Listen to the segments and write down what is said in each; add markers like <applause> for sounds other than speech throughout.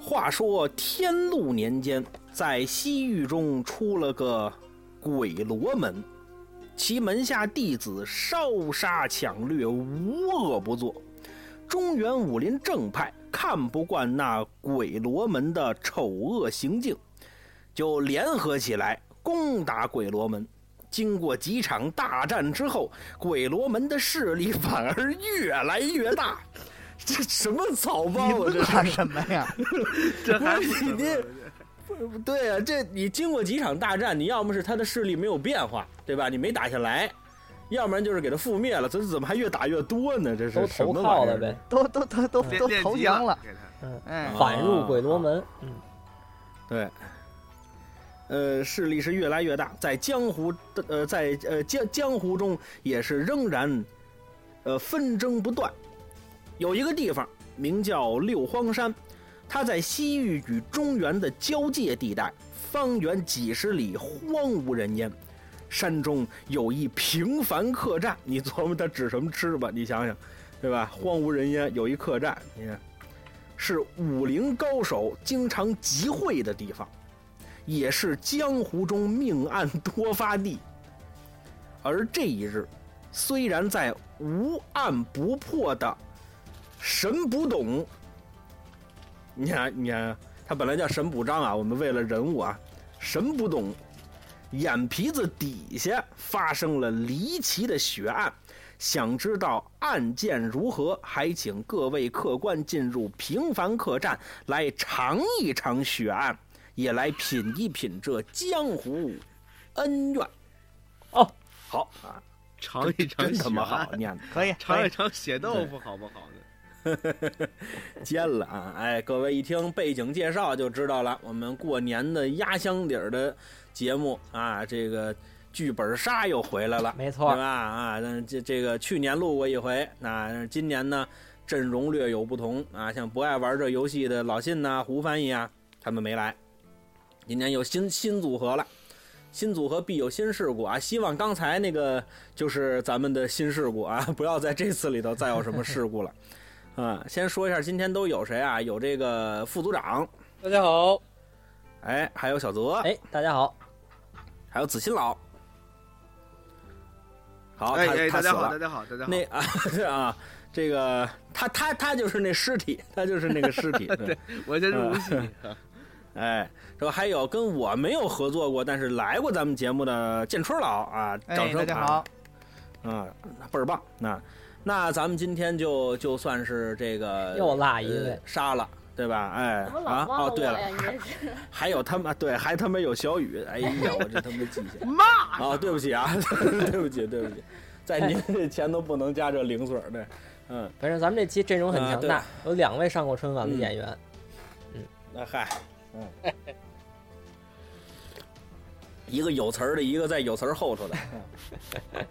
话说天禄年间，在西域中出了个鬼罗门，其门下弟子烧杀抢掠，无恶不作。中原武林正派看不惯那鬼罗门的丑恶行径，就联合起来攻打鬼罗门。经过几场大战之后，鬼罗门的势力反而越来越大。这什么草包啊！这干什么呀？这还不是 <laughs> 你这不对啊，这你经过几场大战，你要么是他的势力没有变化，对吧？你没打下来，要不然就是给他覆灭了。这怎么还越打越多呢？这都是什投么靠玩意了儿？啊呗，都都都都练都练投级降了，给他哎，反入啊鬼罗门。嗯，对，呃，势力是越来越大，在江湖的呃，在呃江江湖中也是仍然，呃纷争不断。有一个地方名叫六荒山，它在西域与中原的交界地带，方圆几十里，荒无人烟。山中有一平凡客栈，你琢磨它指什么吃吧？你想想，对吧？荒无人烟，有一客栈，你看。是武林高手经常集会的地方，也是江湖中命案多发地。而这一日，虽然在无案不破的神不懂，你看，你看，他本来叫神不张啊，我们为了人物啊，神不懂，眼皮子底下发生了离奇的血案。想知道案件如何，还请各位客官进入平凡客栈来尝一尝血案，也来品一品这江湖恩怨。哦，好啊，尝一尝真他妈血好汗哎念的，可以， <laughs> 尝可一以尝血豆腐好不好呢？尖了啊！哎，各位一听背景介绍就知道了，我们过年的压箱底儿的节目啊，这个剧本杀又回来了。没对吧？错，啊，那这这个去年录过一回，那今年呢阵容略有不同啊，像不爱玩这游戏的老信呐、胡翻译啊，他们没来，今年有新新组合了。新组合必有新事故啊！希望刚才那个就是咱们的新事故啊， <laughs> 不要在这次里头再有什么事故了。啊、先说一下今天都有谁啊？有这个副组长，大家好，哎，还有小泽，哎，大家好，还有子欣老。 <laughs> 好，哎他哎，大他死家好，了大。家好，大家好。那 <laughs> 啊是啊，这个他他他就是那尸体，他就是那个 <laughs> 尸体。对，我这是 <laughs> 无锡哎，说还有跟我没有合作过，但是来过咱们节目的建春老啊，哎，掌声、大家好，啊，倍儿棒。那那咱们今天就就算是这个又落一呃位，杀了。对吧？哎怎么啊老忘哦，了我对了呀？，哎你这是还有他妈对，还他妈有小雨，哎呀，我这他妈记性骂啊！对不起啊， <laughs> 对不起，对不起，在您这前头不能加这零碎儿，对，嗯。反正咱们这期阵容很啊强对嗯大，有两位上过春晚的演员。那嗨，嗯， <laughs> 一个有词儿的，一个在有词儿后头的。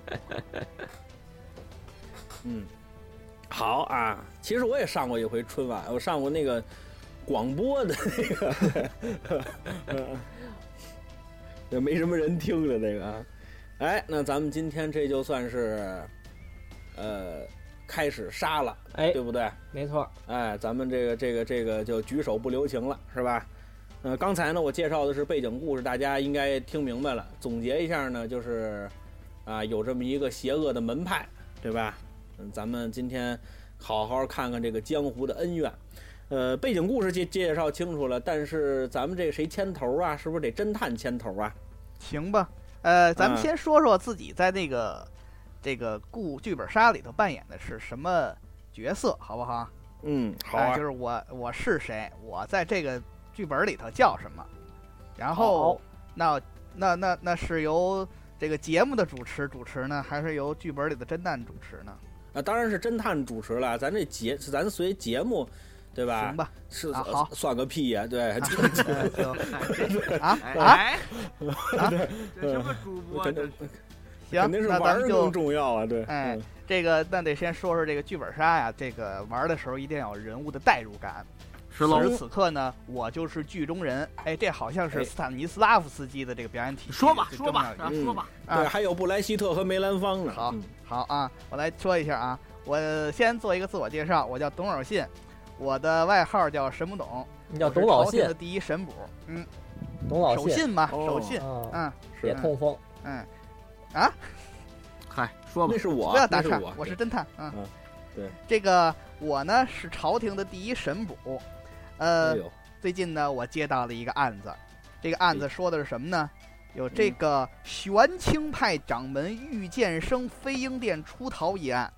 嗯，好啊，其实我也上过一回春晚，我上过那个广播的那个，嗯也 <laughs> 没什么人听的那个啊。哎，那咱们今天这就算是，呃，开始杀了，哎对，不对？没错，哎，咱们这个这个这个就举手不留情了，是吧？呃，刚才呢，我介绍的是背景故事，大家应该听明白了。总结一下呢，就是啊、有这么一个邪恶的门派，对吧？嗯，咱们今天好好看看这个江湖的恩怨。呃，背景故事介介绍清楚了，但是咱们这谁牵头啊？是不是得侦探牵头啊？行吧，呃，咱嗯们先说说自己在那个这个故剧本杀里头扮演的是什么角色，好不好？嗯，好哎啊就，是我我是谁，我在这个剧本里头叫什么，然后那那那那是由这个节目的主持主持呢，还是由剧本里的侦探主持呢？啊，当然是侦探主持了。咱这节，咱随节目，对吧？<laughs> 行吧，是、啊好算个屁呀、对，啊呃就啊 <laughs> 哎啊，哎，这什么主播啊肯这定行，肯定是那玩咱儿更们就重要啊，对，哎嗯，这个，那得先说说这个剧本杀呀。这个玩儿的时候一定要有人物的代入感。是此时此刻呢，我就是剧中人。哎，这好像哎是斯坦尼斯拉夫斯基的这个表演体系。说吧这说吧重啊要一嗯说吧，啊对，还有布莱希特和梅兰芳呢，好嗯好啊，我来说一下啊，我先做一个自我介绍，我叫董守信，我的外号叫神不懂，那叫我是董老朝廷谢的，第一神捕，嗯，董老守谢，信嘛，哦守信，啊，嗯也痛风，嗯，嗨，说吧那，是我，不要打那岔是我，，我是侦探，嗯嗯，对，这个我呢是朝廷的第一神捕，呃哎，呦，最近呢，我接到了一个案子，这个案子说的是什么呢？有这嗯个玄清派掌门御剑生飞鹰殿出逃一案，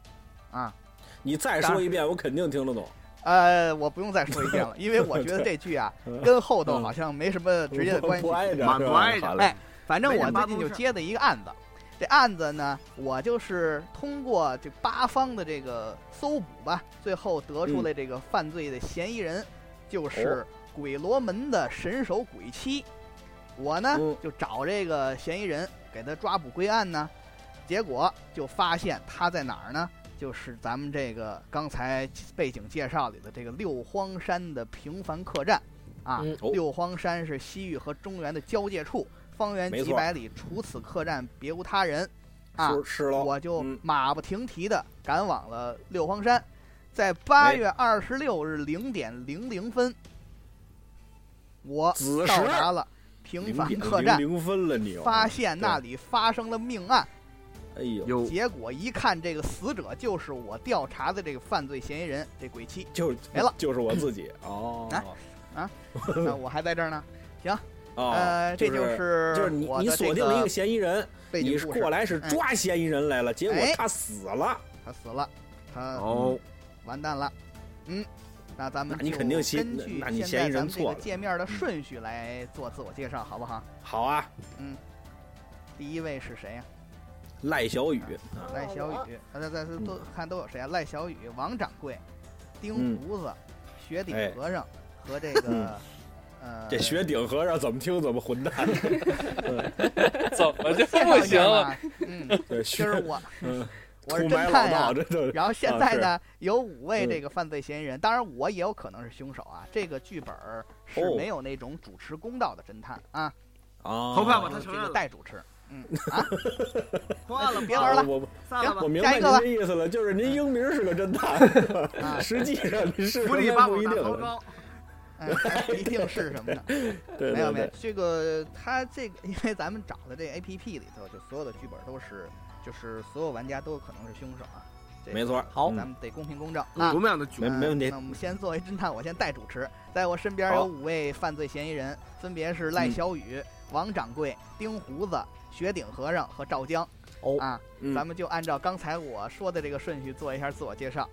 啊，你再说一遍，我肯定听得懂。呃，我不用再说一遍了，因为我觉 <laughs> 得这剧啊嗯跟后头好像没什么呃直接 <laughs> 的关系不。挨着，蛮不挨着好嘞哎，反正没我什么最八近宗就事儿接的一个案子，这案子呢，我就是通过这八方的这个搜捕吧，最后得出嗯了这个犯罪的嫌疑人、哦就是鬼罗门的神手鬼妻。我呢嗯就找这个嫌疑人给他抓捕归案呢，结果就发现他在哪儿呢？就是咱们这个刚才背景介绍里的这个六荒山的平凡客栈，啊，嗯哦六荒山是西域和中原的交界处，方圆没几错百里，除此客栈别无他人。啊，是是喽，我就嗯马不停蹄的赶往了六荒山，在八哎月二十六日零点零零分，我子时到达了平零凡点客栈，零零啊分了你，哦发现那里发生了命案。哎呦，有结果一看，这个死者就是我调查的这个犯罪嫌疑人，这鬼 <laughs> 妻。就没了，就是我自 <laughs> 己哦啊哎那我还在这儿呢。哦，呃，这就是是就是你我你的锁这定了一个个嫌疑人，背景你故事过来是哎抓嫌疑人来了，结果哎他死了，他死了，他哦，完蛋了。嗯，那咱们那你就肯定嫌根据那你现在嫌疑人咱们这错个了界面的顺序来做自我介绍，好不好？好啊，嗯第一位是谁呀、赖小雨啊，哦赖小雨，呃大家再都看都有谁啊？赖小雨、王掌柜、丁嗯胡子、雪顶哎嗯和尚和这个呃，这雪顶和尚怎么听怎么混 <laughs> 蛋， <laughs> <laughs> 怎么就介绍不一行下了？嘛。嗯，对，就雪是 <laughs> 我，嗯，我是土埋侦老探呀、道，这就是然后现啊在是呢，有五位嗯这个犯罪嫌疑人，当然我也有可能是凶手啊。这个剧本儿是哦没有那种主持公道的侦探啊，啊，头发我就他是承这认个了代主持。嗯，破案了，别破案玩了我我散了吧我，明下白一您个吧的意思了，就是您英明是个侦探，啊， <laughs> 实际上您是福利什八么宝不一大定头的，膏，嗯，还一定是什么呢？对没有对没有对，，这个他这个，因为咱们找的这 A P P 里头，就所有的剧本都是，就是所有玩家都有可能是凶手啊。这个没错，嗯好咱们得公平公正啊。什么样的局没？没问题嗯那我们先作为侦探，我先代主持。在我身边有好嗯五位犯罪嫌疑人，分别是赖小雨、王掌柜、丁胡子、雪顶和尚和赵江。哦啊，嗯咱们就按照刚才我说的这个顺序做一下自我介绍。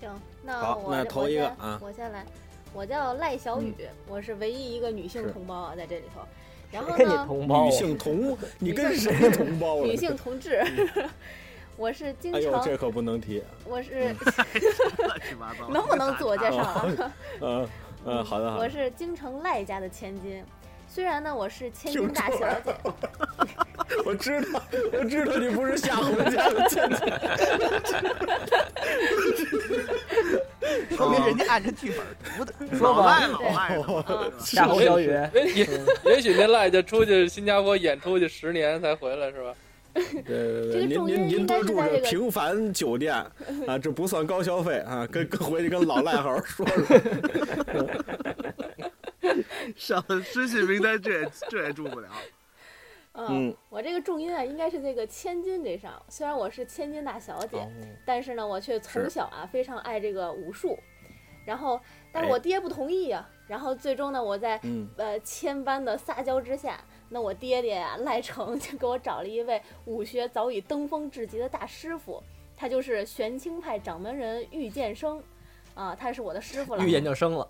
行，那好我那这头我一个先啊我先来，我叫赖小嗯雨，我是唯一一个女性是同胞啊，在这里头。然后跟你呢，同胞女啊，性同，你跟女性谁同胞了？嗯女性同志，我是 <laughs> 经哎呦，常，这可不能提。啊我是乱七八糟，能不能自我介绍 <laughs> 啊？嗯嗯，好的好我的。是京城赖家的千金，虽然呢我是千金大小姐，我知道，我知道你不是夏侯家的亲戚。说明人家按着剧本读的。说老吧，赖老啊赖哦 <laughs> 的，夏侯小雨，也也 <laughs> 也许那赖家出去新加坡演出去十年才回来是吧？对对这对，个您重您音您应该多是住在这这个平凡酒店啊，这不算高消费啊，跟跟回去跟老赖好好说说。上失信名单，这也这也住不了。嗯，嗯，我这个重音啊应该是那个千金这上，虽然我是千金大小姐，但是呢，我却从哦是小啊非常爱这个武术，然后，但是哎我爹不同意呀、然后最终呢，我在嗯，呃千般的撒娇之下，那我爹爹呀、赖成就给我找了一位武学早已登峰至极的大师傅，他就是玄清派掌门人玉剑生， <laughs> 啊，他是我的 <laughs> 师傅了遇见就生了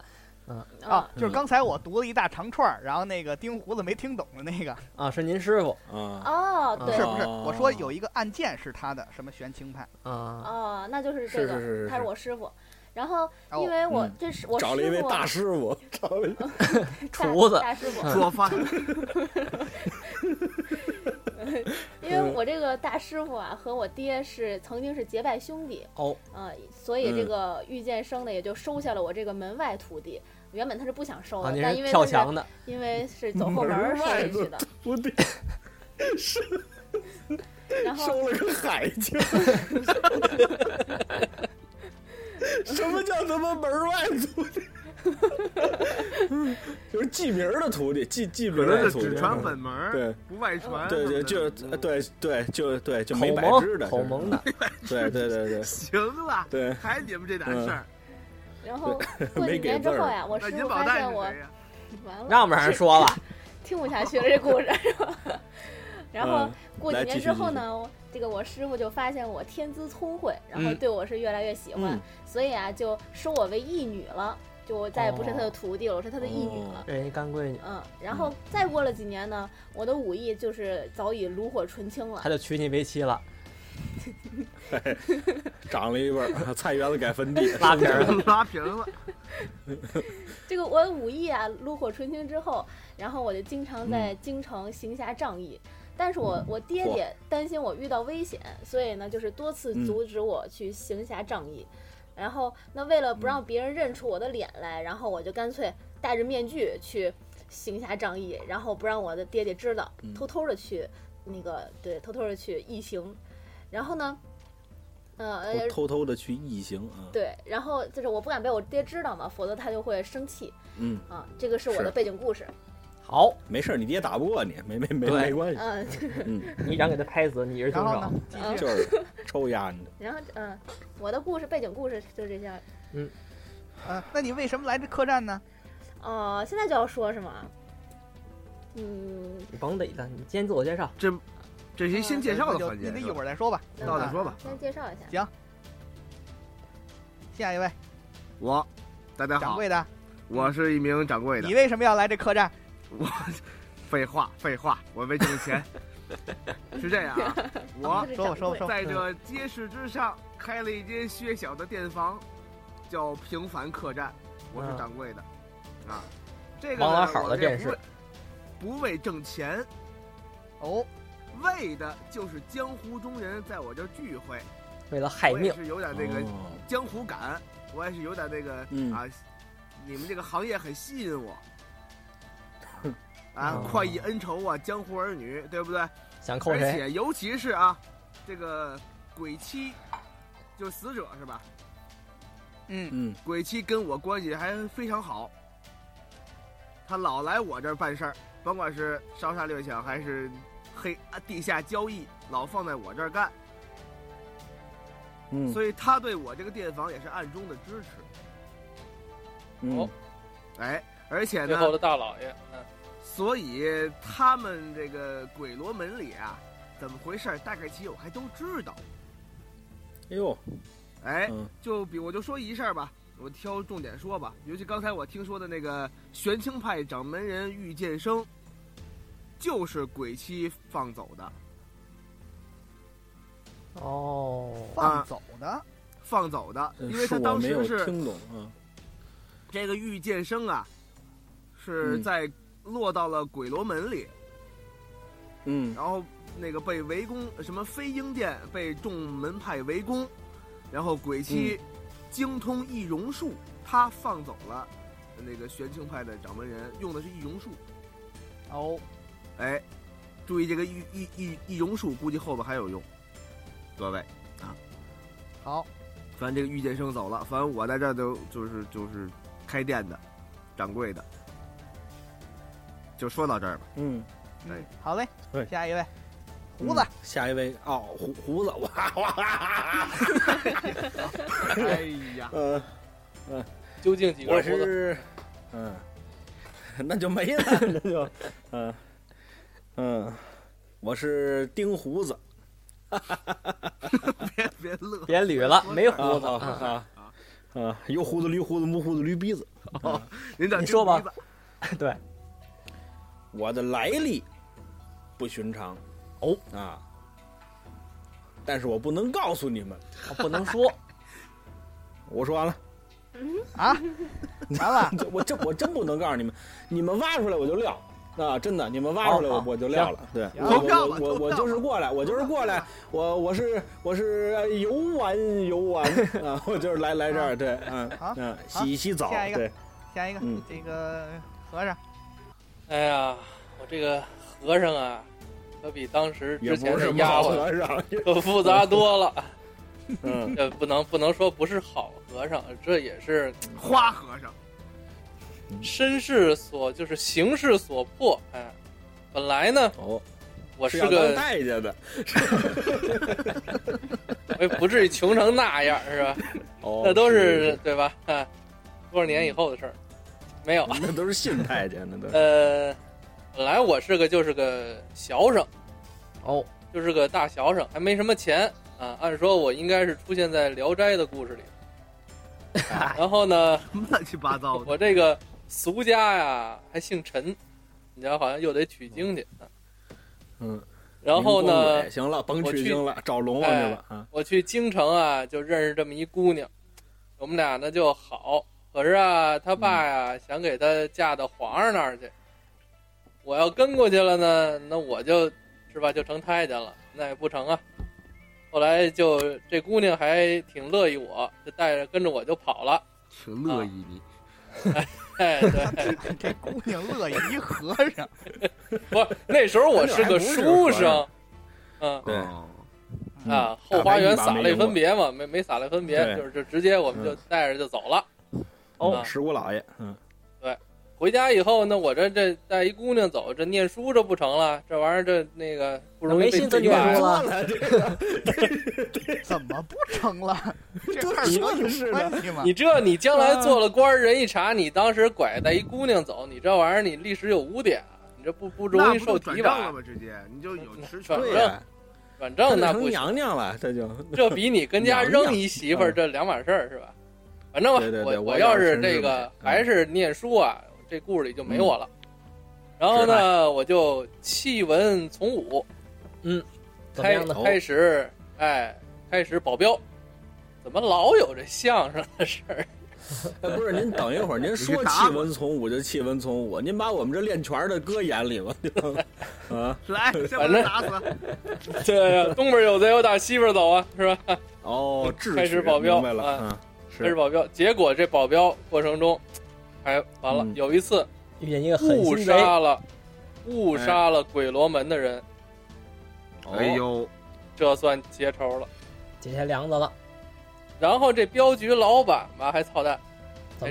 啊哦啊，，就是刚才我读了一大长串儿，然后那个丁胡子没听懂的那个，啊，是您师傅啊，哦，啊嗯对是，不是？哦我说有一个案件是他的，什么玄清派，啊，哦，那就是这个，是是是是他是我师傅。然后，哦因为我、嗯这是我师找傅了一位大师傅，找了 <laughs> 一大厨子大师 <laughs> 傅，嗯做饭，因为我这个大师傅啊和我爹是曾经是结拜兄弟哦，啊、所以这嗯个遇见生呢也就收下了我这个门外徒弟。原本他是不想收的，啊，您哦但是因为跳他是墙的，因为是走后门儿收进去的，徒弟，然后收了个海精。 <laughs> 什么叫他妈门外徒弟？记名儿的徒弟，记记名可儿能的是徒弟，啊只传粉门儿，对不外传。对对，就呃嗯对对就对就口没白萌知的，口萌的，对对对 <laughs> 对行了，对，嗯还你们这点事儿，然后过没几给年之字儿后呀，我那师银傅保发蛋现是我谁呀？ <laughs> 完了，让不让人说了？听不下去了这故事。 <laughs> <laughs> 然后嗯过几来继年续之后呢，我这个我师傅就发现我天资聪慧，然后嗯对我是越来越喜欢，嗯所以啊就收我为义女了，就我再也不是他哦的徒弟了，我是他的义女哦了。人家干闺女，嗯，然后再过了几年呢，我的武艺就是早已炉火纯青了他。就娶你为妻了，长了一辈儿，菜园子改坟地，<laughs> 拉皮儿了。拉平了，这个我武艺啊炉火纯青之后，然后我就经常在京城行侠仗义。但是我我爹嗯嚯爹担心我遇到危险，所以呢就是多次嗯阻止我去行侠仗义。然后那为嗯了不让别人认出我的脸来，然后我就干脆戴着面具去行侠仗义，然后不让我的爹爹知道嗯，偷偷的去那个对，偷偷的去异行。然后呢，呃，呃我偷偷的去异形啊，对，然后就是我不敢被我爹知道嘛，否则他就会生气。嗯，啊，这个是我是的背景故事。好，没事儿，你爹打不过你，没没没对没关系，嗯，你一掌给他拍死，你是然凶后手呢。，继嗯续就是抽压 <laughs> 你的。然后嗯，我的故事背景故事就这些。嗯，那你为什么来这客栈呢？哦，现在就要说是吗？嗯，你甭理他，你先自我介绍。这是一新介绍那的就环节，那就是一吧嗯会儿嗯再说吧。啊那到再说吧。先介绍一下。下一位，我，大家掌好，柜的，我是一名掌柜的你。为什么要来这客栈？废话，废话，我没挣 <laughs> 钱。是这样啊，我他是说吧掌说吧柜说吧，在这街市之上开了一间薛小的店房，叫平凡客栈，我是嗯掌柜的，啊，这个王老呢好的我这店不是为不为挣钱，哦，为的就是江湖中人在我这聚会，为了害我也命，是有点这个哦江湖感，我也是有点这个嗯啊，你们这个行业很吸引我，啊哦，快意恩仇啊，江湖儿女，对不对？想扣而谁？且尤其是啊，这个鬼妻，就死者是吧？嗯，嗯，鬼妻跟我关系还非常好，他老来我这儿办事儿，甭管是烧杀掠抢还是黑啊地下交易，老放在我这儿干，嗯，所以他对我这个店房也是暗中的支持。嗯哦哎，而且最呢，后的大老爷，嗯，所以他们这个鬼罗门里啊，怎么回事儿大概其我还都知道。哎呦，哎，嗯就比我就说一事儿吧，我挑重点说吧。尤其刚才我听说的那个玄清派掌门人玉剑生，就是鬼妻放走的，哦，放走的，放走的，哎因为呃是他我当没有时是听懂啊，这个玉剑生啊，是嗯在落到了鬼罗门里，嗯然后那个被围攻，什么飞鹰殿被众门派围攻，然后鬼妻嗯精通易容术，他放走了那个玄清派的掌门人，用的是易容术。哦，哎，注意这个易易易易容术，估计后边还有用。各位，啊好，反正这个遇见生走了，反正我在这儿都就是就是开店的，掌柜的，就说到这 <laughs> 儿吧。嗯，嗯，好嘞对，下一位，胡子嗯，下一位哦，胡胡子，哇哇哇，哎呀，呃，究竟几我个胡子？是，嗯，那就没了， <laughs> 那就，嗯嗯，我是丁胡子，别别乐，别捋了，没啊胡子。啊嗯啊啊，有胡子驴胡子木胡子驴鼻子。您这你说吧，对，我的来历不寻常哦啊，但是我不能告诉你们。我不能说， <laughs> 我说完了， <laughs> 完了，这我这我真不能告诉你们，你们挖出来我就撂啊！真的，你们挖出来好我好我就撂了。对，行我投票吧我我我投票吧就是过来，我就是过来，我我是我是呃游玩游玩啊，我就是来来这儿对，嗯好嗯，洗洗澡下一个对，下一个嗯，这个和尚，哎呀，我这个和尚啊，可比当时也之前不的是丫马鬟和尚，可复杂多了。 <laughs> 呃嗯这不能不能说不是好和尚，这也是花和尚，身世所就是形势所迫，哎，本来呢哦，我是是要当个代家的我也不至于穷成那样是吧？哦，那都是是对吧？啊，多少年以后的事儿，没有。啊 <laughs> 那都是信太监的，都呃，本来我是个就是个小生，哦，就是个大小生，还没什么钱啊。按说我应该是出现在《聊斋》的故事里。啊然后呢，乱七八糟的。我这个俗家呀，还姓陈，你知道，好像又得取经去。啊嗯。然后明呢光，伟行了，甭我取去经了，找龙王去了啊。我去京城啊，就认识这么一姑娘，我们俩呢就好。可是啊，他爸呀、想给她嫁到皇上那儿去，我要跟过去了呢，那我就是吧就成太监了，那也不成啊。后来就这姑娘还挺乐意我，就带着跟着我就跑了。挺乐意你，哎，对， <laughs> 这姑娘乐意一和尚，不， <laughs> 那时候我是个书那时候生，嗯对哦嗯啊，后花园打洒败一把没泪赢过分别嘛，没没洒泪分别，对嗯就是就直接我们就带着就走了。哦，啊石姑老爷，嗯，回家以后呢，我这这带一姑娘走，这念书这不成了，这玩意儿这那个不容易没被心思击败念啊书了。 <laughs> 怎么不成了？这对二哥有是的关系吗？你这你将来嗯做了官儿，人一查你当时拐带一姑娘走，你这玩意儿你历史有污点，啊你这不不容那易不受就转提账了拔。啊吗？直接你就有实权 <laughs> 转对了。呀，转正那她就不成娘行，娘了，这 <laughs> 就这比你跟家娘扔一媳妇儿嗯这两码事儿是吧？反正吧对对，对我我要也是是真这是个嗯还是念书啊，这故事里就没我了。然后是呢，我就弃文从武，怎么开样呢？开始，哎，开始保镖，怎么老有这相声的事 <laughs> 儿？哎不 <laughs> 是您等一会儿，您你说去打弃文从武就弃文从武，您把我们这练拳的搁眼里吧， <laughs> 啊，来，先把他反正打死。对呀，东边有贼，我打西边走啊，是吧？哦，智取开始保镖明白了，嗯，开始是保镖，结果这保镖过程中，哎，完了嗯，有一次遇见一个狠误心哎贼，杀了，误杀了鬼罗门的人，哎呦，这算结仇了。结下梁子了，然后这镖局老板吧还操蛋，哎，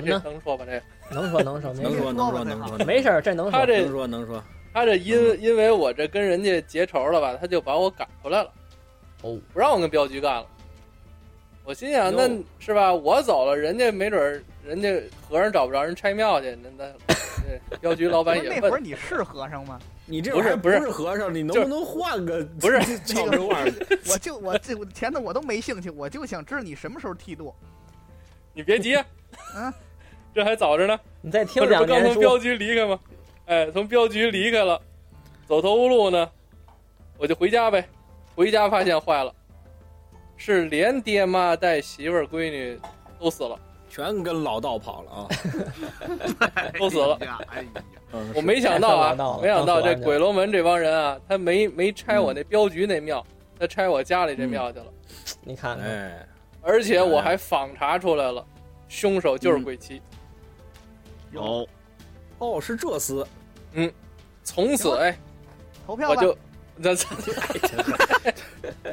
怎么这呢？能说吧？这个能说能说，没能事说能说能说，没事儿，这能说。他这能说能说，他这因因为我这跟人家结仇了吧，他就把我赶出来了，哦，不让我跟镖局干了。我心想，那哟是吧？我走了，人家没准儿人家和尚找不着人拆庙去，那那那镖局老 <laughs> 不板是也那会儿笨。你是和尚 <laughs> 吗？你这不是还不是不是和尚，你能就不能换个 <laughs> 不是俏皮话？我就我这我前头我都没兴趣，我就想知道你什么时候剃度。你别急，啊嗯， <laughs> 这还早着呢。你再听我这两不刚年从书镖，局离开吗？哎，从镖局离开了，走投无路呢，我就回家呗。回家发现坏了，是连爹妈带媳妇儿闺女都死了。全跟老道跑了 <laughs> 啊！都死了哦哎呀！哎呀，嗯我没想到太糟糕啊了，没想到当这时嗯我还鬼龙门这帮人啊，他没没拆我那镖局那庙，他拆我家嗯里这庙去了，你看看，哎，而且我还访查出来了，凶手嗯就是鬼七。有哦，是这厮，从此哎，投票我吧，就咱咱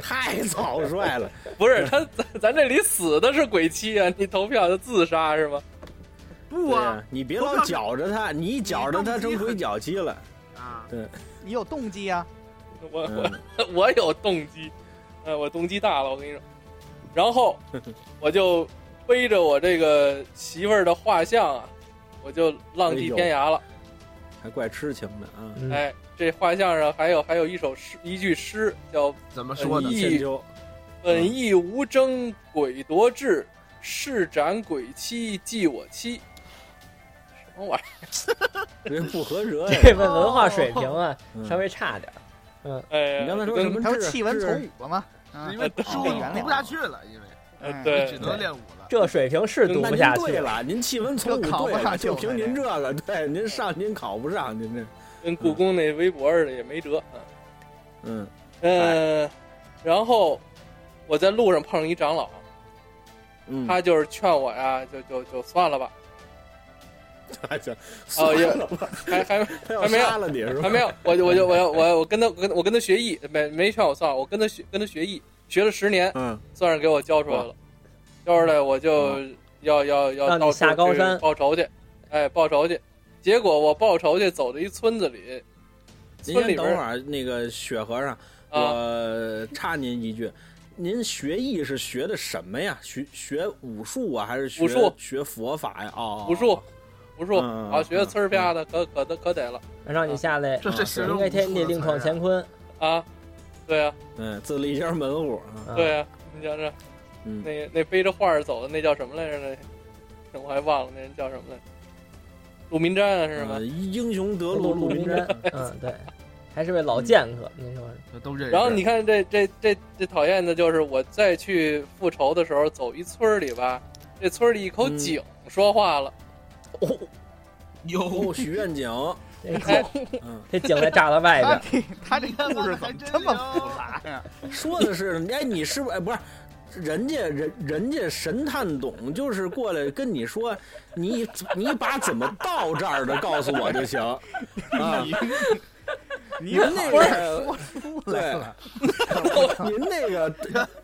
太草率了。不是 <laughs> 他咱咱这里死的是鬼七啊，你投票就自杀是吗？不对啊呀，你别老搅着他，你一搅着他成鬼脚七了。啊，你有动机啊？我我嗯，我有动机，呃，我动机大了，我跟你说。<laughs> 然后我就背着我这个媳妇儿的画像啊，我就浪哎迹天涯了。还怪痴情的啊！嗯，哎，这画像上还有还有一首诗，一句诗叫怎么说说呢呢嗯？千秋， “本意无争鬼夺志，誓斩鬼妻祭我妻”。什么玩意儿？这不合辙呀！这问文化水平啊，嗯稍微差点儿。哎呀，你刚才说跟什么他不是弃是文从武了吗？啊因，为读书这原读谅不下去了，因为呃哎嗯对只能练武了。这水平是读那不您下去对。了，您气温从武这考不对了，上就就凭您这个，对，您上您考不上，您这，跟故宫那微博似的，也没辙。嗯嗯，嗯，然后我在路上碰上一长老，嗯，他就是劝我呀，就就就算了吧， <laughs> 他就哦也哎算了吧还还他要还没有杀了你是吧？还没有，我就我就我要我我跟他我跟我跟他学艺，没没劝我算了，我跟他学跟他学艺，学了十年，嗯，算是给我教出来了，教出来我就要要要让你到处下高去山报仇去，哎，报仇去。结果我报仇去，走到一村子里，您村先里等边会儿儿，那个雪和尚，啊，我插您一句，您学艺是学的什么呀？学学武术啊，还是学武术学佛法呀？哦，武术，武术嗯啊，学嗯呲儿啪的，可可得可得了让你下来，这这嗯形啊应容该武天术地的另词创儿乾坤。啊。对啊，嗯，自立一家门户啊。啊对啊，你想想，嗯那那背着画儿走的那叫什么来着？那我还忘了那人叫什么来着。鲁明瞻啊，是吗呃？英雄得路路路路明明真真，，嗯，对，还是位老剑客，您说是？都认识。然后你看这这这这讨厌的就是我再去复仇的时候，走一村儿里吧，这村儿里一口嗯井说话了，有哦许愿井，这哎井，嗯，这井还炸到外他边，这他这故事怎么这么复杂 <laughs> 呀？说的是，哎，你是不是？哎，不是。人家人人家神探懂，就是过来跟你说，你你把怎么到这儿的告诉我就行，啊，你您那个 <laughs> 对，您那个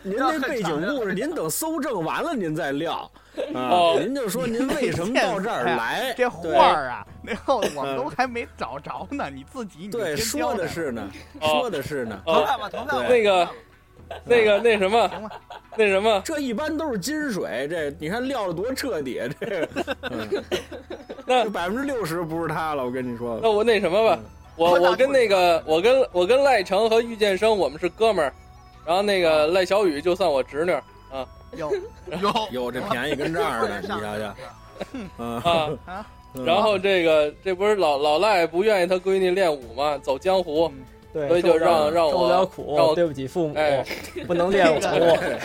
您那背景故事，您等搜证完了您再撂啊哦，您就说您为什么到这儿 <laughs> 来，这对嗯画儿啊，那后我们都还没找着呢，你自己你就对先说交代的吧是呢，哦说的是呢，投哦看吧，投看吧。那个那个那什么行吧，那什么，这一般都是金水，这你看撂的多彻底，这那这百分之六十不是他了，我跟你说，那我那什么吧，我宽大我跟那个我跟我跟赖成和玉剑生我们是哥们儿，然后那个赖小雨就算我侄女儿有有哟，这便宜跟这儿 <laughs> 呢，你瞧瞧，嗯啊，啊，嗯 <laughs> 然后这个这不是老老赖不愿意他闺女练武嘛，走江湖，嗯对，所以受就不了让让受不了我让苦，我对不起父母哎，不能练武这。个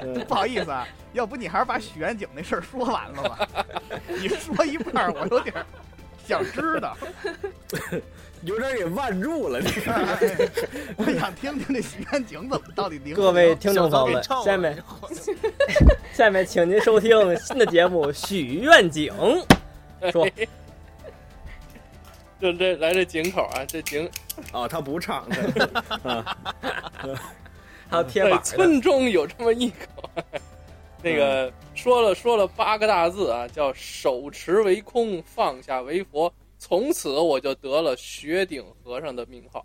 嗯不好意思啊，要不你还是把许愿井那事儿说完了吧？ <laughs> 你说一半儿，我有点儿想知道，有点给腕住了，这个 <laughs> 我想听听这许愿井怎么到底灵不灵。各位听众朋小刀给，友们照下了面 <laughs> 下面请您收听新的节目《许愿井》。说就这来这井口啊，这井哦，他不唱，还有贴在板的，村中有这么一口， <laughs> 那个说了说了八个大字啊，叫手持为空，放下为佛。从此我就得了雪顶和尚的名 <laughs> 号。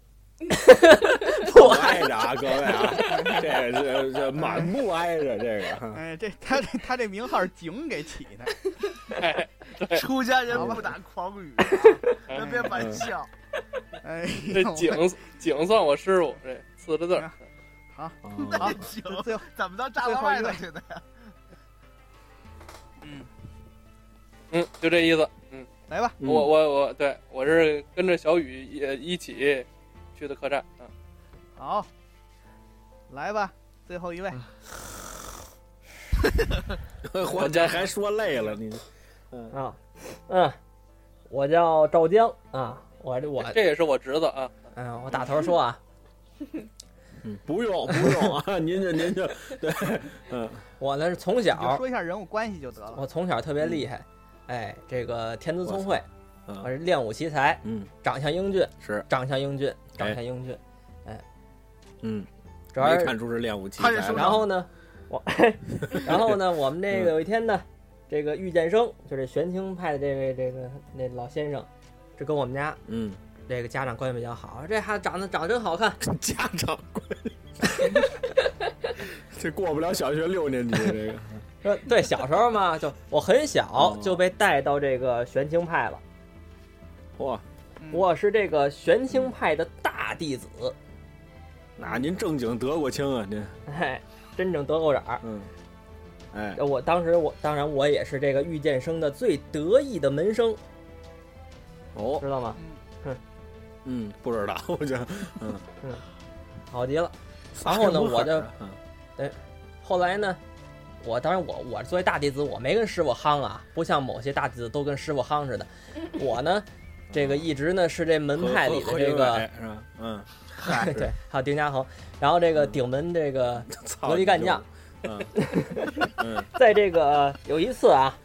不挨着啊，各位啊，这个这这满目挨着这个，哎，这他这他这名号儿井给起的，哎出家人不打诳语啊，咱别玩笑。哎这呦，井井算我师傅这四个字儿。好啊那行，我最后怎么到炸了外头去的？嗯，就这意思。嗯，来吧，我我我，对我是跟着小雨一一起去的客栈啊。好，来吧，最后一嗯位，我这还说累了，你啊，嗯，我叫赵江啊，我这我这也是我侄子啊。嗯，我打头说啊，不用不用啊，您就您就对，嗯我呢是从你就小说一下人物关系就得了。我从小特别厉害，哎，这个天资聪慧，嗯我是练武奇才，嗯长相英俊，是长相英俊，长相英俊，嗯，主要没是看出是练武器他是材说了，然后呢，我， <laughs> 然后呢，我们这个有一天呢，这个玉剑生，就这玄清派的这位这个那老先生，这跟我们家嗯，这个家长关系比较好，这孩子长得长得真好看，家长关系，这过不了小学六年级这个，说对，小时候嘛，就我很小哦就被带到这个玄清派了，哇，嗯我是这个玄清派的大弟子，那您正经德国青啊您，哎，真正德够长儿。嗯，哎，我当时我当然我也是这个遇见生的最得意的门生，哦，知道吗？嗯，不知道，我觉得，好极了。<laughs> 然后呢，我就嗯后来呢，我当然我我作为大弟子，我没跟师傅夯啊，不像某些大弟子都跟师傅夯似的。我呢，这个一直呢是这门派里的这个是吧？嗯， <laughs> 对，嗯还有丁家恒，然后这个顶门这个操格力干将，，嗯嗯在这个有一次啊，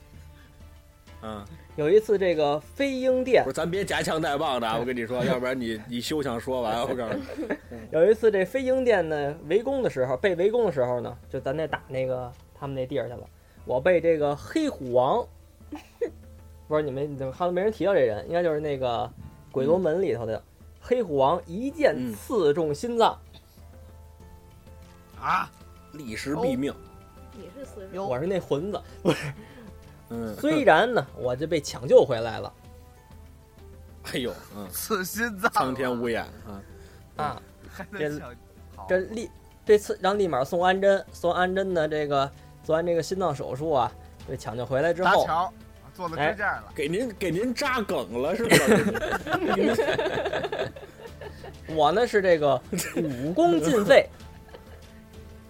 嗯，有一次这个飞鹰殿不是，咱别夹枪带棒的啊，我跟你说，要不然你你休想说完，我告诉你，有一次这飞鹰殿呢围攻的时候，被围攻的时候呢，就咱那打那个他们那地儿去了，我被这个黑虎王 <laughs> 不是你们怎么看都没人提到这人，应该就是那个《鬼罗门》里头的黑虎王，一剑嗯刺中心脏。啊，历史毙命。你是四十，哟，我是那 <laughs> 混子，嗯，虽然呢，我就被抢救回来了哎呦，嗯，刺心脏，苍天无眼啊！啊，嗯还能这想好这立这次让立马送安贞，送安贞呢，这个做完这个心脏手术啊，被抢救回来之搭后，哎桥，啊做了支架了，给您给您扎梗了是吧？我呢是这个武功 <laughs> 尽废，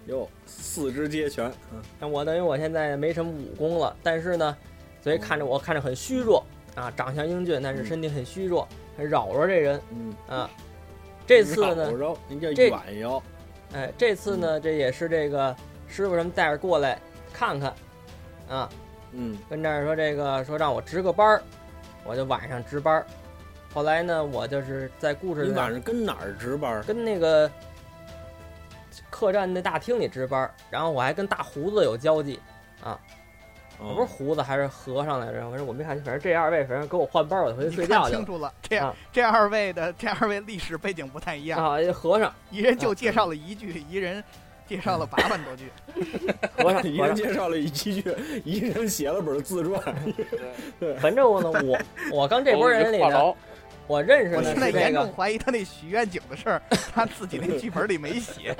哟，四肢皆全，嗯那我等于我现在没什么武功了，但是呢，所以看嗯着我看着很虚弱啊，长相英俊，但是身体很虚弱，很扰着这人嗯，啊。这次呢绕，绕人家这远腰，哎，这次嗯呢，这也是这个师傅什么带着过来看看啊，嗯跟这儿说这个说让我值个班儿，我就晚上值班儿。后来呢，我就是在故事你里晚上跟哪儿值班？跟那个客栈那大厅里值班儿，然后我还跟大胡子有交际，我不是哦胡子还是和尚来着，反正我没看清，反正这二位反正给我换班儿，我就回去你睡看觉去清了。楚了，这样啊这二位的这二位历史背景不太一样，啊，和尚，一人就介绍了一句，一人介绍了八万多句，嗯和尚，一和人尚，介绍了一句，一人写了本自传，对，反正 <laughs> 我呢，我我刚这波人里话呢，痨，我认识我的现是 <laughs> 在这严个重，怀疑他那许愿井的事儿，他自己那剧本里没 <laughs> 写。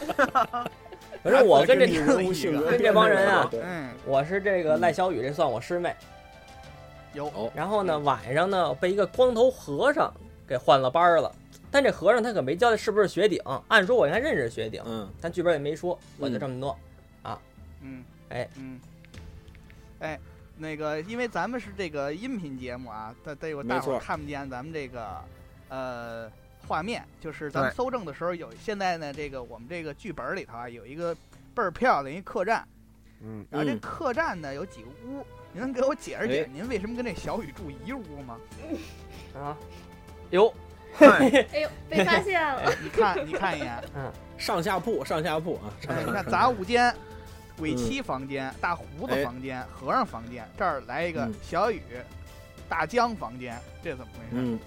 反正我跟这你人物性格跟这帮人啊对嗯，我是这个赖小雨，这算我师妹。嗯有哦然后呢，晚上呢被一个光头和尚给换了班儿了，但这和尚他可没交代是不是雪顶，按说我应该认识雪顶，嗯，但剧本也没说，我就这么弄。嗯，哎，嗯，哎，那个，因为咱们是这个音频节目啊，但但有没大伙儿错看不见咱们这个呃画面，就是咱们对搜证的时候有。现在呢，这个我们这个剧本里头啊，有一个倍儿漂亮的一客栈， <laughs> 嗯，然后这嗯客栈呢有几个屋，您能给我解释解哎释您为什么跟这小雨住一屋吗？啊，哟，对，哎呦，被发现哎了，哎你看，你看一 <laughs> 眼，上下铺上下铺啊，上哎，下你铺看杂物间、嗯鬼妻房间、大胡子房间、和尚房间，这儿来一个嗯小雨、大江房间，这怎么回事？嗯。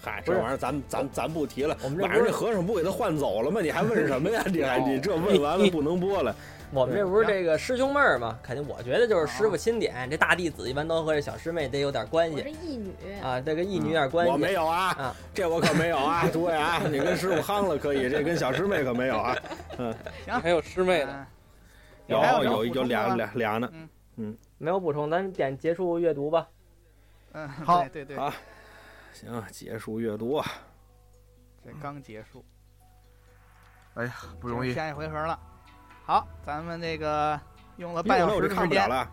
嗨，这不是玩意儿咱咱咱不提了。我们这晚不上这是哦和尚不给他换走了吗？你还问什 <laughs> 么呀？你还你这问完了不能播了。我们这不是这个师兄妹儿嘛？肯定我觉得就是师傅钦点，这大弟子一般都和这小师妹得有点关我是系义女，啊，这跟义女有点关我没系。有啊，啊这我可没有啊， <laughs> 诸位啊，你跟师傅夯了可以，这跟小师妹可没有 <laughs> 啊。还有师妹呢，嗯有还有什么有补充有的俩吗俩俩呢，没有补充，咱点结束阅读吧。嗯，好对对好对，行啊，结束阅读啊，这刚结束，不容易。下一回合了。好，咱们这个用了一会半儿小呢我就时的看时不了间了，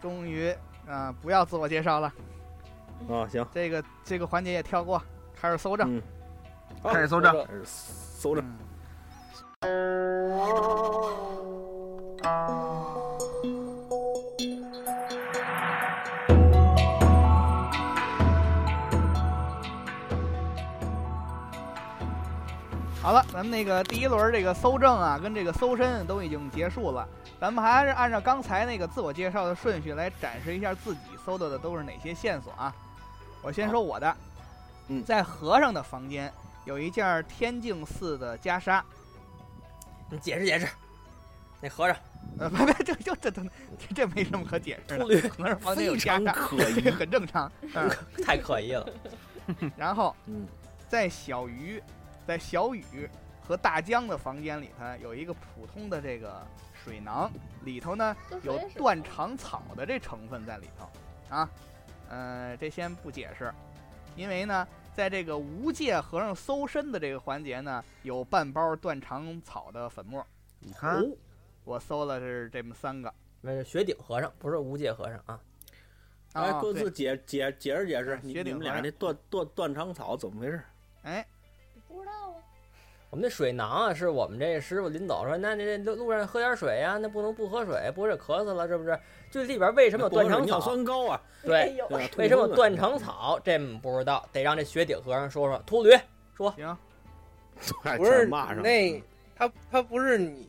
终于，啊，不要自我介绍了，啊。行，这个这个环节也跳过，开始搜证。嗯开始搜搜证，证开始搜 <laughs> 着，嗯好了，咱们那个第一轮这个搜证啊，跟这个搜身都已经结束了。咱们还是按照刚才那个自我介绍的顺序来展示一下自己搜到的都是哪些线索啊。我先说我的，嗯在和尚的房间有一件天净寺的袈裟，你解释解释，那和尚嗯呃，不不，这就这这这这没什么可解释的 <laughs> 秃，驴可能是房间有非袈常裟，可这 <laughs> 疑 <laughs> 个。很正常。嗯， <laughs> 太可疑了。然后嗯，在小鱼，在小雨和大江的房间里头有一个普通的这个水囊，里头呢都谁有是断肠草的这成分在里头啊。呃，这先不解释，因为呢，在这个无界和尚搜身的这个环节呢，有半包断肠草的粉末，你看，我搜了是这么三个。那是雪顶和尚，不是无界和尚啊。来啊，哦哎各对自解解解释解释，你学你顶们和俩尚这断断断肠草怎么回事？哎，不知道啊，我们那水囊啊，是我们这师傅临走说，那那那路上喝点水啊呀、那不能不喝水，不是渴死了是不是？就里边为什么有断光是肠尿草？酸高 <laughs> 啊？哎对，呦，对吧为什么有断？痛肠草？这不知道，得让这雪顶和尚说说。秃驴，行，风啊不是全骂上了 <laughs> 那他他不是你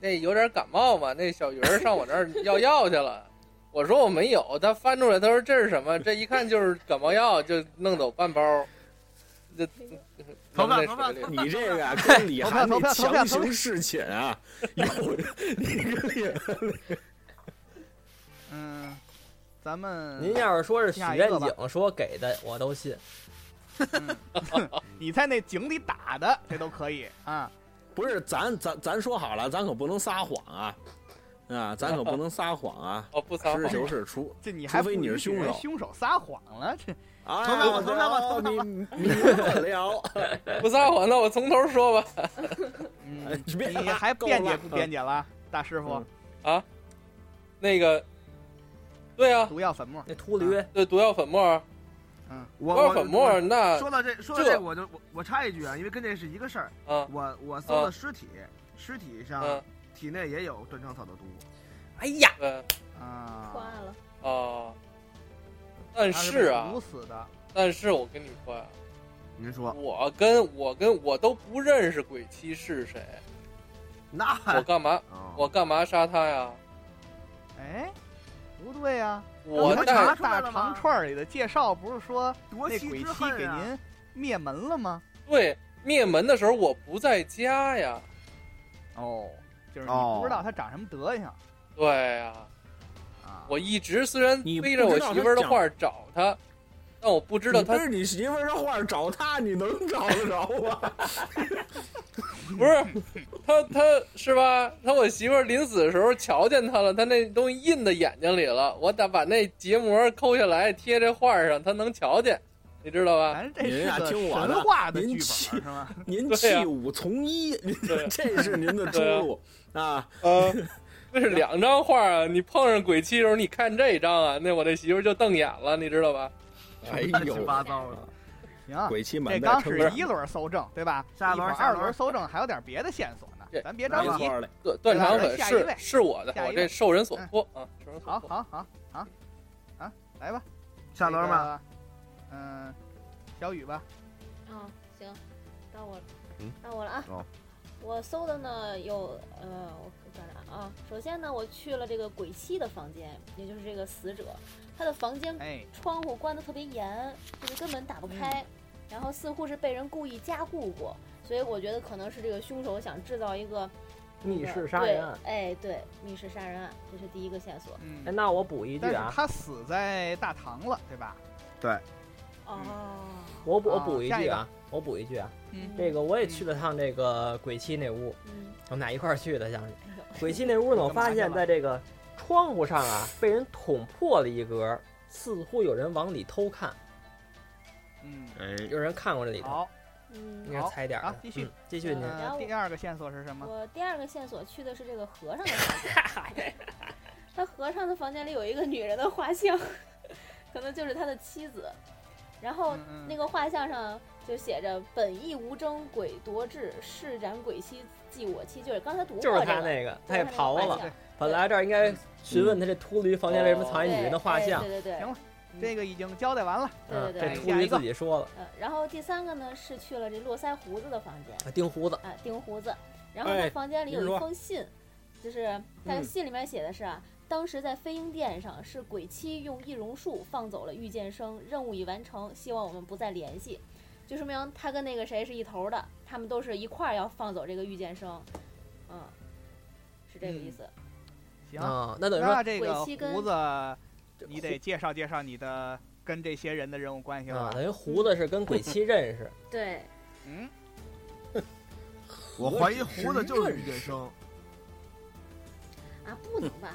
那有点感冒嘛？那小鱼儿上我这儿要药去了，我说我没有，他翻出来，他说这是什么？这一看就是感冒药，就弄走半包，就头扔发在头发水里头。你这个啊跟李涵那投票投票强投票行侍寝啊，有你跟李涵嗯，咱嗯们您要是说是许下一愿个吧景说给的，我都信。你在那井里打的，这都可以啊。不是咱咱咱说好了，咱可不能撒谎啊，啊，咱可不能撒谎 <laughs>，啊哦，不撒实谎事，求是出。这你还除非你是不允凶手许人凶手撒谎了， <laughs> 这啊，头发我头发吧头发吧你你乱聊，不撒谎，那我从头说吧。哎嗯，你别你还辩解不够了辩解了，大师傅嗯？那个，对啊，毒药粉末，那秃啊驴，对毒药粉末，我毒药我粉末，我那说到这说到这这我就我我插一句啊，因为跟这是一个事儿，啊，我我搜啊的尸体，尸体上嗯，体内也有断肠草的毒，哎呀，对，破案啊，了，哦，但他是被啊毒，死的，但是我跟你说啊，您说我跟我跟我都不认识鬼妻是谁，那我干嘛哦我干嘛杀他呀？哎，不对啊呀，我刚才查大带出来了吗长串里的介绍不是说夺那妻鬼之妻恨给啊！您灭门了吗？对灭门的时候我不在家呀。哦，就是你哦不知道他长什么德行对呀、啊。我一直虽然你背着我媳妇儿的话找他，但我不知道不他是你媳妇儿的话找他，你能找得着啊吗？不是 <laughs> 他他是吧？他我媳妇儿临死的时候瞧见他了，他那东西印在眼睛里了，我得把那结膜抠下来贴这画儿上，他能瞧见，你知道吧？咱这是您呀个听我的神话的您剧本去是吗？您对呀弃武从医， <laughs> 您对这是您的出路啊！呃，那是两张画啊！你碰上鬼妻的时候，你看这张啊，那我这媳妇儿就瞪眼了，你知道吧？哎乱呦七，八糟的，行，鬼妻这满带刚称是赞，一轮搜证，对吧？下一会轮儿下二轮轮搜证还有点别的线索呢对，咱别着没急。错嘞。断断肠粉下一位是是我的，下一位嗯我这受人所托啊，受人所好托。好好好，啊，来吧，下轮吧。吧。嗯、小雨吧，嗯，行，到我了，嗯到我了啊。哦我搜的呢有呃，我找找啊。首先呢，我去了这个鬼妻的房间，也就是这个死者，他的房间哎，窗户关得特别严，就是根本打不嗯开，然后似乎是被人故意加固过，所以我觉得可能是这个凶手想制造一个密室杀人案。对哎，对，密室杀人案，这是第一个线索。嗯哎，，那我补一句但是啊，他死在大堂了，对吧？哦，我补我啊补一下一句个啊，我补一句啊，嗯这个我也去了趟这个鬼妻那屋，嗯，我们俩一块儿去的， <laughs> 像是哎呦鬼妻那屋呢，我发现在这个窗户上啊，被人捅破了一格，似乎有人往里偷看，嗯，哎，有人看过这里头，好，嗯应该是踩点儿好的啊。继续嗯继续您。呃第二个线索是什么？我第二个线索去的是这个和尚的房间，他和尚的房间里有一个女人的画像， <laughs> 可能就是他的妻子。然后嗯嗯那个画像上就写着“本意无争，鬼夺志，誓斩鬼妻，祭我妻”，就是刚才读过就是他这个那个，他给就是哎他那个刨画了。像本来这儿应该询问他这秃驴房间为什么藏一女人的画像，对对对对行了嗯这个已经交代完了。嗯，对对这对秃驴自己说了，呃，然后第三个呢是去了这络腮胡子的房间啊钉胡子，啊，钉胡子。然后哎他房间里有您一说封信，就是他嗯信里面写的是啊，当时在飞鹰殿上是鬼妻用易容术放走了御剑生，任务已完成，希望我们不再联系。就说明他跟那个谁是一头的，他们都是一块儿要放走这个御剑生，嗯，是这个意嗯思。行，啊，那等于那说这个鬼妻跟胡子，你得介绍介绍你的跟这些人的人物关系啊，了。等于胡子是跟鬼妻认识，对，嗯，我怀疑胡子就是于剑生，啊，不能吧？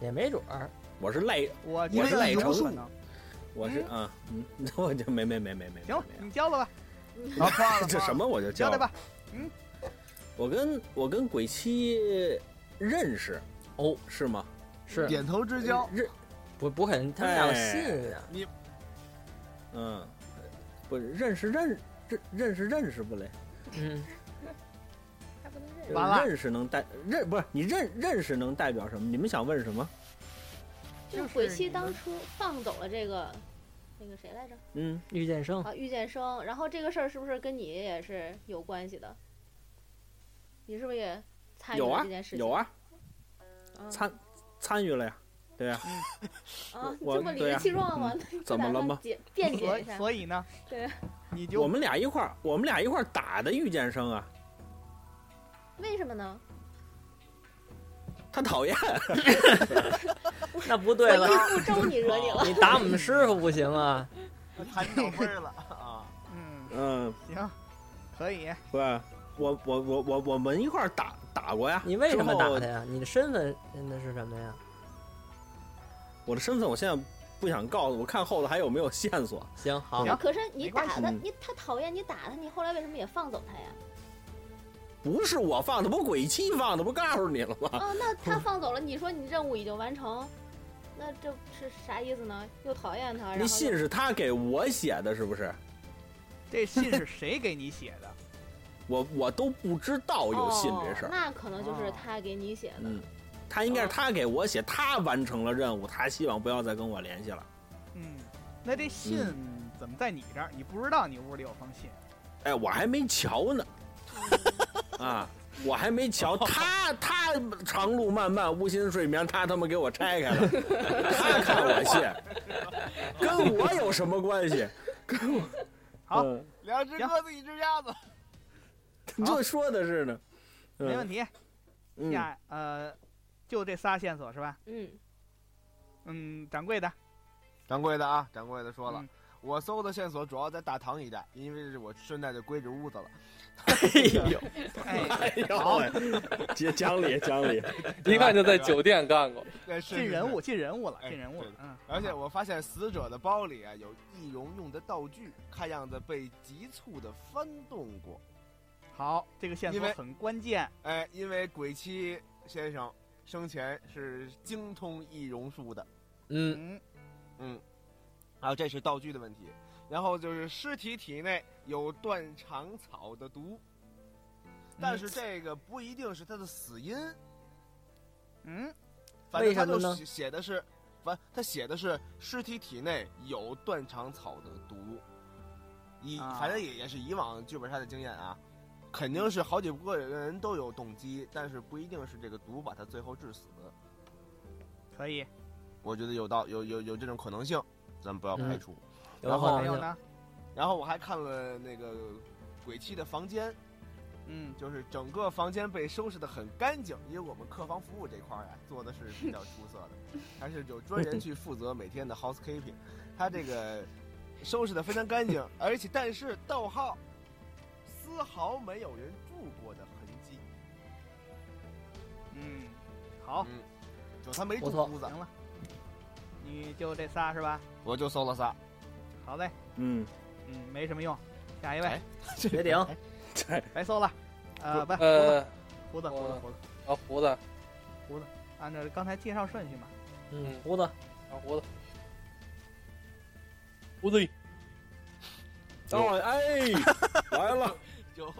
也没准儿。我是赖，我因为觉得赖有成可了能。我是啊，嗯， <laughs> 我就没没没没没，行了没，你交了吧，然后破 <laughs> 案了， <laughs> 这什么我就交叫代吧。我跟我跟鬼妻认识哦，是吗？是点头之交，认不不肯他们俩哎信啊？嗯，不认识认认认识认识不嘞？嗯， <laughs> 他不能认对完了认识能代认不是你认认识能代表什么？你们想问什么？就就是是鬼妻你们当初放走了这个那个谁来着？嗯，遇见生 <laughs> 啊，遇见生，然后这个事儿是不是跟你也是有关系的？你是不是也参与有了啊这件事情？有啊，啊参参与了呀。对呀、啊，我这么理对直呀气壮吗？怎么了吗吗？解辩所解一以下。所以呢，对，你我就们俩一块儿，我们俩一块儿打的遇见生啊，为什 <laughs> 么呢？他讨厌，那不我对了，一不周你惹你了，你打我们师傅不行啊！谈到味儿 <laughs> 了啊！嗯嗯，行，可以，不是，我我我我我们一块儿打打过呀。你为什么之打后他呀？你的身份那是什么呀？我的身份我现在不想告诉，我看后头还有没有线索。行，好，行可是 <laughs> 你没关打系他，嗯你他讨厌你打他，你后来为什么也放走他呀？不是我放的，不是鬼气放的，不告诉你了 <laughs> 吗？哦，那嗯他放走了，你说你任务已经完成，那这是啥意思呢？又讨厌他，然那后信又是他给我写的，是不是？这信是谁给你写的？我我都不知道有信这事儿，哦那可能就是哦他给你写的。嗯他应该是他给我写，他完成了任务，他希望不要再跟我联系了。嗯，那这信嗯怎么在你这儿？你不知道你屋里有封信，哎，我还没瞧 <laughs> 呢，啊，我还没瞧，哦他他长路漫漫无心睡眠，他他妈给我拆 <laughs> 开了，他看我信，跟我有什么关系？跟我 <laughs> 好嗯两只鸽子，一只鸭子。这说的是呢，嗯嗯没问题。啊题下呃，就这仨线索是吧？嗯，嗯，掌 <laughs> 柜的，掌柜的啊，掌柜的说了嗯，我搜的线索主要在大堂一带，因为是我顺带就归置屋子了。哎呦，哎，哎呦喂，讲讲理讲理，一看就在酒店干过。 <laughs> 对，是进人。是物，是进人物了，哎进人物了对。嗯，而且我发现死者的包里啊有易容用的道具，看样子被急促的翻动过。好，这个线因索为很关键。哎，因为鬼妻先生生前是精通易容术的，嗯，嗯，嗯，还有这是道具的问题。然后就是尸体体内有断肠草的毒，但是这个不一定是他的死因，嗯，反正为他什么就呢写写的是，反他写的是尸体体内有断肠草的毒，以、啊反正也也是以往剧本杀的经验啊，肯定是好几个人都有动机，但是不一定是这个毒把他最后致死，可以。我觉得有道有有有这种可能性，咱们不要嗯排除。有然后可还有能性。呢？然后我还看了那个鬼泣的房间，嗯，就是整个房间被收拾的很干净，因为我们客房服务这块儿呀、做的是比较出色的，还是有专人去负责每天的 housekeeping，他这个收拾的非常干净，而且但是逗号，丝毫没有人住过的痕迹，嗯，好，嗯，就他没住不错屋子行，了，你就这仨是吧？我就搜了仨，好嘞，嗯，嗯，没什么用，下一位哎， <laughs> 别顶，白搜了。呃，不，呃，胡子，胡子，我胡子，小胡子，按照刚才介绍顺序嘛。嗯，胡子，小胡子，胡子，当我哎来了，就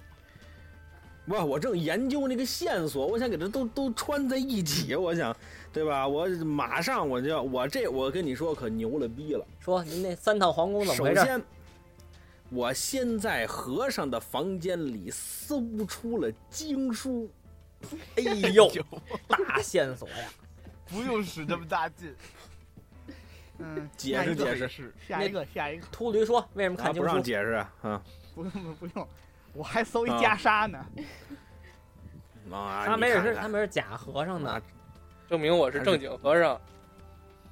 不，我正研究那个线索，我想给它都都穿在一起，我想，对吧？我马上我就要，我这我跟你说可牛了逼了。说您那三套皇宫怎么首回事？先，我先在和尚的房间里搜出了经书，哎呦，大线索呀！不用使这么大劲，嗯，解释解释，释，下一个，下一个， <laughs> 秃驴说为什么啊，看不经让书？解释啊啊不用，不用，我还搜一袈裟呢。啊！他你没准看是看他没准是假和尚呢啊。证明我是正经和尚。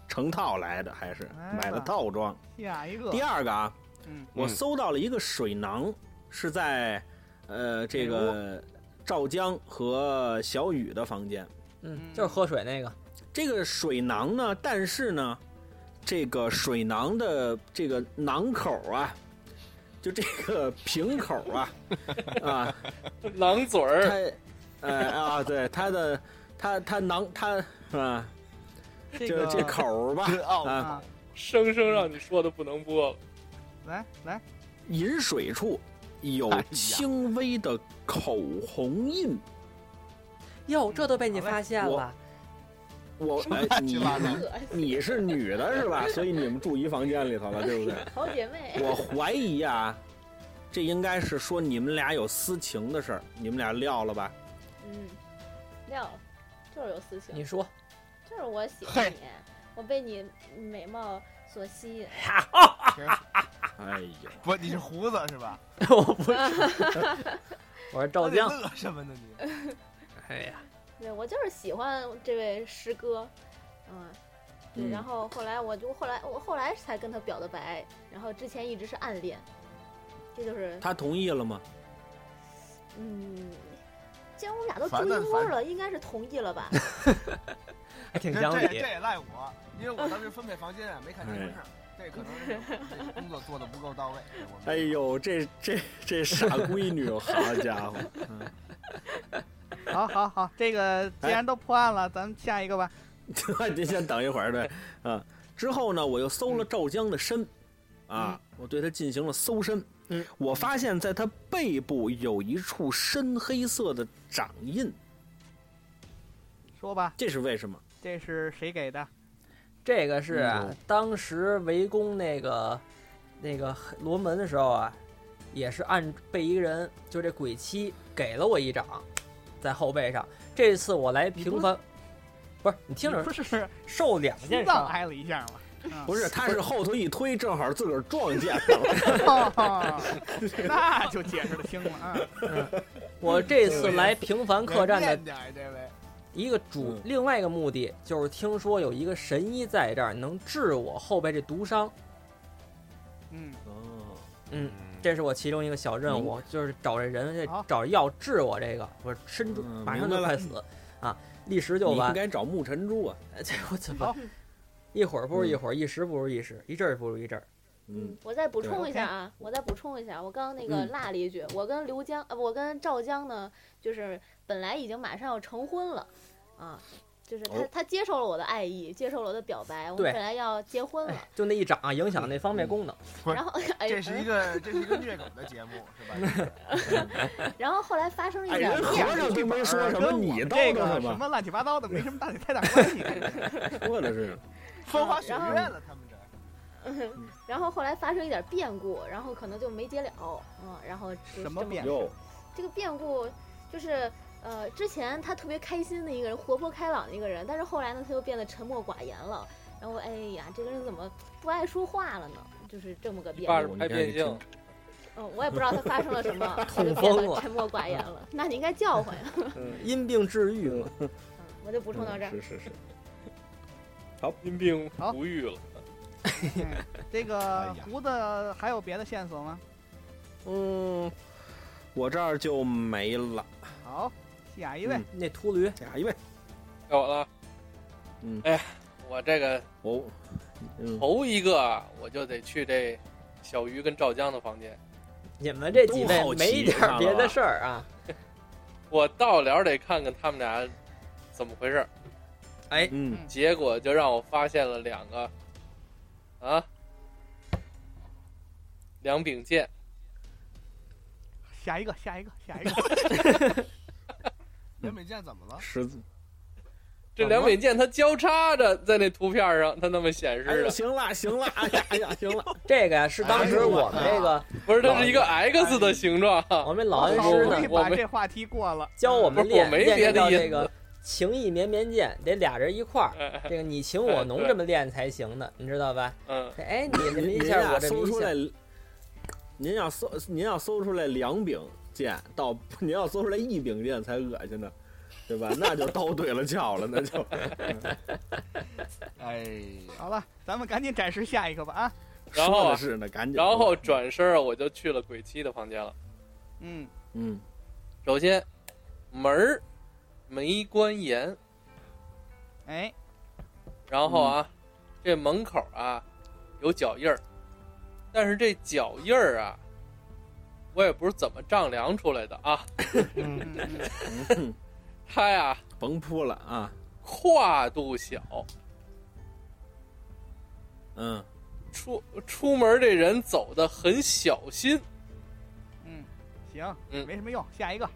成套来的，还是哎买了呀套装。下一个第，二个啊，嗯，我搜到了一个水囊，是在呃这个赵江和小雨的房间。嗯，就是喝水那个。这个水囊呢，但是呢，这个水囊的这个囊口啊，就这个瓶口 <laughs> 啊，啊，狼嘴儿，它，呃啊，对它的它它囊它啊，这就个这口儿吧，哦啊，啊，生生让你说的不能播了。来来，饮水处有哎呀轻微的口红印。哟，这都被你好嘞发现我了。我哎，你恶心你是女的是 <laughs> 吧？所以你们住一房间里头了，对 <laughs> 不对？ <laughs> 好姐妹，我怀疑啊，这应该是说你们俩有私情的事儿，你们俩撂了吧？嗯，撂了，就是有私情。你说就是我喜欢你，我被你美貌所吸引。哎呦，不，你是胡子是吧？我不是，我是赵那你江。乐什么呢你？哎呀，对我就是喜欢这位师哥，嗯，对，嗯然后后来我就后来我后来才跟他表的白，然后之前一直是暗恋，这就是他同意了吗？嗯，既然我们俩都烦住的一窝烦了，应该是同意了吧？还挺这讲这理这。也赖我，因为我当时分配房间啊，没看结婚证，这可能是这工作做的不够到位。我们哎，呦，这这这傻闺女，好家伙！好好好，这个既然都破案了，咱们下一个吧。 <laughs> 您先等一会儿，对，啊，之后呢，我又搜了赵江的身，啊，我对他进行了搜身，嗯，我发现在他背部有一处深黑色的掌印，说吧，这是为什么？这是谁给的？这个是啊嗯当时围攻那个那个罗门的时候啊，也是按被一个人，就这鬼妻给了我一掌，在后背上。这次我来平反，不是你听着不，是受两心件脏伤，挨了一下吗？不是，他是后腿一推，正好自个儿撞见了。 <laughs> 哦，那就解释的清了啊。我这次来平凡客栈的练点儿这位，一个主，嗯另外一个目的就是听说有一个神医在这儿能治我后背这毒伤，嗯，哦，嗯，这是我其中一个小任明务，就是找这人去好找药治我这个，我身中嗯马上明就白快了死啊，历时就你应完，该找穆尘珠啊。 <laughs> 这我怎么好一会儿不如一会儿，一时不如一时，一阵儿不如一阵儿，嗯，我再补对充一下 OK 啊，我再补充一下，我刚刚那个嗯落了一句，我跟刘江，呃，我跟赵江呢，就是本来已经马上要成婚了，啊，就是他、哦他接受了我的爱意，接受了我的表白，我们对本来要结婚哎 <laughs> 了，就那一掌啊影响那方嗯面功能，不是然后哎，这是一个这是一个虐狗的节目是吧？然后后来发生了一哎，点人意和外，尚都没说什么，跟我你们叨这叨个什什么？么乱七八糟的没什么大太大 <laughs> 关系。说的是，风花雪月了，他们这。然后后来发生一点变故，然后可能就没结了，嗯，然后就是什么这变故哟，这个变故就是，呃，之前他特别开心的一个人，活泼开朗的一个人，但是后来呢，他又变得沉默寡言了。然后，哎呀，这个人怎么不爱说话了呢？就是这么个哎变发故。着爱变性，嗯，我也不知道他发生了什 <laughs> 么，他就痛风变得了沉默寡言了。那你应该叫唤呀。因病治愈嘛，嗯，我就补充到这儿。嗯是是是，因病好不育了。嗯这个哎呀胡子还有别的线索吗？嗯，我这儿就没了。好，下一位嗯，那秃驴下一位，该我了。嗯哎呀，我这个我，嗯，头一个啊，我就得去这小鱼跟赵江的房间。你们这几都位好奇没一点儿别看了的吧事儿啊？我到了得看看他们俩怎么回事儿。嗯，结果就让我发现了两个，啊，两柄剑。下一个，下一个，下一个。袁美健怎么了？十字。这两柄剑它交叉着在那图片上，它那么显示哎呦，的，行了行了，哎呀哎呀，行了，这个呀是当时哎呦我们这个不是它是一个 X 哎的形状。我们老好恩师师不呢容易，我把没这话题过了。教我们不是练我没练别这的叫意这思个情意绵绵剑，得俩人一块儿，哎这个你情我浓这么练才行的，你知道吧？嗯，<laughs> 哎，你这么您一您下，要我这么搜一出下来，，您要搜您要搜出来两柄剑，到 <laughs> 您要搜出来一柄剑才恶心呢，对吧？那就刀对了鞘了，那就。哎呀，好了，咱们赶紧展示下一个吧啊。然后说啊的是呢，赶紧。然后，转身儿我就去了鬼妻的房间了。嗯，嗯， <laughs> 首先，门儿没关严，哎，然后嗯啊，这门口啊有脚印儿，但是这脚印儿啊，我也不是怎么丈量出来的啊， <laughs> 嗯嗯它呀甭扑了啊，跨度小，嗯，出出门这人走的很小心，嗯，行，嗯没什么用，下一个。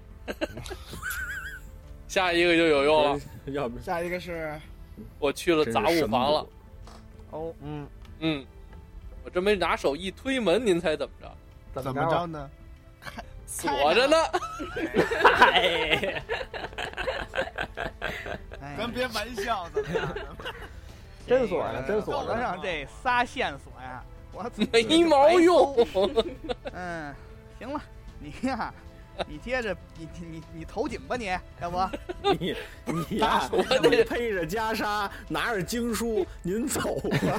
下一个就有用了，要不下一个是我去了真是杂物房了，哦，嗯，嗯，我这么拿手一推门，您猜怎么着？怎么着呢？锁着呢。嗨，哎咱别玩笑，怎么样？真锁着，这个真锁弄着。上这仨线索呀，我怎么没毛用。哎 <laughs> 嗯，行了，你呀、你接着，你你你你投井吧你， <laughs> 要不？ <laughs> 你你呀、我你得配着袈裟，拿着经书，您走啊吧。<laughs>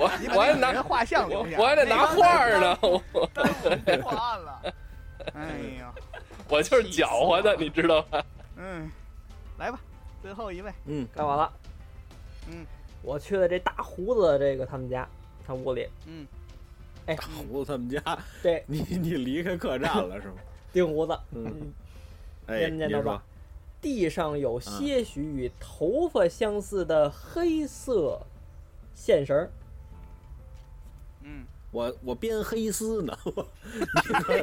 我你我把还那拿人画像我留下，我还得 <laughs> 拿画儿呢， <laughs> 我耽 <laughs> 误破案了。哎呦，我就是搅和的，你知道吧？嗯，来吧，最后一位，嗯，干完了，嗯，我去了这大胡子这个他们家，他屋里嗯，大胡子他们家，这你你离开客栈了是吗？丁胡子，嗯，嗯，哎，见没你见到说吧，地上有些许与头发相似的黑色线绳儿，嗯，我我编黑丝呢， <laughs> <laughs> 我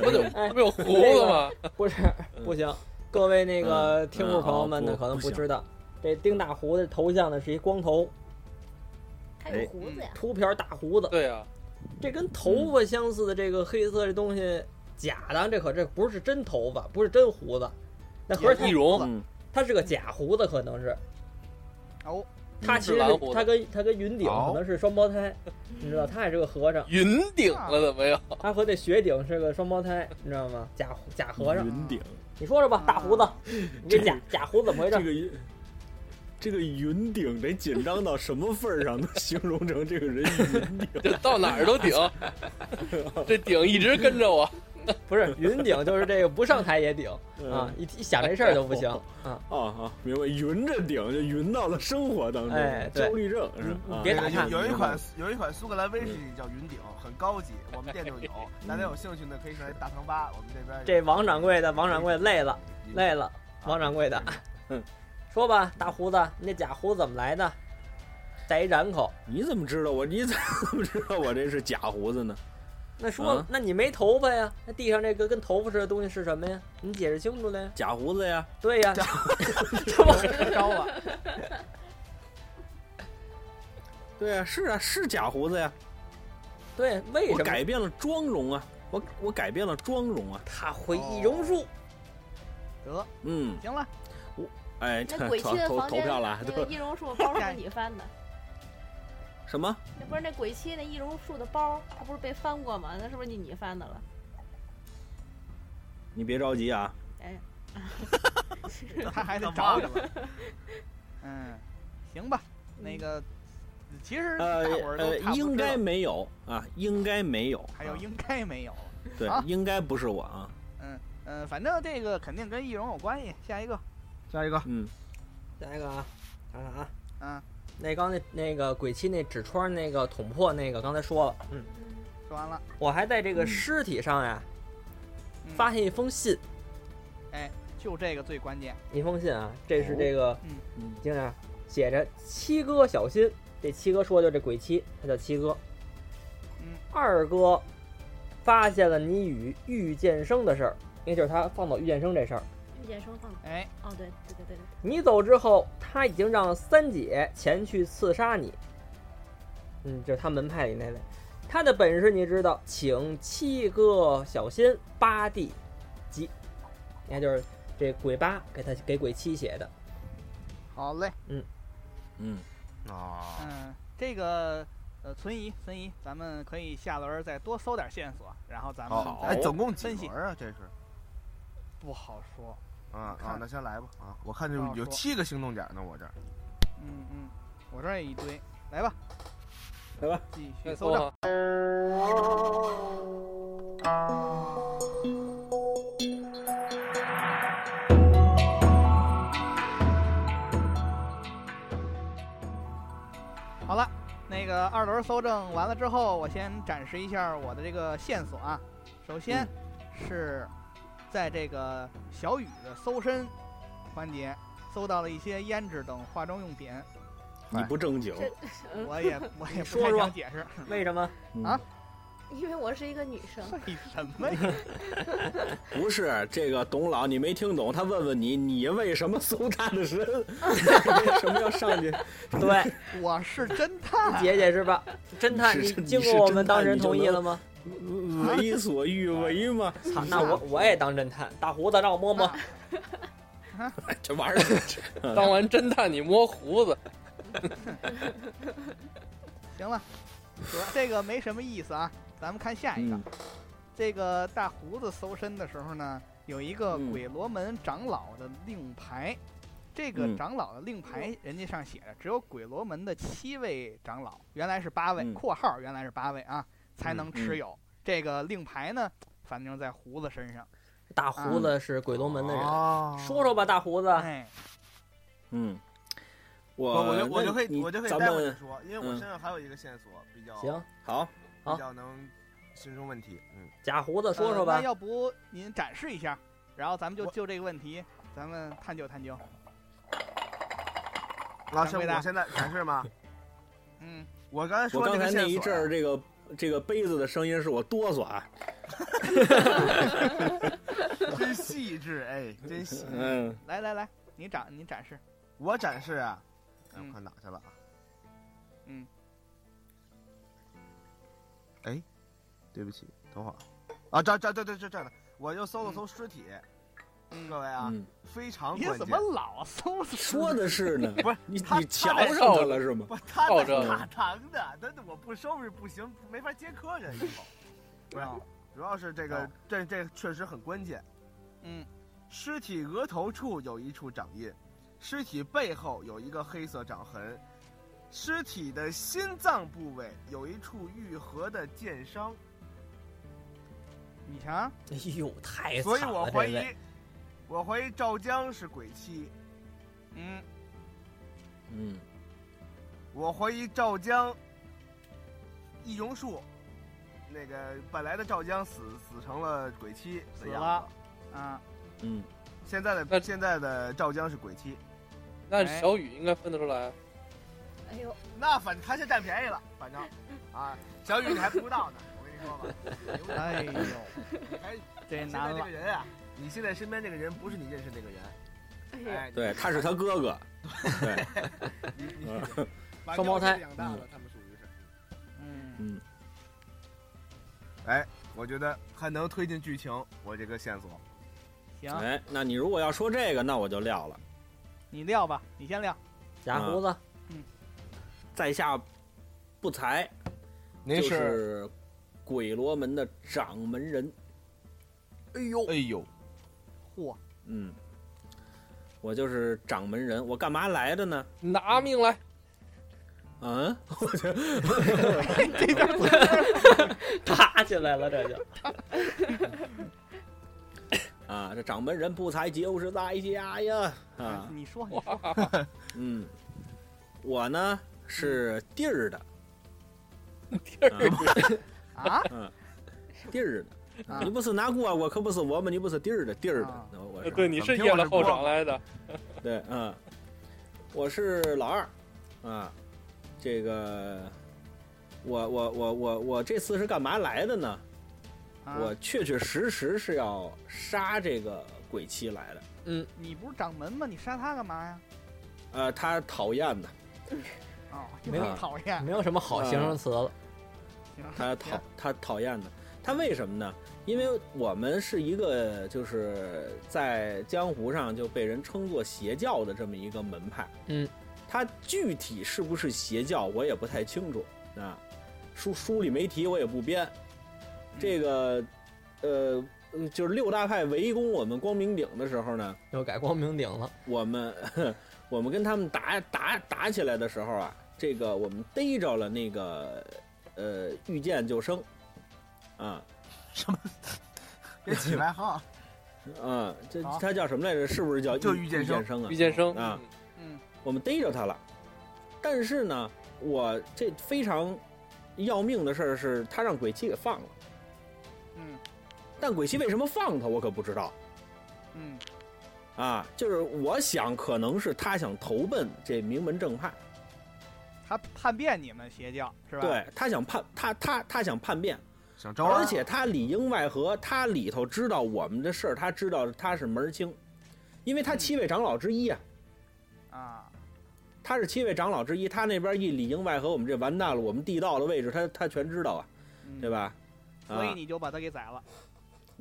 不就哎不有胡子吗？ <laughs> 呃不是，不行，各位那个听众朋友们嗯呢，哦不可能不啊不行知道，这丁大胡子头像呢是一光头，还有胡子呀，秃瓢大胡子，对呀，这跟头发相似的这个黑色这东西，假的，这可这不是真头发，不是真胡子，那合着易他容嗯，他是个假胡子，可能是哦，他嗯其实是蓝胡子他跟他跟云顶哦可能是双胞胎， <laughs> 你知道，他也是个和尚，云顶了怎么样？哦他和那雪顶是个双胞胎，你知道吗？假假和尚，云顶，你说说吧，<laughs> 大胡子，你这这假假胡子怎么回这事？个云这个云顶得紧张到什么份儿上，能形容成这个人云顶？就到哪儿都顶，这顶一直跟着我。不是云顶就是这个不上台也顶啊嗯，一一想这事儿都不行 <laughs> 啊，啊啊，明白，云着顶就云到了生活当中，哎对焦虑症是吧？你啊别打那个岔有有一明白款有一款苏格兰威士忌叫云顶，很高级，我们店就 <laughs> 有。大家有兴趣呢，可以上来大堂吧，我们这边有这王掌柜的王掌柜累了云顶累了，王掌柜的啊嗯，说吧，大胡子，你那假胡子怎么来的？带一染口，你怎么知道我？你怎么知道我这是假胡子呢？那说了啊那你没头发呀？那地上这个跟头发似的东西是什么呀？你解释清楚了呀？假胡子呀，对呀，这不很招啊？对呀、是啊，是假胡子呀。对，为我什么改变了妆容啊，我我改变了妆容啊。他会易容术？得，嗯，行了，哎，<laughs> 那鬼投泣的投房投间，票了，啊那个对易容术包 <laughs> 是你翻的，什么那不是那鬼泣那易容术的包，它不是被翻过吗？那是不是你你翻的了？你别着急啊，哎， <laughs> 他还得找找， <laughs> 嗯，行吧，那个，其实呃大伙儿都呃差，不多应该知道没有啊，应该没有。还有啊应该没有了，对啊，应该不是我啊。嗯嗯，反正这个肯定跟易容有关系，下一个，下一个嗯，下一个啊，看看啊，嗯，那刚那那个鬼泣那纸窗那个捅破那个，刚才说了，嗯，说完了，我还在这个嗯尸体上呀、嗯发现一封信，就这个最关键，一封信啊，这哦是这个，嗯嗯经常写着七哥小心，这七哥说的就是这鬼七，他叫七哥，嗯，二哥发现了你与遇见生的事儿，也就是他放走遇见生这事儿。遇见生放的。哎，哦，对对对对对，你走之后，他已经让三姐前去刺杀你。嗯，就是他门派里那位，他的本事你知道，请七哥小心八弟急，你看就是这鬼八给他给鬼七写的。好嘞。嗯，啊，嗯，这个呃，存疑存疑，咱们可以下轮儿再多搜点线索，然后咱们好再哎，总共几分析轮啊？这是不好说。啊看啊，那先来吧啊，我看这不好有说七个行动点呢，我这儿嗯嗯，我这儿也一堆，来吧，来吧，继续搜啊证。好了，那个二轮搜证完了之后，我先展示一下我的这个线索啊。首先嗯是在这个小雨的搜身环节，搜到了一些胭脂等化妆用品，你不正经。这嗯我也我 <laughs> 也不说太说想解释，为什么？嗯啊因为我是一个女 <laughs> 生，为什么 <laughs> 呀？不是这个董老，你没听懂，他问问你，你为什么搜他的身？ <laughs> 为什么要上去？对，我是侦探，解解释吧。侦探，是你是经你是过我们侦探当事人你就同意能了吗？为所欲为嘛， <laughs> 操，那啊我我也当侦探，大胡子让我摸摸啊，哎这玩意儿当完侦探你摸胡子，行了，主要这个没什么意思啊，咱们看下一个。嗯这个大胡子搜身的时候呢，有一个嗯鬼罗门长老的令牌，这个嗯长老的令牌人家上写着，只有鬼罗门的七位长老，原来是八位嗯（括号原来是八位啊）才能嗯持有这个令牌呢。反正在胡子身上，大胡子是鬼龙门的人，哦说说吧，大胡啊子，哎，嗯，我我我就我就可那以你我就可以咱待会儿们再说，因为我嗯身上还有一个线索比较行，好，好比较能形成问题，嗯，假胡子说说呃吧那，要不您展示一下，然后咱们就我就这个问题，咱们探究探究。老师，掌柜的我现在展示 <laughs> 吗？嗯，我刚才我说刚个才线那一索啊阵呀儿，这个这个杯子的声音是我哆嗦啊，真细致，哎，<laughs> 真细。嗯，来来来，你展你展示，我展示啊，哎，嗯我看哪去了啊？嗯，哎，对不起，等会儿啊，这这这这这这儿呢，我又搜了搜尸体，嗯各位啊，嗯非常你关怎键么。老搜索说的是呢，不是你他你瞧他上受他了了是吗？不，他哦在这大堂的，但是我不收拾不行，没法接客人以后。不要，主要是这个哦，这这确实很关键。嗯，尸体额头处有一处掌印，尸体背后有一个黑色掌痕，尸体的心脏部位有一处愈合的剑伤，你瞧，哎呦，太所惨以我了，这怀疑位，，我怀疑赵江是鬼妻，嗯，嗯，我怀疑赵江，易容术，那个本来的赵江死死成了鬼妻的死样子了，啊，嗯，现在那的现在的赵江是鬼妻，那小雨应该分得出来。哎呦，那反正他先占便宜了，反 <laughs> 正啊，小雨你还不知 <laughs> 道呢，我跟你说吧，牛的哎呦，你还这现在难这了个，人啊，你现在身边这个人不是你认识那个人，哎呦，哎，对，他是他哥哥，对，你你嗯 <laughs> 把双胞胎尿性养大了，他们属于是。嗯，嗯我觉得还能推进剧情，我这个线索。行，哎，那你如果要说这个，那我就撂了。你撂吧，你先撂，假胡子， <laughs> 在下不才，您就是鬼罗门的掌门人。哎呦，哎呦，嚯，嗯，我就是掌门人，我干嘛来的呢？拿命来！嗯，这边不爬起来了，这就啊，这掌门人不才就是在家呀啊。你说你说，哇，嗯，我呢是地儿的，地儿啊，地儿啊的，你不是拿过，我可不是我们，你不是地儿的，地儿的啊，那我是呃对，你是夜了后长来的，对，嗯，我是老二，啊，这个，我我我我我这次是干嘛来的呢？啊我确确实实是要杀这个鬼妻来的，你不是掌门吗？你杀他干嘛呀？呃，他讨厌的，哦，没有你讨厌，没有什么好形容词了。行他行讨他讨厌的，他为什么呢？因为我们是一个就是在江湖上就被人称作邪教的这么一个门派，嗯，它具体是不是邪教我也不太清楚啊，书书里没提，我也不编。这个，呃，嗯就是六大派围攻我们光明顶的时候呢，又改光明顶了，我们 <laughs> 我们跟他们打打打起来的时候啊，这个我们逮着了那个呃遇见就生，啊别起外 <laughs> 号，啊，这好他叫什么来着？是不是叫就遇遇见生见生啊于？建生啊，嗯我们逮着他了，但是呢，我这非常要命的事儿是，他让鬼妻给放了，嗯但鬼妻为什么放他，我可不知道。嗯，啊，就是我想，可能是他想投奔这名门正派，他叛变你们邪教是吧？，对他想叛，他他他想叛变，想招啊啊而且他里应外合，他里头知道我们的事儿，他知道他是门儿清，因为他七位长老之一啊，啊，他是七位长老之一，他那边一里应外合，我们这完蛋了，我们地道的位置他他全知道啊，嗯对？吧？所以你就把他给宰了。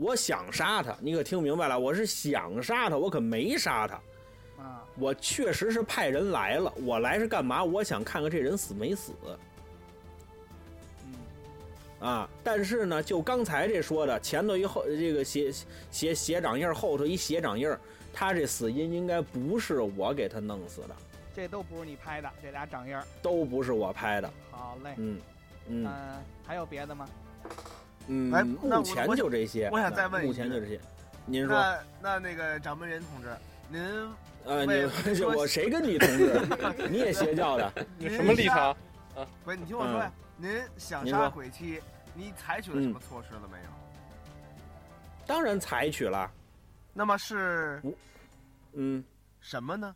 我想杀他，你可听明白了？我是想杀他，我可没杀他。啊，我确实是派人来了，我来是干嘛？我想看看这人死没死嗯，啊！但是呢，就刚才这说的，前头一后呃这个血血血掌印儿，后头一血掌印儿，他这死因应该不是我给他弄死的，这都不是你拍的，这俩掌印儿。都不是我拍的。好嘞，嗯嗯、嗯还有别的吗？啊哎嗯，那目我前我就这些。啊我想再问一目前句就这些。您说，那那那个掌门人同志，您呃，喂你说我谁跟你同志？你也邪教的？你嗯什么立场？不是你听我说呀，您想您杀说鬼妻，你采取了什么措施了没有？当然采取了。那么是嗯，什么呢？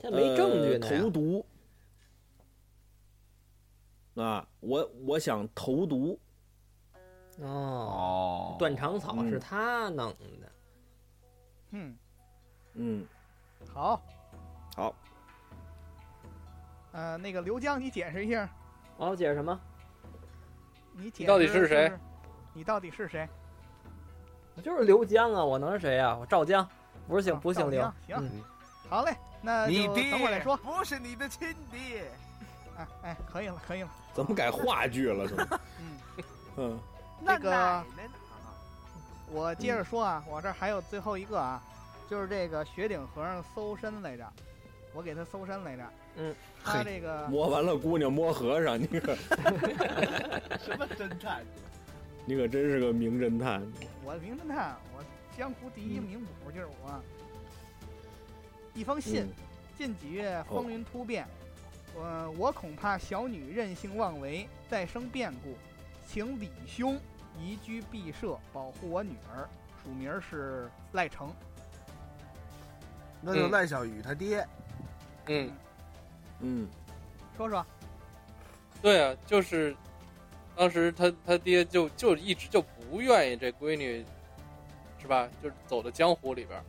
他没证据呃呢呀投毒。啊，我我想投毒，哦，哦断肠草嗯是他弄的，嗯，嗯，好，好，呃，那个刘江，你解释一下，我哦要解释什么？你解释你到底是谁就是？你到底是谁？我就是刘江啊，我能是谁啊？我赵江，不是姓啊不姓赵刘江，行嗯好嘞，那你就爹等我再说。不是你的亲爹。哎哎，可以了，可以了。怎么改话剧了是吗？ <laughs> 嗯，嗯那那个奶奶呢啊我接着说啊，我这儿还有最后一个啊，就是这个雪顶和尚搜身来着，我给他搜身来着。嗯，他这个摸完了姑娘摸和尚，你可 <laughs> 什么侦探？你可真是个名侦探。我名侦探，我江湖第一嗯名捕就是我。一封信嗯，近几月风云突变，我、我恐怕小女任性妄为，再生变故，请李兄移居敝社，保护我女儿。署名是赖成。那就嗯赖小雨他爹。嗯，嗯说说，对啊，就是当时他他爹就就一直就不愿意这闺女，是吧？就是走到江湖里边儿，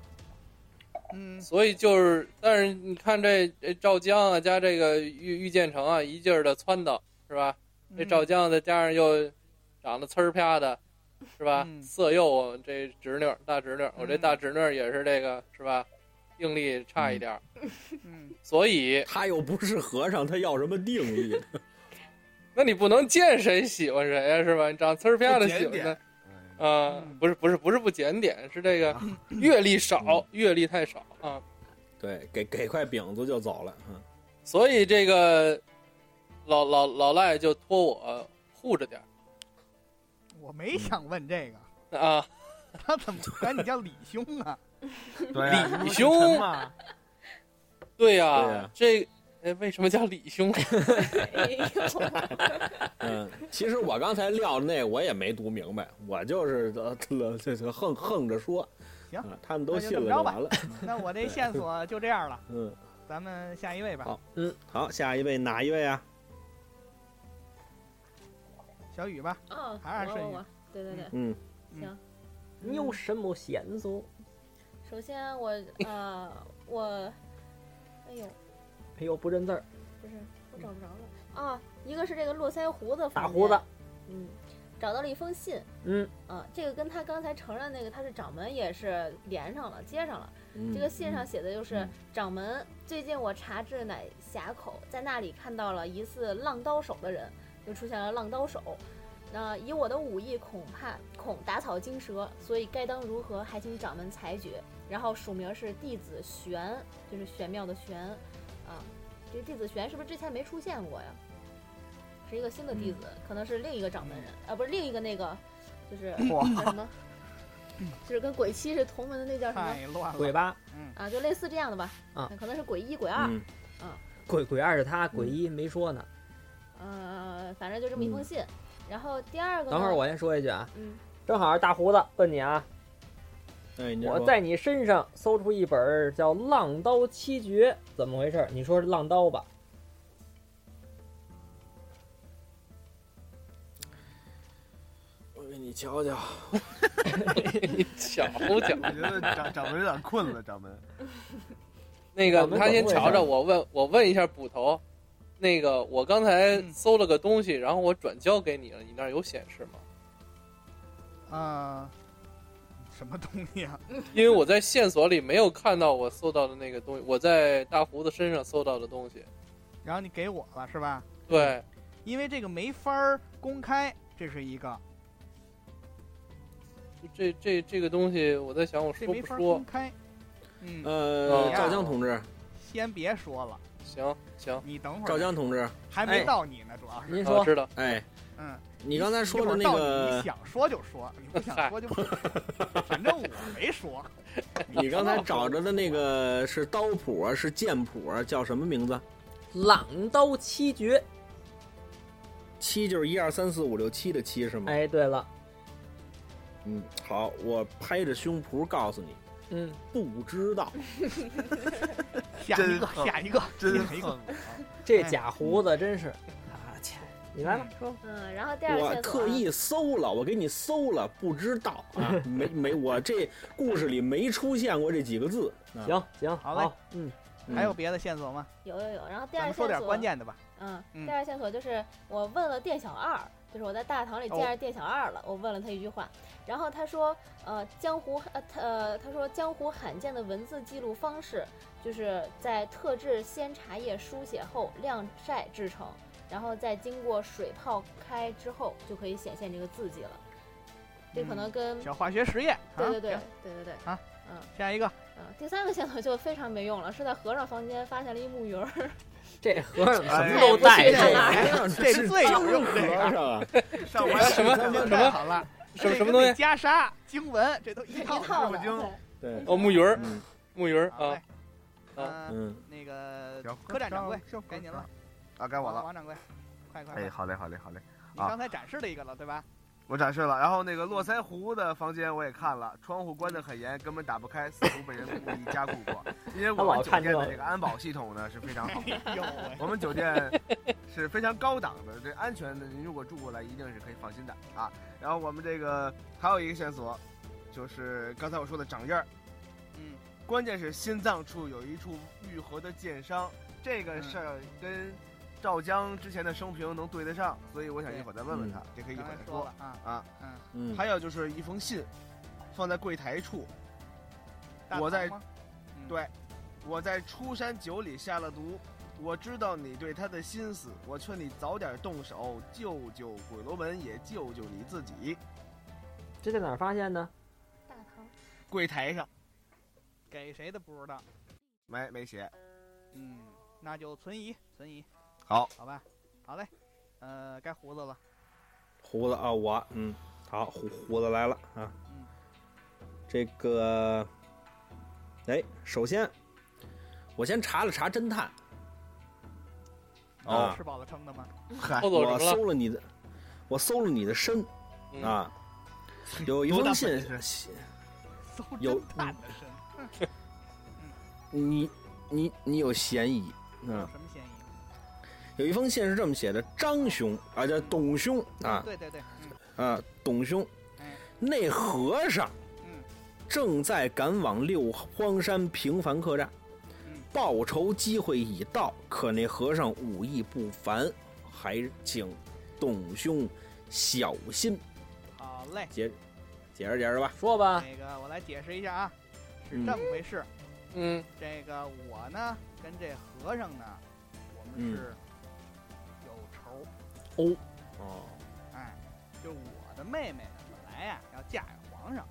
嗯，所以就是，但是你看这这赵江啊，加这个玉玉建成啊，一劲儿的撺掇，是吧？这嗯赵江再加上又长得呲儿啪的，是吧？嗯色诱我这侄女儿大侄女儿，我这嗯大侄女儿也是这个，是吧？定力差一点儿，嗯，所以他又不是和尚，他要什么定义？ <laughs> 那你不能见谁喜欢谁啊呀、是吧？你长得呲儿啪的喜欢他。嗯啊、嗯不是不是不是不检点，是这个啊 <clears throat> 阅历少嗯，阅历太少啊，对，给给块饼子就走了。嗯所以这个老老老赖就托我护着点我没想问这个，儿啊，他 <laughs> 怎么管你叫李兄啊？对呀你李不是兄陈吗？对呀、对呀这哎为什么叫李兄？ <laughs> 哎呦，嗯，其实我刚才撂的那个我也没读明白，我就是呃 <laughs> 这这横横着说。行啊，他们都那就信了这么着就吧完了。那我这线索就这样了，嗯，咱们下一位吧。好好，下一位哪一位啊？小雨吧，哦，还是按我顺我序我，对对对，嗯行。你有什么线索？首先我呃我，哎呦，哎呦，不认字儿，不是我找不着了啊，一个是这个络腮胡子大方胡子面，，嗯，找到了一封信，嗯，啊，这个跟他刚才承认那个他是掌门也是连上了，接上了。嗯，这个信上写的就是、嗯掌门，最近我查至乃峡口，在那里看到了疑似浪刀手的人，就出现了浪刀手。那、以我的武艺，恐怕恐打草惊蛇，所以该当如何，还请掌门裁决。然后署名是弟子玄，就是玄妙的玄，啊，这个弟子玄是不是之前没出现过呀？是一个新的弟子，嗯可能是另一个掌门人，啊，不是另一个那个，就是叫什么，就是跟鬼妻是同门的那叫什么？太乱了。鬼吧，啊，就类似这样的吧，啊可能是鬼一、鬼二，嗯鬼鬼二是他，鬼一没说呢。呃，反正就这么一封信。然后第二个呢，等会儿我先说一句啊，嗯，正好大胡子问你啊，哎，你我说在你身上搜出一本儿叫《浪刀七绝》，怎么回事儿？你说是浪刀吧？我给哎你瞧瞧，瞧瞧我觉得掌掌门有点困了，掌门。那我个们他怎先么回瞧事瞧，我问我问一下捕头，那个我刚才嗯搜了个东西，然后我转交给你了，你那儿有显示吗？啊，什么东西啊？因为我在线索里没有看到我搜到的那个东西，我在大胡子身上搜到的东西。然后你给我了是吧？对，因为这个没法儿公开，这是一个，就这这这个东西，我在想我这说没不法儿说公？开。嗯，呃，嗯赵江同志，先别说了，行行，你等会赵儿江同志，还没哎到你呢，主要是。您我说知道。哎，嗯，你刚才说的一那会儿到你你个，想说就说，你不想说就不说，反正我没说。 <laughs> 你刚才找着的那个是刀谱啊，是剑谱啊，叫什么名字？ 《朗刀七绝》。七就是一二三四五六七的七是吗？哎，对了，嗯，好，我拍着胸脯告诉你，嗯，不知道。下一真个，横下一个，真下一个横。这假胡子真是，啊切！你来吧，哎说吧。嗯，然后第二我线索啊特意搜了，我给你搜了，不知道啊，没没，我这故事里没出现过这几个字。啊，行行，好嘞嗯，嗯 <laughs> 还有别的线索吗？有有有，然后第咱二们说线索点关键的吧。嗯，嗯第二线索就是我问了店小二，就是我在大堂哦里见着店小二了，我问了他一句话，然后他说，呃，江湖呃他呃他说江湖罕见的文字记录方式，就是在特制鲜茶叶书写后晾晒制成，然后再经过水泡开之后就可以显现这个字迹了。这可能跟、小化学实验。对嗯啊对对行对对对，下一个，嗯，第三个线索就非常没用了，是在和尚房间发现了一木鱼儿，这和尚什哎么都带这在哪着，儿这这最有用和这个。尚啊，上回什么什么太好了，什么这什么跟东那西？袈裟、经文，这都一一套的。套的。经对对，哦，木鱼儿，嗯木鱼儿好嘞啊，嗯，嗯，那个小客栈掌柜，小该您了。啊，该我了。王掌柜，快快哎，快！好嘞，好嘞，好嘞，你刚才展示了一个了，对吧？我展示了。然后那个络腮胡的房间我也看了，窗户关得很严，根本打不开，似乎被人故意加固过。因为我们酒店的这个安保系统呢是非常好的，哎呦喂，我们酒店是非常高档的，这安全的您如果住过来一定是可以放心的啊。然后我们这个还有一个线索，就是刚才我说的掌印儿。嗯，关键是心脏处有一处愈合的箭伤，这个事儿嗯跟赵江之前的生平能对得上，所以我想一会儿再问问他，这可以嗯一刚才会儿再说说了。啊，啊。嗯，嗯，还有就是一封信，放在柜台处，大我堂在吗嗯对我在出山酒里下了毒，我知道你对他的心思，我劝你早点动手，救救鬼罗门，也救救你自己。这在哪儿发现的？大堂柜台上给谁的不知道。没没 <laughs> 写，嗯，那就存疑，存疑。好，好吧，好嘞。呃，该胡子了。胡子啊，我嗯，好，胡胡子来了啊嗯，这个，哎，首先我先查了查侦探，啊吃饱了撑的吗？ <laughs> 嗨偷，走我什么了？搜了你的，我搜了你的身嗯啊，有一多大封本信事，搜有侦探的身，你你你有嫌疑，嗯有，什么嫌疑？有一封信是这么写的：张兄啊，叫董兄啊对对对，嗯啊，董兄哎，那和尚嗯正在赶往六荒山平凡客栈嗯，报仇机会已到，可那和尚武艺不凡，还请董兄小心。好嘞。解解释解释吧，说吧，那个我来解释一下啊，是啊嗯这么回事。嗯这个我呢，跟这和尚呢，我们嗯是有仇。哦，哎，就我的妹妹呢，本来呀、要嫁给皇上，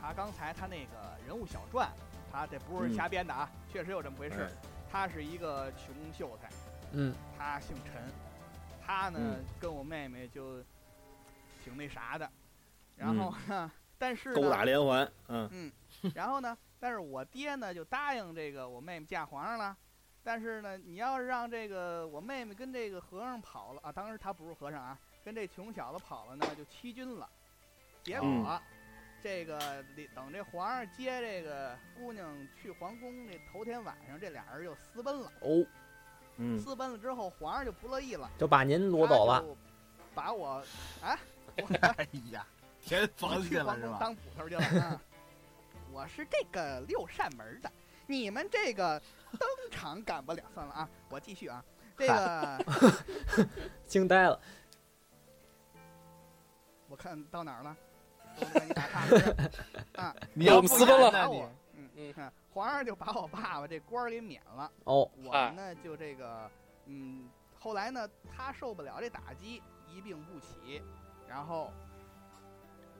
她刚才她那个人物小传，她这不是嗯瞎编的啊，确实有这么回事哎。她是一个穷秀才，嗯，她姓陈，她呢、嗯跟我妹妹就挺那啥的，然后呢， <laughs> 但是呢嗯勾打连环，嗯然后呢，但是我爹呢就答应这个我妹妹嫁皇上了，但是呢，你要是让这个我妹妹跟这个和尚跑了啊，当时他不是和尚啊，跟这穷小子跑了呢，就欺君了。结果、嗯这个李等这皇上接这个姑娘去皇宫，这头天晚上这俩人就私奔了。哦，嗯，私奔了之后，皇上就不乐意了，就把您掳走他了。就把我哎呀，填房去去了皇是宫吧？当捕头去了。啊！ <laughs> 我是这个六扇门的，你们这个登场赶不了，算了啊， <laughs> 我继续啊。这个 <laughs> <laughs> 惊呆了，我看到哪儿了？我就赶紧打岔去了。啊，你要我们私奔了把那我你，嗯嗯，皇上就把我爸爸这官儿给免了。哦，我嗨呢就这个，嗯，后来呢他受不了这打击，一病不起，然后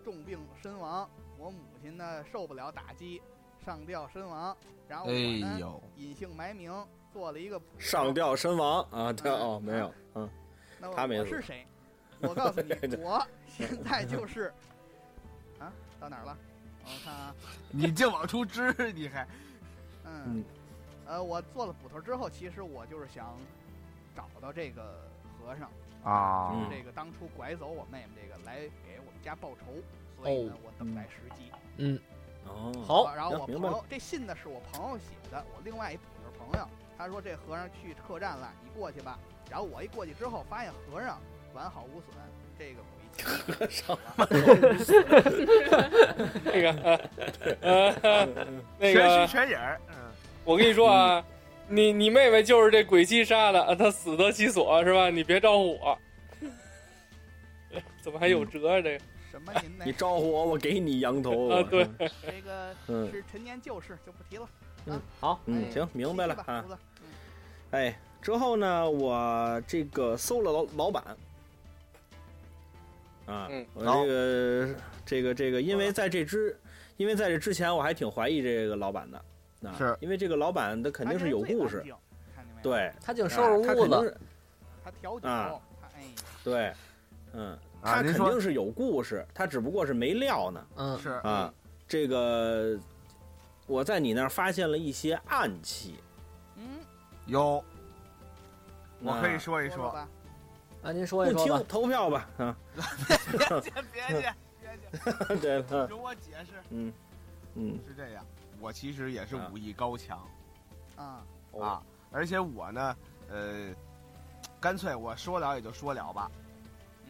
重病身亡。我母亲呢受不了打击，上吊身亡。然后我哎呢呦，隐姓埋名做了一个上吊身亡啊？对哦，没有，嗯，那我他没我死是谁？我告诉你 <laughs> 对，我现在就是啊，到哪儿了？我看啊，你就往出支，你还嗯，嗯呃，我做了捕头之后，其实我就是想找到这个和尚，啊就是嗯这个当初拐走我妹妹这个来给我们家报仇，所以呢哦，我等待时机。哦，好啊，然后嗯行我明朋白友这信呢是我朋友写的，我另外一捕头朋友，他说这和尚去客栈了，你过去吧。然后我一过去之后，发现和尚完好无损，这个鬼和尚啊那 <laughs> 个，呃，那全个虚，全影儿，嗯，我跟你说啊，你你妹妹就是这鬼妻杀的，啊她死得其所是吧？你别招呼我。 <laughs> 怎么还有辙啊？这个妻什么您呢哎你？招呼我，我给你羊头啊对，这个嗯是陈年旧事，就不提了。嗯，好，嗯，行，明白了哎啊继续吧胡。子哎，之后呢，我这个搜了老老板，啊，嗯我这个这个这个，因为在这之，因为在这之前，我还挺怀疑这个老板的，啊，是因为这个老板他肯定是有故事，，他这人最安静，对，他净啊收拾他屋肯定是看见子，没有他调酒，啊他哎，对，嗯，啊他您肯说定是有故事，他只不过是没料呢，嗯，是啊，这个我在你那儿发现了一些暗器，嗯，有，嗯我可啊以说一说说，吧，啊，您说一不说吧听，投票吧， <laughs> 啊，别介别介 <laughs> 别介，对了，容我解释，嗯嗯，是这样，我其实也是啊武艺高强啊，哦啊，而且我呢，呃，干脆我说了也就说了吧，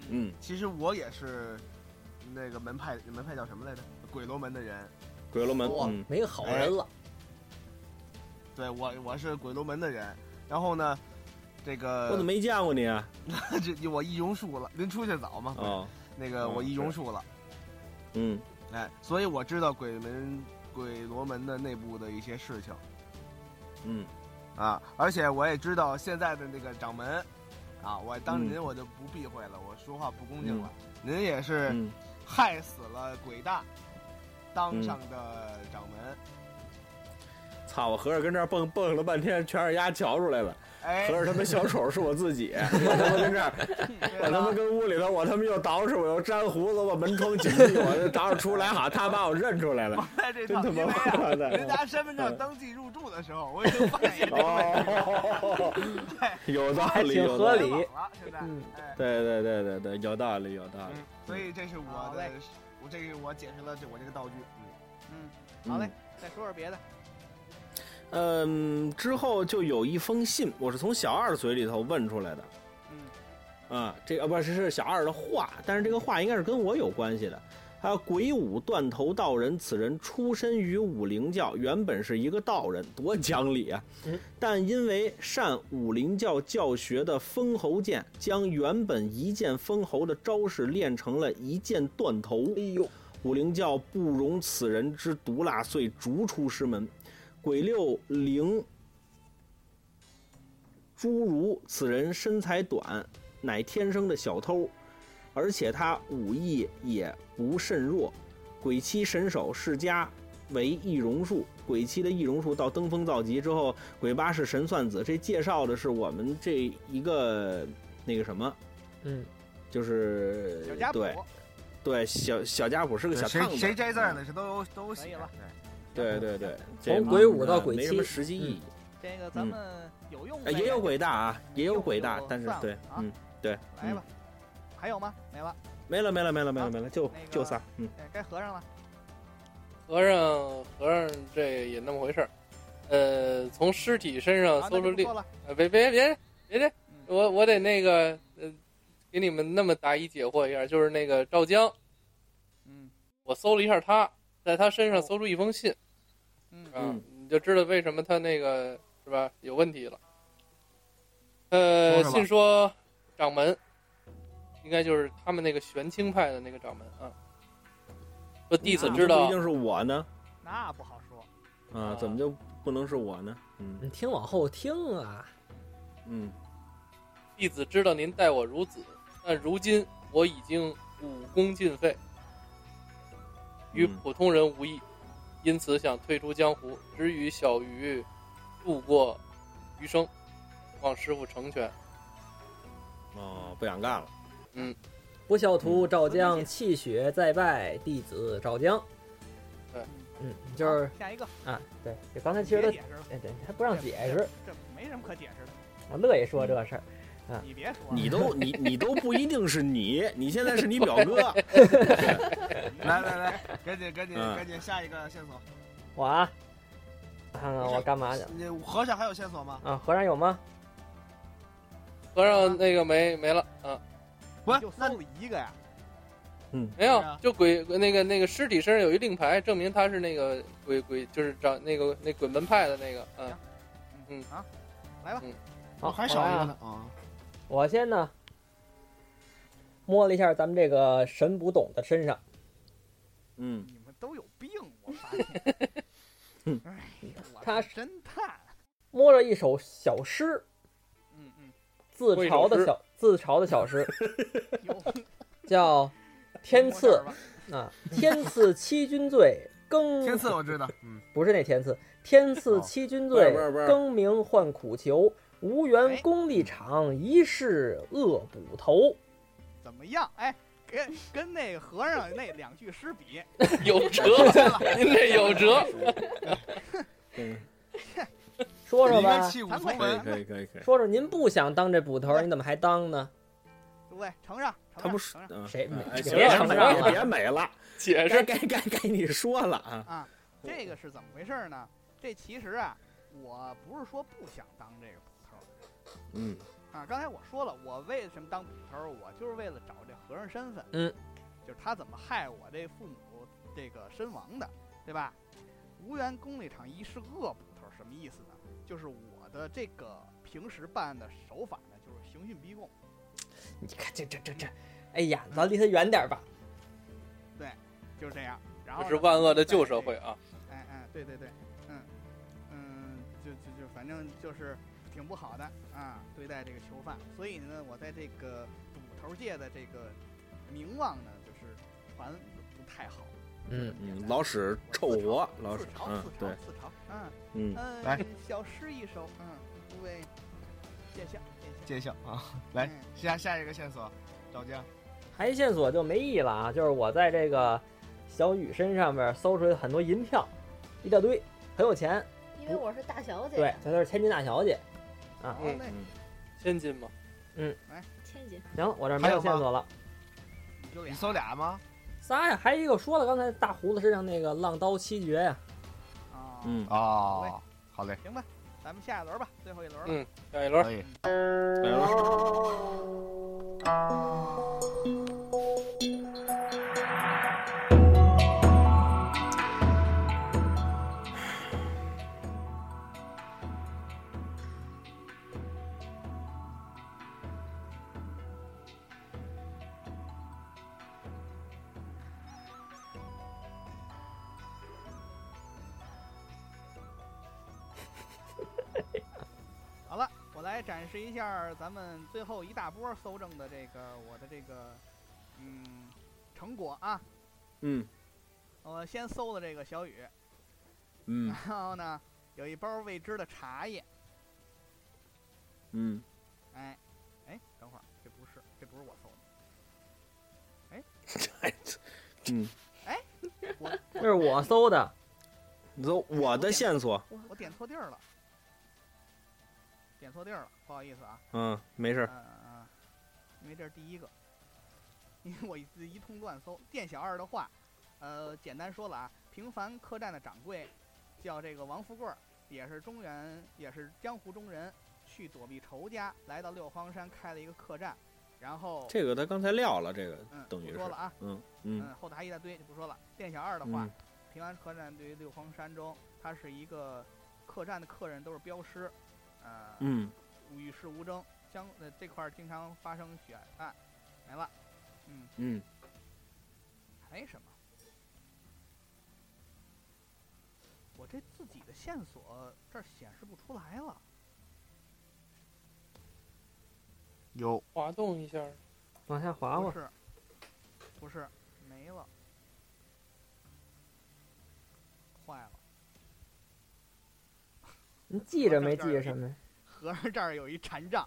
嗯其实我也是那个门派门派叫什么来着？鬼楼门的人，鬼楼门，哇嗯，没个好人了，对我我是鬼楼门的人，然后呢，这我个 <laughs> 怎么没见过你啊？这我易容术了，您出去早嘛，哦，那个我嗯易容是术了，嗯哎，所以我知道鬼门鬼罗门的内部的一些事情嗯，啊，而且我也知道现在的那个掌门啊，我当着嗯您我就不避讳了，我说话不恭敬了，您也是嗯，害死了鬼大当嗯上的掌门，操！我合着跟这儿蹦蹦了半天，全是丫瞧出来了。哎合，着他妈小丑是我自己，我他妈跟这儿，我他对妈吧？跟屋里头，我他妈又捯饬，我又粘胡子，我门窗紧闭，我就捯饬出来，好，他把我认出来了，在这真趟，他因为妈 <laughs> 哎啊，妈您的！拿身份证登记入住的时候，我已经发现这哦，有道理，有道合理，嗯理网了，现在，嗯哎，对对对对对，有道理，有道理。嗯，所以这是我好的嘞，我这是我解释了这我这个道具，嗯。嗯，嗯好嘞，再说说别的，嗯，之后就有一封信，我是从小二嘴里头问出来的。嗯，啊，这啊不是是小二的话，但是这个话应该是跟我有关系的。还有鬼舞断头道人，此人出身于武灵教，原本是一个道人，多讲理啊嗯！但因为善武灵教教学的封侯剑，将原本一剑封侯的招式练成了一剑断头。哎呦，武灵教不容此人之毒辣，遂逐出师门。鬼六灵侏儒，此人身材短，乃天生的小偷，而且他武艺也不甚弱。鬼妻神手世家为易容术，鬼妻的易容术到登峰造极之后，鬼八是神算子。这介绍的是我们这一个那个什么，嗯，就是小家对谱对小小家伙是个小嗯谁胖子，嗯谁摘字儿呢？这嗯都有都有写可以了。对对对，从这嗯鬼舞到鬼嗯没什妻么实际意义。这个咱嗯们有用呃呗，也有鬼大啊，也有就鬼大就，但是算了对啊，嗯，对，来嗯吧，，还有吗？没了，没了没了没了没了啊没了，就那个就仨，嗯哎该和尚了，和尚，和尚这也那么回事儿。呃，从尸体身上啊，那搜出就不另说了，呃，别别别别这，嗯我我得那个呃，给你们那么答疑解惑一下，就是那个赵江，嗯我搜了一下他，在他哦身上搜出一封信，嗯啊，嗯你就知道为什么他那个是吧有问题了。说说呃，吧信说掌门，应该就是他们那个玄清派的那个掌门啊，说弟子怎么就嗯知不一嗯道定是我呢？那不好说。啊啊，怎么就不能是我呢？嗯你听往后听啊，嗯，弟子知道您待我如子，但如今我已经武功尽废，与嗯普通人无异，因此想退出江湖，只与小鱼度过余生，望师傅成全。哦，不想干了。不孝徒赵嗯将泣血再拜弟子赵将。对，嗯，就是好下一个，啊，对，就刚才其实别他，解释了，哎，对，他不让解释，这没什么可解释的，我乐意说这事儿。你别说了。你都你你都不一定是你，你现在是你表哥。 <laughs> <laughs> 来来来，赶紧赶紧嗯赶紧，下一个线索。我啊，看看我干嘛去了你和尚还有线索吗？啊？和尚有吗？和尚那个没没了，啊，不，就是搜那了一个呀，没有对啊，就鬼那个那个尸体身上有一令牌，证明他是那个鬼鬼，就是找那个那鬼门派的那个， <laughs> 嗯、嗯啊，哦好，还我少来一啊个呢啊！我先呢，摸了一下咱们这个神不懂的身上，嗯，你们都有病，我发现。哎呀，我他是侦探。摸着一首小诗，嗯嗯，自嘲的小自嘲的小诗， <laughs> 有叫《天摸这赐儿吧》啊，《天赐欺君罪》。更天赐我知道， <laughs> 嗯，不是那天赐，天赐欺君罪不是不是不，是更名换苦求，无缘哎功力场，一世恶捕头。怎么样？哎，跟跟那个和尚那两句诗比，<laughs> <laughs> 有辙，您这有辙，对说说你应该吧，弃武惭愧从可以文。可以可以可以。说说您不想当这捕头，你怎么还当呢？对不对？承让，承让他不是承让嗯谁哎行谁了承别认了别美了，解该释该该该你说了啊。啊，这个是怎么回事呢？这其实啊，我不是说不想当这个捕头儿嗯啊，刚才我说了，我为什么当捕头儿？我就是为了找这和尚身份，嗯，就是他怎么害我这父母这个身亡的，对吧？无缘功利场一是恶捕头儿，什么意思呢？就是我的这个平时办案的手法呢，就是刑讯逼供。你看这这这这，哎呀，咱离他远点吧。就是这样。然后这呢是万恶的旧社。在会这个啊，哎哎，对对对，嗯嗯，就就就反正就是挺不好的啊，对待这个囚犯。所以呢，我在这个捕头界的这个名望呢，就是传不太好。嗯嗯，老史臭活，老史自嘲嗯自嘲对自嘲，嗯嗯嗯，来小诗一首，嗯，诸位见笑见揭晓啊！笑，来嗯下下一个线索，赵江。还一线索就没意义了啊，就是我在这个小雨身上面搜出很多银票，一大堆，很有钱。因为我是大小姐，对，她就是千金大小姐。啊好嗯嘞，千金嘛，千金行，我这儿没有线索了。你就你俩搜俩吗？仨呀，还有一个说了，刚才大胡子身上那个浪刀七绝 <laughs> 呀、啊，嗯，哦，好嘞，哎行吧，咱们下一轮吧，最后一轮了嗯，下一轮可以。来了，好了，我来展示一下咱们最后一大波搜证的这个我的这个嗯成果啊。嗯我先搜了这个小雨，嗯然后呢有一包未知的茶叶，嗯，哎哎，等会儿这不是这不是我搜的，嗯，这是我搜的。你说我的线索，我点错地儿了，点错地儿了，不好意思啊，嗯，没事嗯儿，嗯、嗯因为这是第一个，因为我一一通乱搜。店小二的话，呃，简单说了啊，平凡客栈的掌柜叫这个王富贵儿，也是中原，也是江湖中人，去躲避仇家，来到六荒山开了一个客栈，然后这个他刚才撂了，这个嗯，等于不是说了啊，嗯嗯嗯，后台一大堆就不说了。店小二的话，嗯平安客栈对于六荒山中，它是一个客栈的客人都是镖师，呃，嗯与世无争，江呃这块儿经常发生血案，没了，嗯，嗯，还什么？我这自己的线索这儿显示不出来了。有滑动一下，往下滑不滑，是，不是，没了，坏了。你记着没记着什么呀？和尚这儿有一禅杖，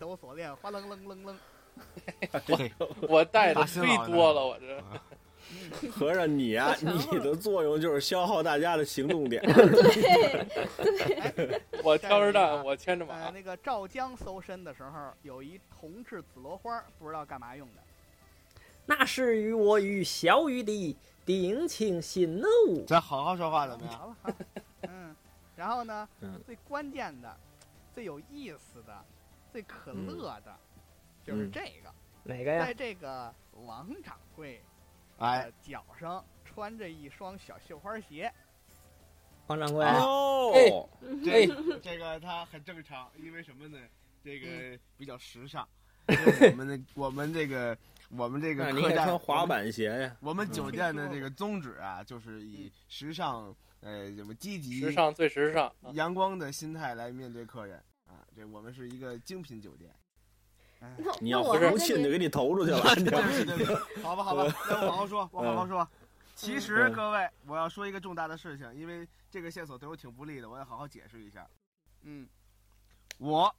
抖锁链，哗楞楞楞楞。我带的大新忒郎多呢了，我这嗯合着你呀、你的作用就是消耗大家的行动点。对，我挑着带着一担，个我牵着呃，马，那个赵江搜身的时候有一铜制紫罗花，不知道干嘛用的。那是与我与小雨的定情信物。咱好好说话怎么 <laughs> 样？好了，好了嗯，然后呢 <laughs> 嗯，最关键的、最有意思的、最可乐的，就是嗯这个，哪哎个呀在？这个王掌柜哎的，脚上穿着一双小绣花鞋，王掌柜，哦，这这个它很正常，因为什么呢？这嗯个比较时 <laughs> 尚。我们的我们这个我们这那个你客该栈穿滑。板鞋呀。我们酒店的这个宗旨啊，就是以时尚，呃，什么积极、时尚最时尚。 <laughs> 啊阳光的心态来面对客人啊。这我们是一个精品酒店。那 <laughs> 你要那我不还服跟气就你给你投出去了。你 <laughs> 对不起，对不起，好吧，好吧，那我好好说，我好好说。其实嗯各位，我要说一个重大的事情，因为这个线索对我挺不利的，我要好好解释一下。嗯，我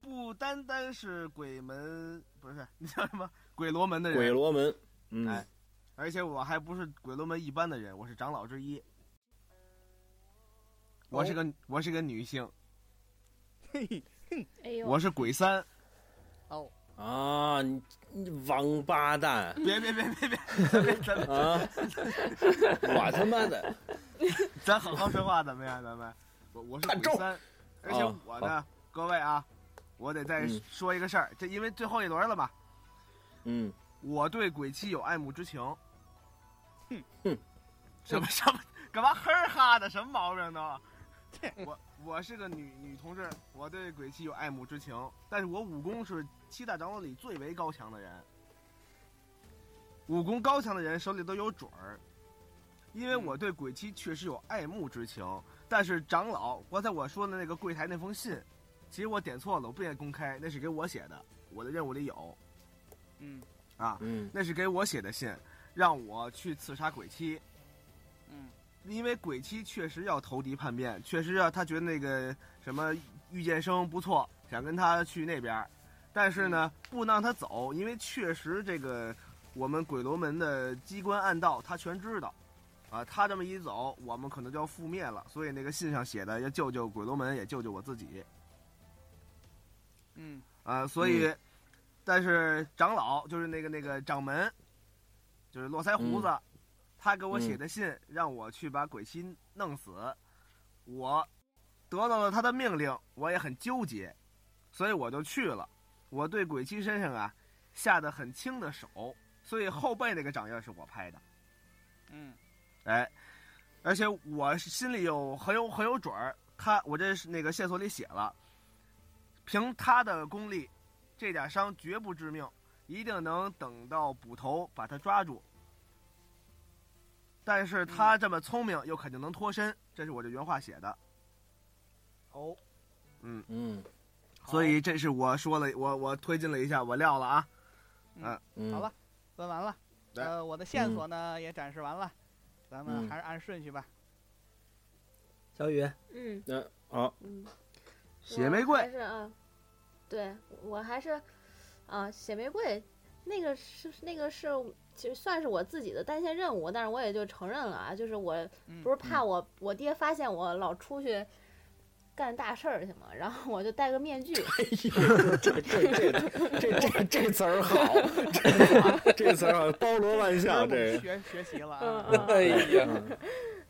不单单是鬼门，不是你叫什么鬼罗门的鬼人，罗门，嗯哎，而且我还不是鬼罗门一般的人，我是长老之一。我是个、我是个女性，嘿嘿，哎呦，我是鬼三。哦，啊，你你王八蛋别别别别别，咱别咱别啊！我他妈的，咱好好说话，怎么样？咱们我我是看鬼中三，而且我呢，各位啊，我得再嗯说一个事儿，这因为最后一轮了嘛，嗯，我对鬼泣有爱慕之情。哼哼，什么什么干嘛哼哈的？什么毛病都？我我是个女女同志，我对鬼泣有爱慕之情，但是我武功是七大长老里最为高强的人。武功高强的人手里都有准儿，因嗯为我对鬼泣确实有爱慕之情，但是长老刚才我说的那个柜台那封信，其实我点错了，我不愿意公开，那是给我写的，我的任务里有。嗯啊，嗯那是给我写的信，让我去刺杀鬼妻，嗯因为鬼妻确实要投敌叛变，确实要他觉得那个什么遇见生不错，想跟他去那边儿，但是呢，不能让他走，因为确实这个我们鬼罗门的机关暗道他全知道。啊，他这么一走，我们可能就要覆灭了。所以那个信上写的要救救鬼罗门，也救救我自己。嗯啊，所以，但是长老就是那个那个掌门，就是络腮胡子，他给我写的信，让我去把鬼妻弄死。我得到了他的命令，我也很纠结，所以我就去了。我对鬼妻身上啊下的很轻的手，所以后背那个掌印是我拍的。嗯哎，而且我是心里有很有很有准儿，他我这是那个线索里写了，凭他的功力，这点伤绝不致命，一定能等到捕头把他抓住。但是他这么聪明，又肯定能脱身，这是我这原话写的。哦，嗯好所以这是我说了，我我推进了一下，我撂了啊。嗯，好了，问完了，来呃，我的线索呢、也展示完了，咱们哎嗯还是按顺序吧。小雨，嗯那好，嗯，血我玫瑰还是啊，对我还是啊，血玫瑰那个是那个是其实算是我自己的单线任务，但是我也就承认了啊，就是我嗯不是怕我、我爹发现我老出去干大事儿去嘛，然后我就戴个面具，这这这这这这词儿好，这这词儿好，包罗万我象，这个。们学学习了嗯啊，嗯哎嗯呀，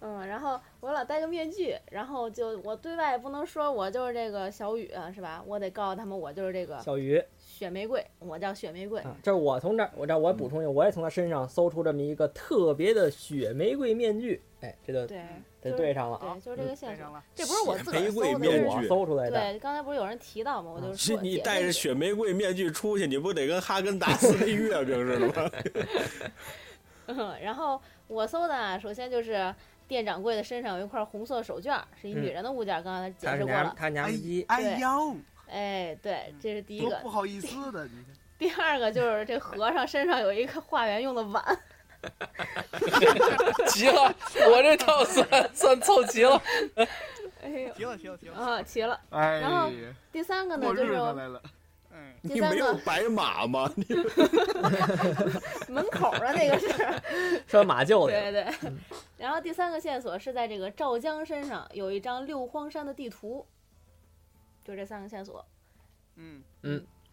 嗯，然后我老戴个面具，然后就我对外也不能说我就是这个小雨、啊、是吧？我得告诉他们我就是这个小雨，雪玫瑰，我叫雪玫瑰，啊，这是我从这儿，我这儿我补充一下，我也从他身上搜出这么一个特别的雪玫瑰面具，哎，这就对，得就是对上了啊对，。就是这个线对索嗯上。了。这不是我自个儿玫瑰搜的，面是具我搜出来的，对，刚才不是有人提到吗？我就说是你解戴释着一雪玫瑰面具出去，你不得跟哈根达斯那月饼似的吗？ <laughs> 下然后我搜的啊，首先就是店掌柜的身上有一块红色手绢儿，是一嗯女人的物件儿，刚才他解是释过娘了。他娘哎们鸡，哎呦，哎，对，这是第一多个不。好意思的，你第二个就是这和尚身上有一个化缘用的碗，齐了，我这套算算凑齐了。哎呦，行了行了行了，啊，齐了。哎然后第三个呢，过就日是子来了，嗯，第你三没个有白马吗？你门口儿的那个是，拴马厩去对了。对嗯。然后第三个线索是在这个赵江身上有一张六荒山的地图，就这三个线索。嗯，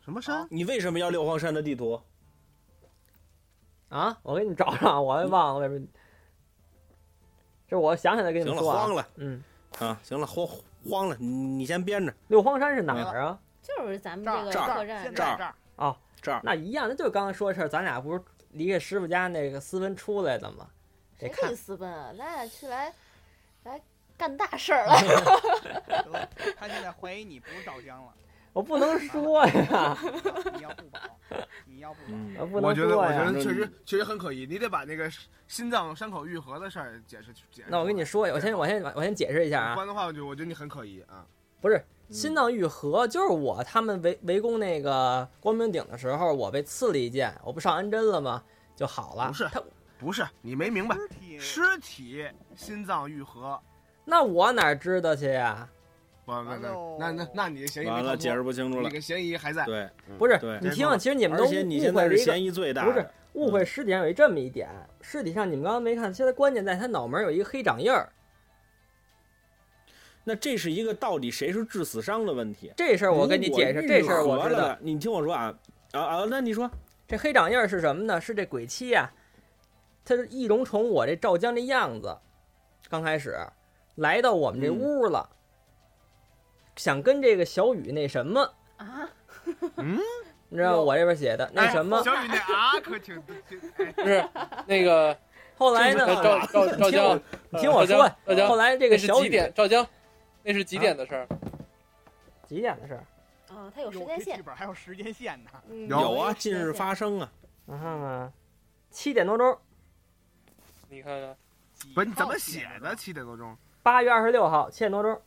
什么山？你为什么要六荒山的地图？啊，我给你找上，我也忘了为什么。这我想起来跟你行了，们说啊慌。了嗯，啊！行了，慌慌了，你你先编着。六荒山是哪儿啊？就是咱们这儿嗯这个这儿客现栈这在儿这儿，那一样，那就刚才说的事儿，咱俩不是离开师傅家那个私奔出来的吗？得谁看给私奔啊？咱俩去来来干大事儿了。得了他现在怀疑你不是赵江了，我不能说呀，你要不保，你要不保，我不我能觉得，我说觉呀。得那确嗯实你确实很可疑。你得把那个心脏伤口愈合的事儿解释解释。那我跟你说，我先我先我先解释一下啊不，然的话，我就我觉得你很可疑啊。不是心脏愈合，就是我他们围围攻那个光明顶的时候，我被刺了一剑，我不上安针了吗？就好了。不是他，不是，你没明白，尸体尸体心脏愈合。那我哪知道去呀？不不完了哦不，那那那你的嫌疑没完逃了，脱解释不清楚了你。的嫌疑还在。对，不是对，你听听，其实你们都而且你现误在会是了一个，嫌疑最大不是的。误会尸体上有一这么一点，尸体上你们刚刚没看，现在关键在他脑门有一个黑掌印儿，那这是一个到底谁是致死伤的问题。这事儿我跟你解释，这事儿我知知道。道。你嗯听我说啊啊啊！那你说，这黑掌印儿是什么呢？是这鬼妻呀、它是易容虫我这赵江这样子，刚开始来到我们嗯这屋了，想跟这个小雨那什么，啊，嗯你知道哟我这边写的那什么，小雨那啊可挺挺， <laughs> 哎不是那个后来呢赵？赵赵赵听江，我听我赵说江，赵江后来这那个是小几雨点？赵江，那是几点的事儿？几点的事儿？哦，它有时有间这剧线。本还有时间线呢，嗯有啊，一个时近间日线发生啊，我看看，七点多钟，你看看，几不是你怎套么戏写呢的？七点多钟，八月二十六号七点多钟，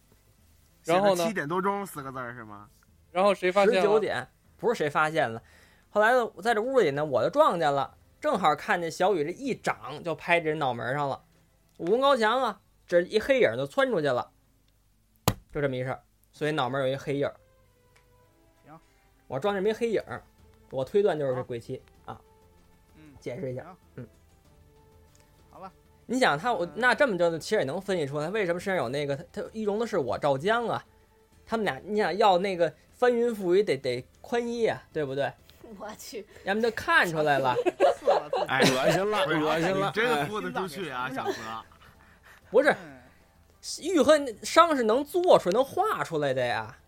然后呢七点多钟四个字儿是吗？然后谁发十现九了？点，不是谁发现了。后来呢，我在这屋里呢，我就撞见了，正好看见小雨这一掌就拍这人脑门上了，武功高强啊，这一黑影就窜出去了，就这么一事儿。所以脑门有一黑影儿。行，我撞这么一黑影儿，我推断就是这好鬼妻啊。嗯，解释一下行，嗯，好了，你想他，我嗯那这么着，其实也能分析出他为什么身上有那个他他易容的是我赵江啊，他们俩你想要那个翻云覆雨得得宽衣啊，对不对？我去，要么就看出来 <laughs> 了，刺了自己，哎 <laughs> 恶心了，不是恶心了你。真的哎豁得出去啊，小泽。不是嗯愈合伤是能做出来、能画出来的呀，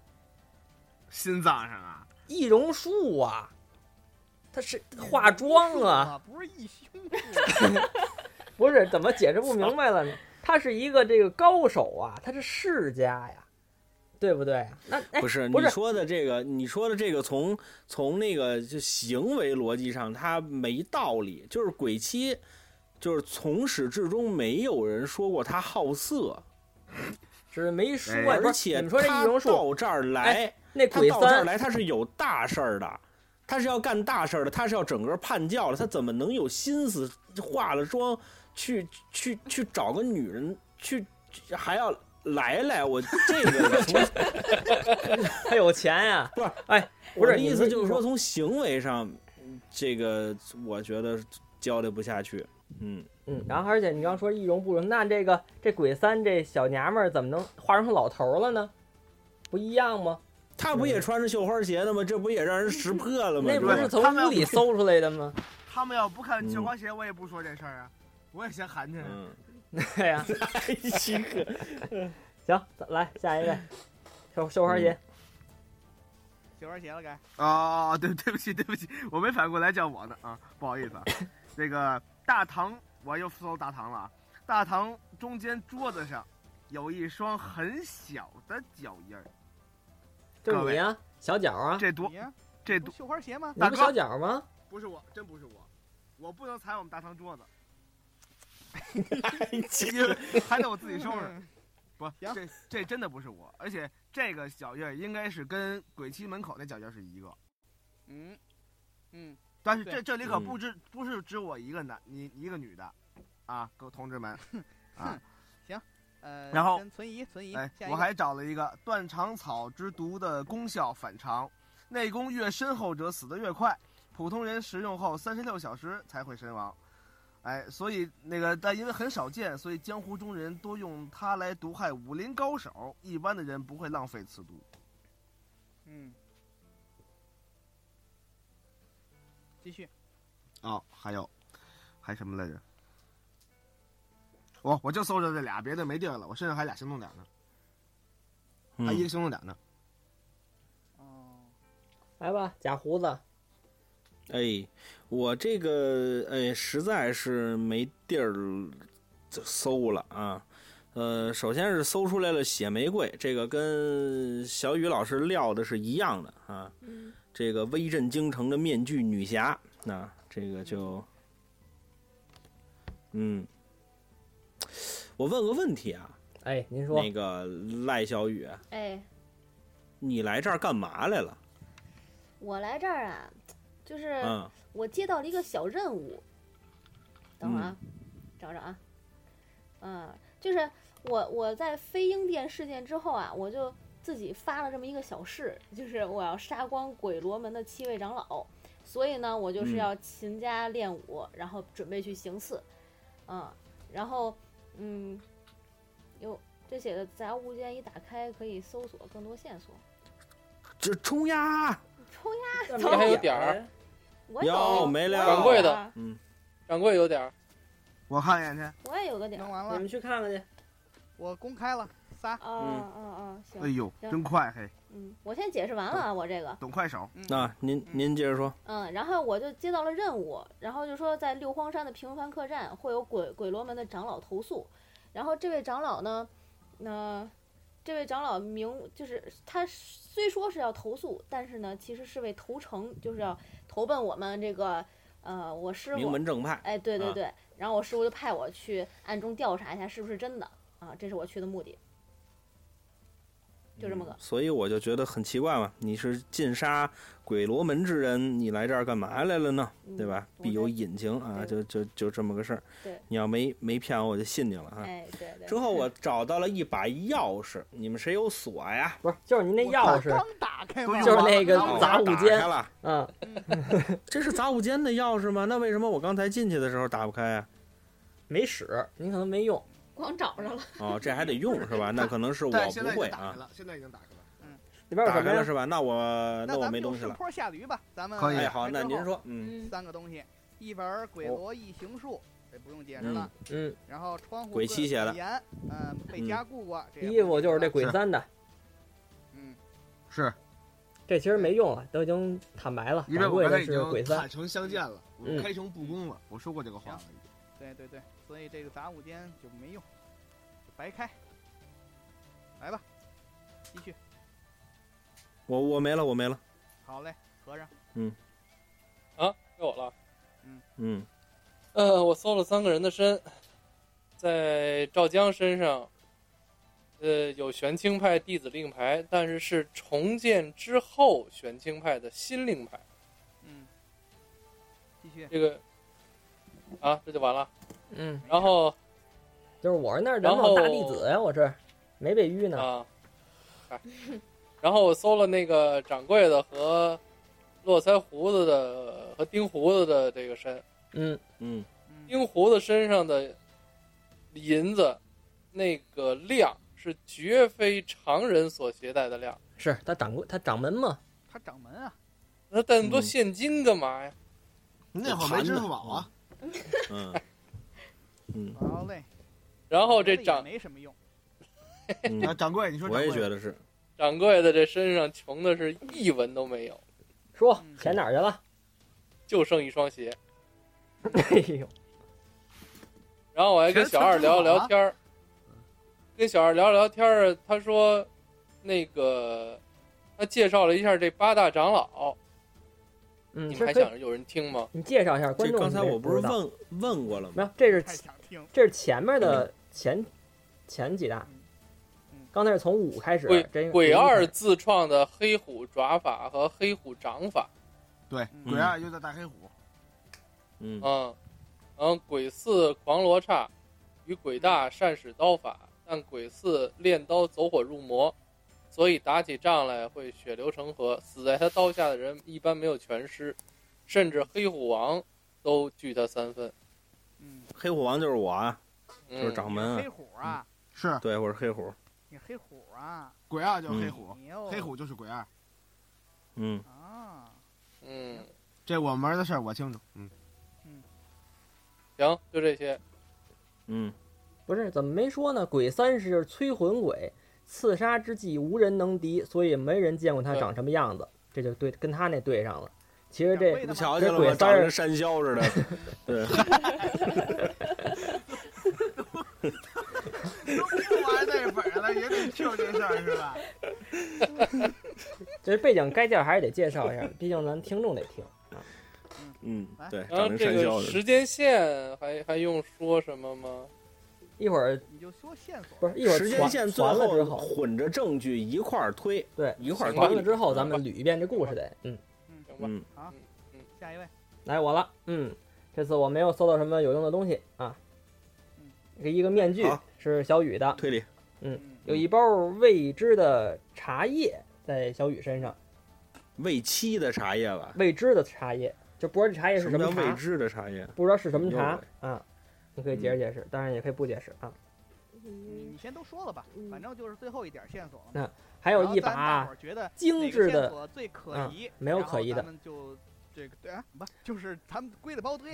心脏上啊，易容术啊，它是化妆啊，，不是一胸部，不是怎么解释不明白了呢？他是一个这个高手啊，他是世家呀，对不对？那哎不，是不你是说的这个，你说的这个从从那个就行为逻辑上，它没道理。就是鬼妻，就是从始至终没有人说过他好色，只是没说哎，不而是且你们说这易他容术哎到这儿来，那他鬼到这儿三来，他是有大事儿的，他是要干大事儿的，他是要整个叛教的，他怎么能有心思化了妆去去去找个女人去，去还要来来我这 <laughs> 个从他有钱呀、不是，哎，不我是的你意们思就是你说，从行为上，嗯这个我觉得交代不下去。嗯，嗯，然后而且你刚说易容不容，那这个这鬼三这小娘们儿怎么能化妆成老头儿了呢？不一样吗？他不也穿着绣花鞋的吗？这不也让人识破了吗？嗯那不吧是对从他们屋里搜出来的 <laughs> 吗？他们要不看嗯绣花鞋，我也不说这事儿啊，我也嫌寒碜啊。嗯，对呀、太 <laughs> 稀客。行，咱来下一位，绣绣嗯花鞋，绣花鞋了该。哦，对，对不起，对不起，我没反应过来叫我呢啊，不好意思啊。那个大堂，我又搜大堂了啊。大堂中间桌子上有一双很小的脚印儿，就是你啊，小脚啊，这多你呀这不多绣花鞋吗？你大不哥小脚吗？不是我，真不是我，我不能踩我们大堂桌子。因为还得我自己收拾。不，嗯行这这真的不是我，而且这个脚印儿应该是跟鬼妻门口那脚印儿是一个，嗯嗯，但是对这这里可嗯不止不是只我一个男，你一个女的，啊，各位同志们， <laughs> 啊，呃，然后先存疑存疑，哎下，一我个还找了一个断肠草之毒的功效反常，内功越深厚者死得越快，普通人食用后三十六小时才会身亡。哎，所以那个，但因为很少见，所以江湖中人多用它来毒害武林高手，一般的人不会浪费此毒。嗯，继续哦，还有，还什么来着？我我就搜着这俩，别的没地儿了。我身上还俩行动点呢，嗯还一个行动点呢。哦，来吧，假胡子，哎，我这个哎，实在是没地儿搜了啊。呃，首先是搜出来了血玫瑰，这个跟小雨老师撂的是一样的啊。嗯，这个威震京城的面具女侠，那这个就，嗯，我问个问题啊，哎，您说那个赖小雨，啊哎，你来这儿干嘛来了？我来这儿啊，就是嗯我接到了一个小任务，等会儿啊，找找啊，嗯，就是我我在飞鹰殿事件之后啊，我就自己发了这么一个小誓，就是我要杀光鬼罗门的七位长老，所以呢，我就是嗯要勤加练武，然后准备去行刺，嗯，然后嗯，哟，这写的杂物间已打开，可以搜索更多线索，这冲啊呀！抽呀，这里还有点儿，我哟有没我了有掌柜的啊嗯，掌柜有点儿，我看一眼去。我也有个点儿弄完你了，们去看看啊去。我公开了仨，嗯啊啊啊！哎行，呦，行真快嘿，嗯，我先解释完了啊，我这个，懂快手。嗯那、您您接着说，嗯，然后我就接到了任务，然后就说在六荒山的平凡客栈会有鬼鬼罗门的长老投诉，然后这位长老呢，那、这位长老明就是他虽说是要投诉，但是呢，其实是为投诚，就是要投奔我们这个呃我师名傅，门正派，哎，对对啊对，然后我师傅就派我去暗中调查一下是不是真的啊，这是我去的目的，就这么个。嗯所以我就觉得很奇怪嘛，你是尽杀鬼罗门之人，你来这儿干嘛来了呢？嗯对吧？我必在有隐情啊，对就就就这么个事儿。对你要没没骗我，我就信你了啊。哎，对对。之后我找到了一把钥匙，你们谁有锁呀？不是，就是您那我钥匙，刚打开都嘛，用就是那个哦杂物打间开了，嗯，这是杂物间的钥匙吗？那为什么我刚才进去的时候打不开啊？没使，您可能没用。光找着了，哦，这还得用是吧？那可能是我但现不在已会经打开啊。了，现在已经打开了。里边打有什么开了呀？是吧？那我那那我咱没们就东西顺了。坡下驴吧，咱们可以哎，打好，开那之您后说，嗯，三个东西，一本《鬼罗异形术》，这不用解释了嗯。嗯，然后窗户鬼各妻写的各沿，嗯，被嗯加固过。这也不衣服用解就是释这了，鬼三的，嗯，是这其实没用了，都已经坦白了，因为掌我柜刚才的已是鬼经三坦。诚相见了，我嗯们开诚布公了，我说过这个话了。对对对，所以这个杂物间就没用，就白开。来吧，继续。我我没了，我没了，好嘞，合上。啊，该我了。嗯呃，我搜了三个人的身，在赵江身上，呃，有玄清派弟子令牌，但是是重建之后玄清派的新令牌。嗯，继续。这个啊，这就完了。嗯，然后就是我是那儿然长后老大弟子呀，我是没被淤呢。啊，嗨，然后我搜了那个掌柜的和络腮胡子的和钉胡子的这个身，嗯，嗯嗯，冰胡子身上的银子，那个量是绝非常人所携带的量。是他掌柜，他掌门嘛。他掌门啊，那带那么多现金干嘛呀？你那会儿没支付宝啊？嗯嗯好嘞。然后这也掌没什么 <laughs> 用。啊，嗯，掌柜，你说我也掌柜觉得是，掌柜的这身上穷的是一文都没有，说嗯钱哪儿去了？ <laughs> 就剩一双鞋。哎呦，然后我还跟小二聊聊天儿，跟小二聊聊天儿，他说那个他介绍了一下这八大长老，嗯，你其实们还可以想有人听吗？你介绍一下观这众。刚才我不不知是道，问问过了吗？没有，这是太想听，这是前面嗯的前前几大嗯嗯，刚才是从五开始鬼，这鬼二自创的黑虎爪法和黑虎掌法，对，嗯鬼啊二又叫大黑虎，嗯，嗯，然后鬼四狂罗刹与鬼大善使刀法，但鬼四练刀走火入魔，所以打起仗来会血流成河，死在他刀下的人一般没有全尸，甚至黑虎王都惧他三分。嗯，黑虎王就是我啊，就嗯是，掌门啊嗯黑，虎啊，是对，我是黑虎，你黑虎啊，鬼二叫黑虎，你又黑虎就是鬼二，嗯，啊，嗯，这我门儿的事儿我清楚。嗯，行，就这些。嗯，不是怎么没说呢？鬼三是催魂鬼，刺杀之际无人能敌，所以没人见过他对长什么样子，这就对跟他那对上了。其实掌这柜不的瞧吗见了吗？这鬼长三儿得跟山魈似的，对，都听完那本儿了，也得 Q 这事儿是吧？这背景该介绍还是得介绍一下，毕竟咱听众得听。嗯，对，然长后得跟山哎这个魈似的，时间线还还用说什么吗？一会儿你就说线索，不是一会儿时间传线最传了之后后，混着证据一块儿推，对，一块儿行吧传推了理，之后咱们捋一遍这故事得，嗯，行吧，嗯，下一位，来我了，嗯，这次我没有搜到什么有用的东西啊嗯。这一个面具好是小雨的，推理，嗯，有一包未知的茶叶在小雨身上，未期的茶叶吧？未知的茶叶，就不知道这茶叶是什什么么叫未茶，知的茶叶？不知道是什么又茶来啊。你可以解释解释，当然也可以不解释啊。你嗯你先都说了吧，反正就是最后一点线索了嘛。嗯还有然后一咱大把伙儿觉得精哪致个线的，索最可嗯疑，没有然可后疑的咱们就这个对啊，不就是咱们归了包堆，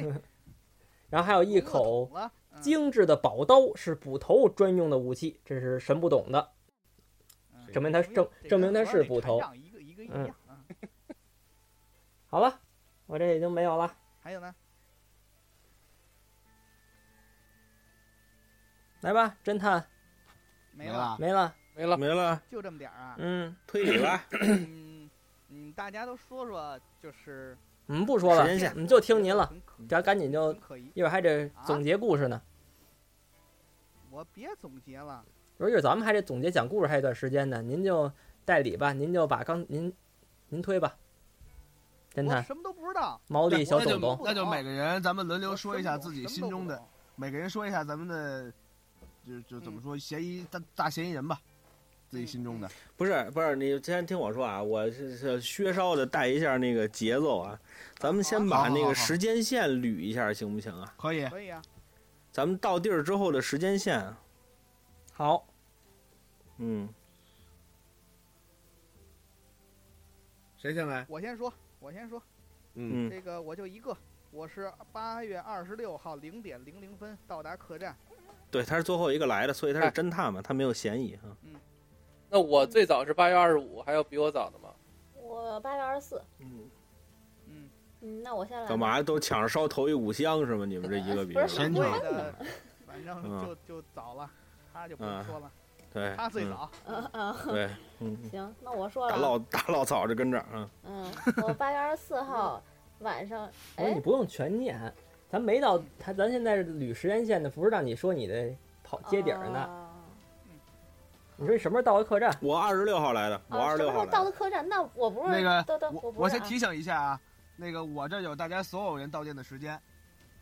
然后还有 <laughs> 一捅了口捅了，嗯精致的宝刀，是捕头专用的武器，这是神不懂的。嗯证明他同意证这证跟明他和是那捕禅头让一个一个一嗯样啊。好了，我这已经没有了。还有呢，来吧，侦探没 <laughs> 没了，了，没了。没了。没了，就这么点儿 <clears throat> 啊。嗯推理吧，嗯嗯，大家都说说，就是嗯，不说了时，间线嗯就听您了。很可咱赶紧就很可疑，一会儿还得总结故事呢。我别总结了，不是，一会儿咱们还得总结讲故事，还有一段时间呢。您就代理吧，您就把刚您您推吧。侦我探什么都不知道。毛利小那总就董，那就每个人咱们轮流我说什一么下都自己什么心都中不的懂，每个人说一下咱们的，就就怎么说嫌疑大大嫌疑人吧，自己心中的。不是不是，你先听我说啊，我是是薛稍的带一下那个节奏啊，咱们先把那好好个好时间线捋一下，行不行啊？可以，可以啊，咱们到地儿之后的时间线啊，好，嗯，谁先来？我先说，我先说，嗯嗯这个我就一个，我是八月二十六号零点零零分到达客栈，对，他是最后一个来的，所以他是哎侦探嘛，他没有嫌疑啊。那我最早是八月二十五，还有比我早的吗？我八月二十四，嗯，嗯，嗯，那我先来吧。干嘛都抢着烧头一五香是吗？你们这一个比一不个是全掌柜场的，反正哎嗯就就早了，他就不用嗯说了，对，他最嗯早，嗯嗯，对，嗯，行，那我说打了啊。落打落草就跟这儿啊，嗯，我八月二十 <laughs> 四号晚上，我说哎你，不用全念，咱没到他，咱现在是捋时间线的，不是让你说你的哦跑接底儿呢。啊你说你什么时候到的客栈？我二十六号来的，我啊二十什么六时候号到来的的，客栈？那我不是那个都都我不我是先啊提醒一下啊，那个我这有大家所有人到店的时间。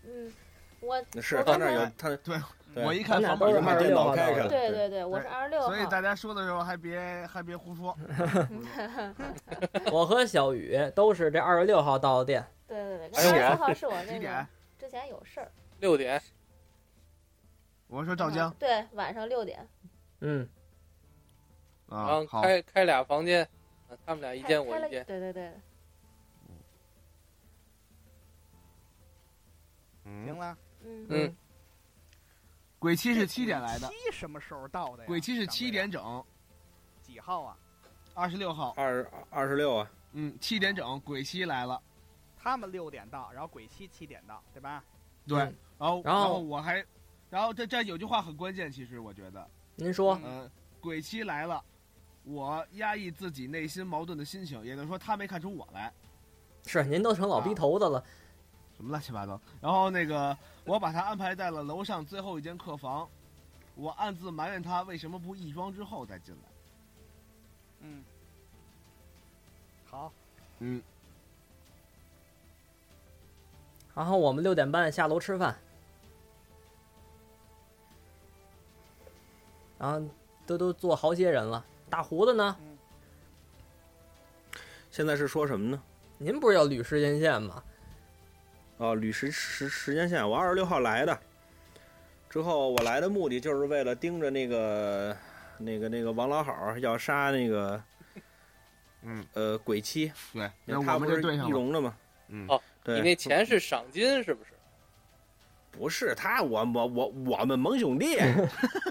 嗯，我是我他刚那儿才有他，对我一咱看俩房都本是就把二十电六脑号开到开了，的。对对对，我是二十六号，所以大家说的时候还别还别胡说。 <laughs> 我和小雨都是这二十六号到的店。对对对，哎刚才二我十四号是我 <laughs> 几那点啊个？之前有事儿，六点。我说赵江对，晚上六点，嗯，然啊后，好，开开俩房间，啊他们俩一开间我开了一间，对对对，行了，嗯嗯，鬼七是七点来的，七什么时候到的呀？鬼七掌是柜七的点整，几号啊？二十六号，二二十六啊，嗯，七点整，鬼七来了，他们六点到，然后鬼七七点到，对吧？对，嗯然后然然后后我还，然后这这有句话很关键，其实我觉得，您说嗯嗯，鬼七来了，我压抑自己内心矛盾的心情，也就是说他没看出我来，是您都成老逼头子了，什么乱七八糟。然后那个我把他安排在了楼上最后一间客房，我暗自埋怨他为什么不易装之后再进来。嗯，好，嗯，然后我们六点半下楼吃饭，然后都都坐好些人了。大胡子呢？现在是说什么呢？您不是要捋时间线吗？啊，捋时时时间线，我二十六号来的，之后我来的目的就是为了盯着那个那个那个王老好儿要杀那个，嗯呃鬼妻，对，因那为他我们不这是对上易了。容的吗？嗯哦对，你那钱是赏金是不是？不是他，我我我我们盟兄弟，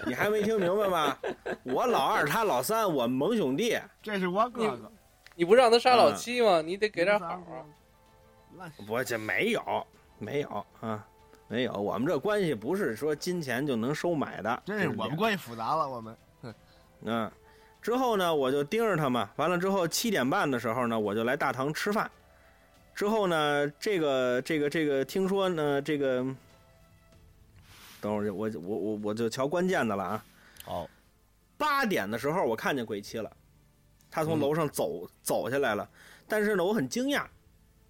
你还没听明白吗？我老二，他老三，我们盟兄弟，这是我哥哥，你不让他杀嗯老七吗？你得给点好嗯啊。乱七我这没有没有啊，没有，我们这关系不是说金钱就能收买的，真是这我们关系复杂了，我们嗯，之后呢，我就盯着他们。完了之后，七点半的时候呢，我就来大堂吃饭。之后呢，这个这个这个，听说呢，这个，等会儿我我我我就瞧关键的了啊。好，八点的时候，我看见鬼妻了，他嗯从楼上走、走下来了。但是呢，我很惊讶，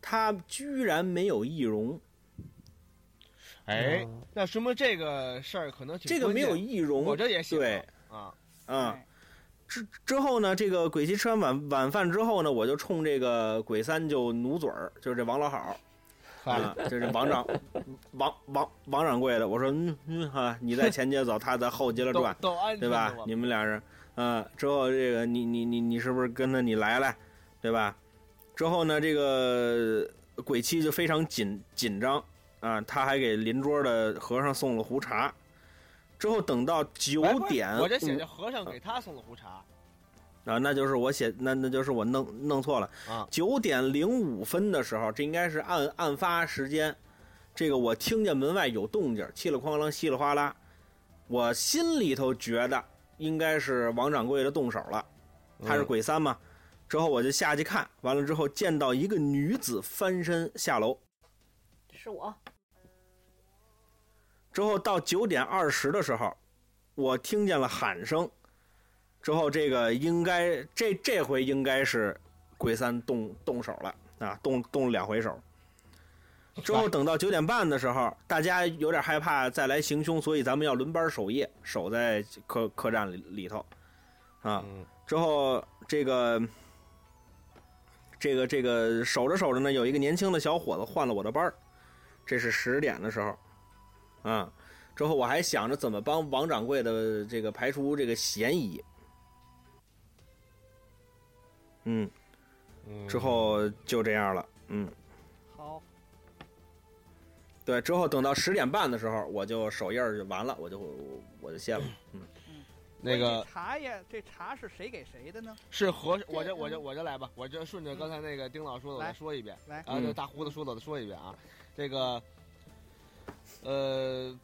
他居然没有易容。哎，那说明这个事儿可能挺嗯这个没有关键易容，我这也写了对啊，嗯啊哎。之之后呢，这个鬼七吃完晚晚饭之后呢，我就冲这个鬼三就努嘴儿，就是这王老好儿嗨，啊，就是王掌王王王掌柜的。我说嗯嗯啊，你在前街走，他在后街了都转，都安全对吧了？我们你们俩人，啊，之后这个你你你你是不是跟他你来来，对吧？之后呢，这个鬼七就非常紧紧张啊，他还给邻桌的和尚送了壶茶。之后等到九哎不是点，嗯我这写着和尚给他送了壶茶啊，那就是我写，那那就是我弄弄错了啊。九点零五分的时候，这应该是案案发时间。这个我听见门外有动静儿，嘁里哐啷，稀里哗啦。我心里头觉得应该是王掌柜的动手了，他是鬼三嘛。之后我就下去看，完了之后见到一个女子翻身下楼。是我，之后到九点二十的时候，我听见了喊声，之后这个应该这这回应该是鬼三动动手了啊，动动了两回手。之后等到九点半的时候，大家有点害怕再来行凶，所以咱们要轮班守夜，守在客客栈里里头啊。嗯之后这个这个这个守着守着呢，有一个年轻的小伙子换了我的班儿，这是十点的时候，啊，之后我还想着怎么帮王掌柜的这个排除这个嫌疑，嗯，哦嗯之后就这样了，嗯，好，对，之后等到十点半的时候，我就守夜儿就完了，我就我就歇了，那嗯所以个这茶叶，这茶是谁给谁的呢？是和我这对我这我这来吧，我这顺着刚才那个丁老说的，我嗯来再说一遍，来啊，这大胡子说的，我再说一遍啊，这个，呃，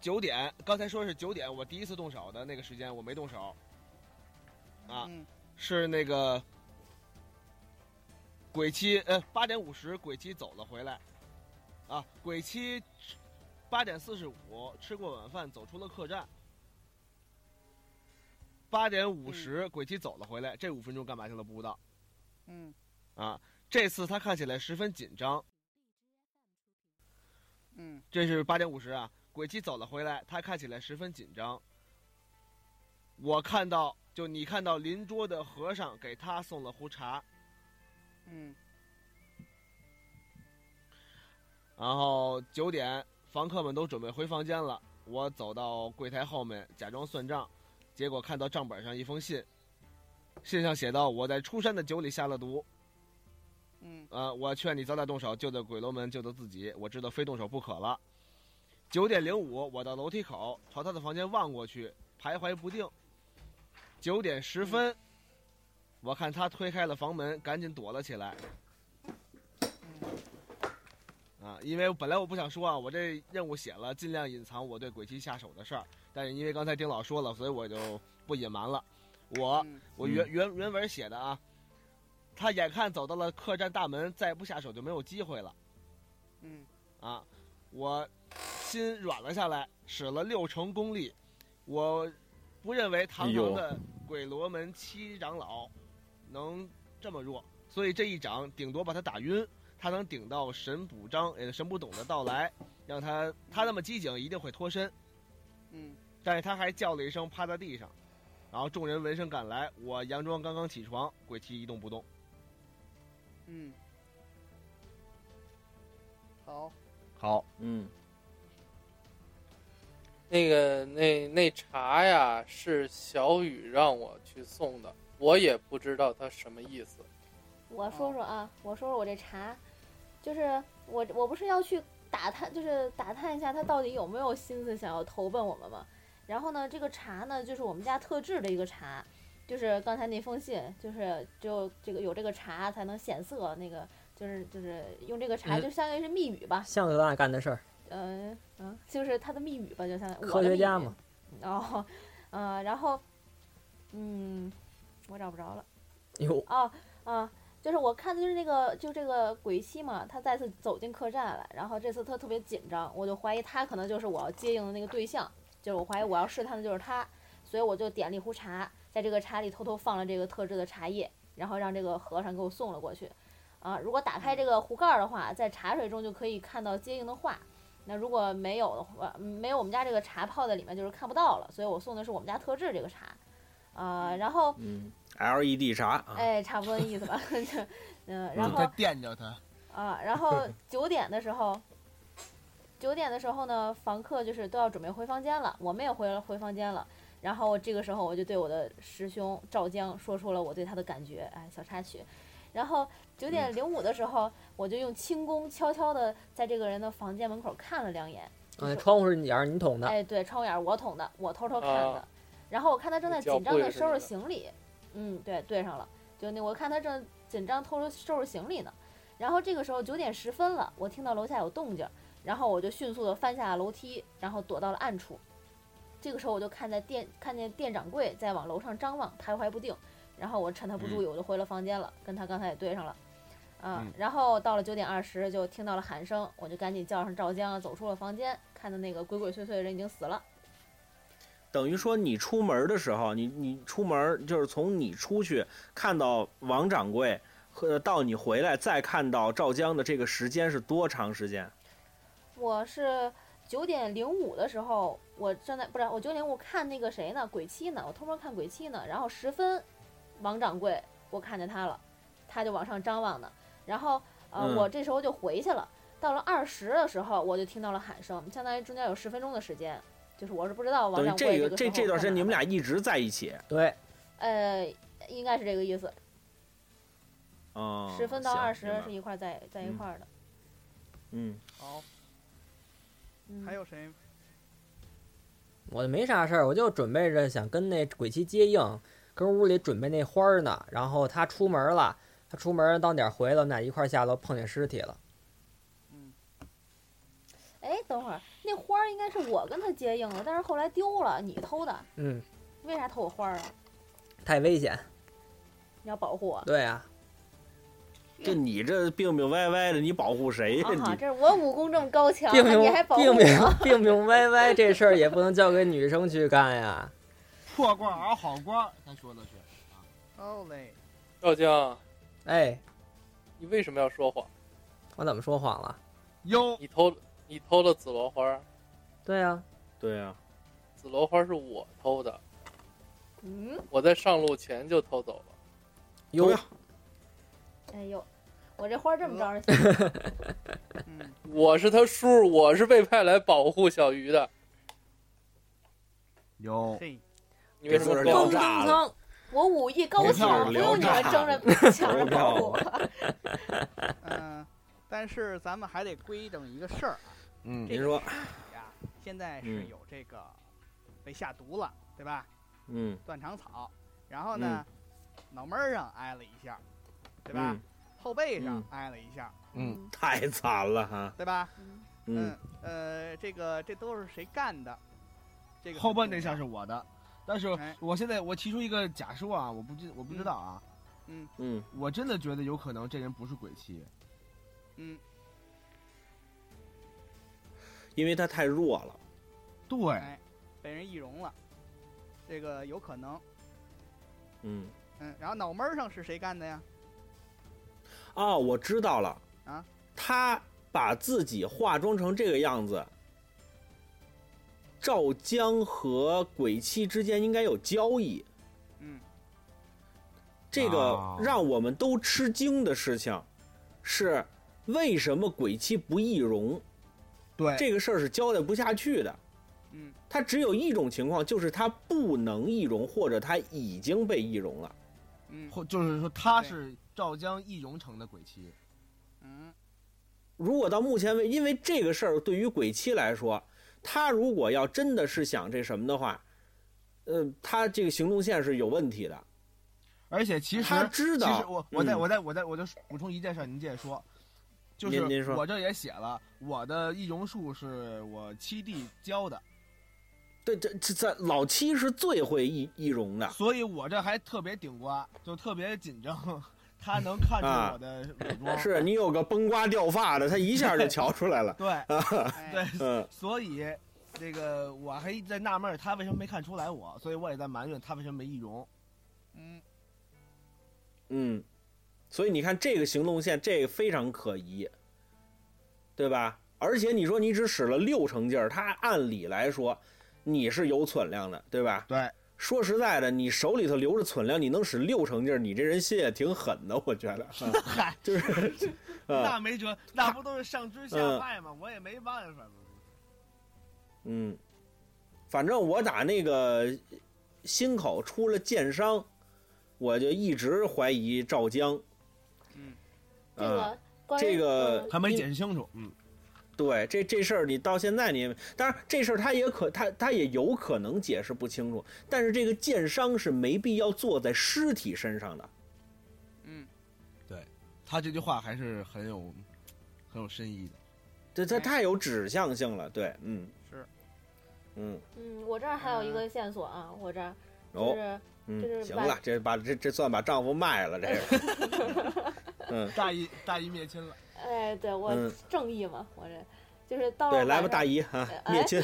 九点，刚才说是九点，我第一次动手的那个时间，我没动手，啊，嗯，是那个鬼七，呃，八点五十鬼七走了回来，啊，鬼七八点四十五吃过晚饭走出了客栈，八点五十鬼七走了回来，这五分钟干嘛去了不知道嗯，啊。这次他看起来十分紧张，嗯，这是八点五十啊，鬼七走了回来，他看起来十分紧张。我看到，就你看到邻桌的和尚给他送了壶茶，嗯，然后九点，房客们都准备回房间了。我走到柜台后面假装算账，结果看到账本上一封信，信上写道：“我在出山的酒里下了毒，嗯，呃，我劝你早点动手，救得鬼楼门，救得自己。我知道非动手不可了。”九点零五，我到楼梯口朝他的房间望过去，徘徊不定。九点十分，我看他推开了房门，赶紧躲了起来。嗯啊，因为本来我不想说啊，我这任务写了，尽量隐藏我对鬼妻下手的事儿，但是因为刚才丁老说了，所以我就不隐瞒了。我嗯我原原原文写的啊，他眼看走到了客栈大门，再不下手就没有机会了嗯，啊！我心软了下来，使了六成功力。我不认为堂堂的鬼罗门七长老能这么弱，所以这一掌顶多把他打晕，他能顶到神捕张呃神捕董的到来，让他他那么机警一定会脱身。嗯，但是他还叫了一声，趴在地上。然后众人闻声赶来，我佯装刚刚起床，鬼妻一动不动。嗯，好，好，嗯，那个那那茶呀，是小雨让我去送的，我也不知道它什么意思。我说说啊，我说说我这茶，就是我我不是要去打探，就是打探一下他到底有没有心思想要投奔我们吗？然后呢，这个茶呢，就是我们家特制的一个茶，就是刚才那封信，就是就这个有这个茶才能显色，那个就是就是用这个茶，嗯就相当于是密语吧，像咱俩干的事儿，嗯嗯，就是他的密语吧，就像科学家嘛。哦，呃，然后嗯，我找不着了。哟，哦，啊，就是我看的就是那个，就这个鬼妻嘛，她再次走进客栈了，然后这次她特别紧张，我就怀疑她可能就是我要接应的那个对象，就是我怀疑我要试探的就是她，所以我就点了一壶茶，在这个茶里偷偷放了这个特制的茶叶，然后让这个和尚给我送了过去。啊，如果打开这个壶盖儿的话，在茶水中就可以看到接应的画。那如果没有的话，没有我们家这个茶泡在里面，就是看不到了。所以我送的是我们家特制这个茶，啊、然后嗯，LED 啥啊？哎，差不多意思吧。 <laughs> 就嗯，然后他垫着他，啊，然后九点的时候，九点的时候呢，房客就是都要准备回房间了，我们也回了回房间了。然后这个时候，我就对我的师兄赵江说出了我对他的感觉，哎，小插曲。然后嗯九点零五的时候，我就用轻功悄悄地在这个人的房间门口看了两眼。哎，窗户是你眼儿你捅的，哎，对，窗户眼儿我捅的，我偷偷看的。啊然后我看他正在脚紧张步的也是收拾你的行李，嗯，对，对上了。就那我看他正紧张偷偷收拾行李呢。然后这个时候九点十分了，我听到楼下有动静儿，然后我就迅速的翻下楼梯，然后躲到了暗处。这个时候我就看在店看见店掌柜在往楼上张望，徘徊不定。然后我趁他不注意，我就回了房间了，跟他刚才也对上了。啊，然后到了九点二十，就听到了喊声，我就赶紧叫上赵江，啊走出了房间，看到那个鬼鬼祟祟的人已经死了。等于说你出门的时候，你你出门就是从你出去看到王掌柜和到你回来再看到赵江的这个时间是多长时间？我是九点零五的时候，我正在不是我九点五看那个谁呢，鬼泣呢，我偷摸看鬼泣呢。然后十分，王掌柜我看见他了，他就往上张望呢。然后呃，嗯我这时候就回去了。到了二十的时候，我就听到了喊声，相当于中间有十分钟的时间，就是我是不知道等王于掌柜这个个时候这这段时间干嘛你们的俩一直在一起对，呃，应该是这个意思，啊？十分到行二十明白是一块儿在在一嗯块儿的。嗯，好，嗯，还有谁？我就没啥事儿，我就准备着想跟那鬼妻接应，跟屋里准备那花儿呢。然后他出门了，他出门到点儿回来，我们俩一块儿下楼碰见尸体了。哎，等会儿那花儿应该是我跟他接应的，但是后来丢了，你偷的，嗯，为啥偷我花儿啊？太危险。你要保 <laughs> 护我。对啊，这你这病病歪歪的，你保护谁呀、啊哈，你这是我武功这么高强，病病啊你还保护病我？病病病歪歪这事儿也不能交给女生去干呀。破罐儿好瓜儿，他说的是。哦嘞，赵江，哎，你为什么要说谎？我怎么说谎了？哟，你偷你偷了紫罗花，对啊，对啊，紫罗花是我偷的，嗯，我在上路前就偷走了。同有样哎呦，我这花这么招人喜欢，嗯，我是他叔，我是被派来保护小鱼的。哟，嘿，你为什么这说字儿聊嗯炸谎了仓，我武艺高没事强，儿不聊用你们炸争着抢着保护 <laughs> 我。嗯、但是咱们还得规整一个事儿啊，嗯这您个说，你呀，现在是嗯有这个被下毒了，对吧？嗯，断肠草，然后呢，脑门儿上挨了一下，对吧？嗯后背上嗯挨了一下，嗯太惨了哈，对吧？嗯，嗯，呃，这个这都是谁干的？这个后半这那下是我的，但是哎我现在我提出一个假说啊，我不知我不知道啊，嗯嗯，我真的觉得有可能这人不是鬼妻，嗯，因为他太弱了。对，哎，被人易容了，这个有可能。嗯，嗯，然后脑门儿上是谁干的呀？哦，我知道了。啊，他把自己化妆成这个样子。赵江和鬼妻之间应该有交易，嗯，这个哦让我们都吃惊的事情，是为什么鬼妻不易容？对这个事儿是交代不下去的。哎嗯，他只有一种情况，就是他不能易容，或者他已经被易容了。嗯或就是说他对是赵江易容成的鬼妻，嗯如果到目前为，因为这个事儿对于鬼妻来说，他如果要真的是想这什么的话，呃，他这个行动线是有问题的。而且其实他知道，其实我我再嗯我再我再我就补充一件事儿，您接着说，就您您是说我这也写了，我的易容术是我七弟教的，对这这这老七是最会易易容的。所以我这还特别顶瓜，就特别紧张， <laughs> 他能看出啊我的伪装，是你有个崩瓜掉发的，他一下就瞧出来了。对哎对，嗯，所以这个我还一直在纳闷儿他为什么没看出来我，所以我也在埋怨他为什么没易容。嗯嗯，所以你看这个行动线，这个非常可疑，对吧？而且你说你只使了六成劲儿，他按理来说你是有存量的，对吧？对。说实在的，你手里头留着存量，你能使六成劲儿，你这人心也挺狠的，我 <laughs> 觉得。啊嗨，就是，啊，那没辙，那不都是上知下派吗？我也没办法嘛。嗯，反正我打那个心口出了剑伤，我就一直怀疑赵江。啊嗯，这个关于呃这个嗯还没解释清楚，嗯，对，这这事儿你到现在你也，当然这事儿他也可他他也有可能解释不清楚，但是这个剑伤是没必要做在尸体身上的。嗯他这句话还是很有很有深意的。这它哎太有指向性了，对，嗯，是，嗯，嗯，我这儿还有一个线索啊，我这儿就哦，是嗯，是行晚了，这把这这算把丈夫卖了， <laughs> 这个，嗯大义大义灭亲了，哎，对我嗯正义嘛，我这就是到了对，来吧，晚大上姨啊，哎灭 <laughs> 亲，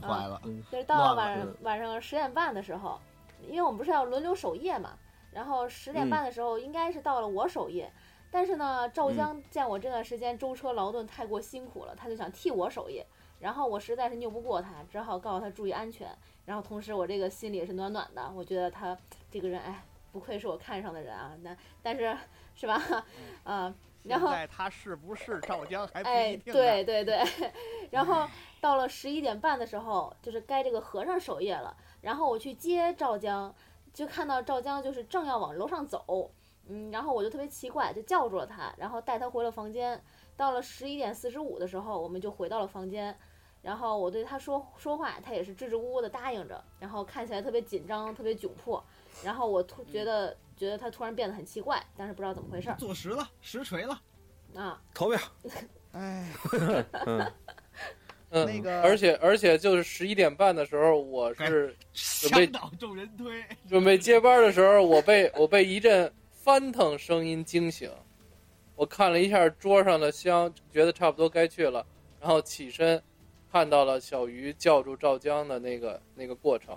坏了。就是到了忘晚了嗯上晚上十点半的时候，因为我们不是要轮流守夜嘛，然后十点嗯半的时候应该是到了我守夜，但是呢，赵江见我这段时间舟车劳顿太过辛苦了，他就想替我守夜，然后我实在是拗不过他，只好告诉他注意安全，然后同时我这个心里也是暖暖的，我觉得他这个人，哎，不愧是我看上的人啊，那但是是吧， <laughs> 啊、然后现在他是不是赵江嗯还不哎一，定呢。对对对，然后到了十一点半的时候，就是该这个和尚守夜了。然后我去接赵江，就看到赵江就是正要往楼上走，嗯，然后我就特别奇怪，就叫住了他，然后带他回了房间。到了十一点四十五的时候，我们就回到了房间。然后我对他说说话，他也是支支吾吾的答应着，然后看起来特别紧张，特别窘迫。然后我突觉得觉得他突然变得很奇怪，但是不知道怎么回事儿坐实了，实锤了，啊。投票，哎，嗯，嗯，那个而且而且就是十一点半的时候，我是墙倒众人推。准备接班的时候，我被 <laughs> 我被一阵翻腾声音惊醒，我看了一下桌上的香，觉得差不多该去了，然后起身，看到了小鱼叫住赵江的那个那个过程，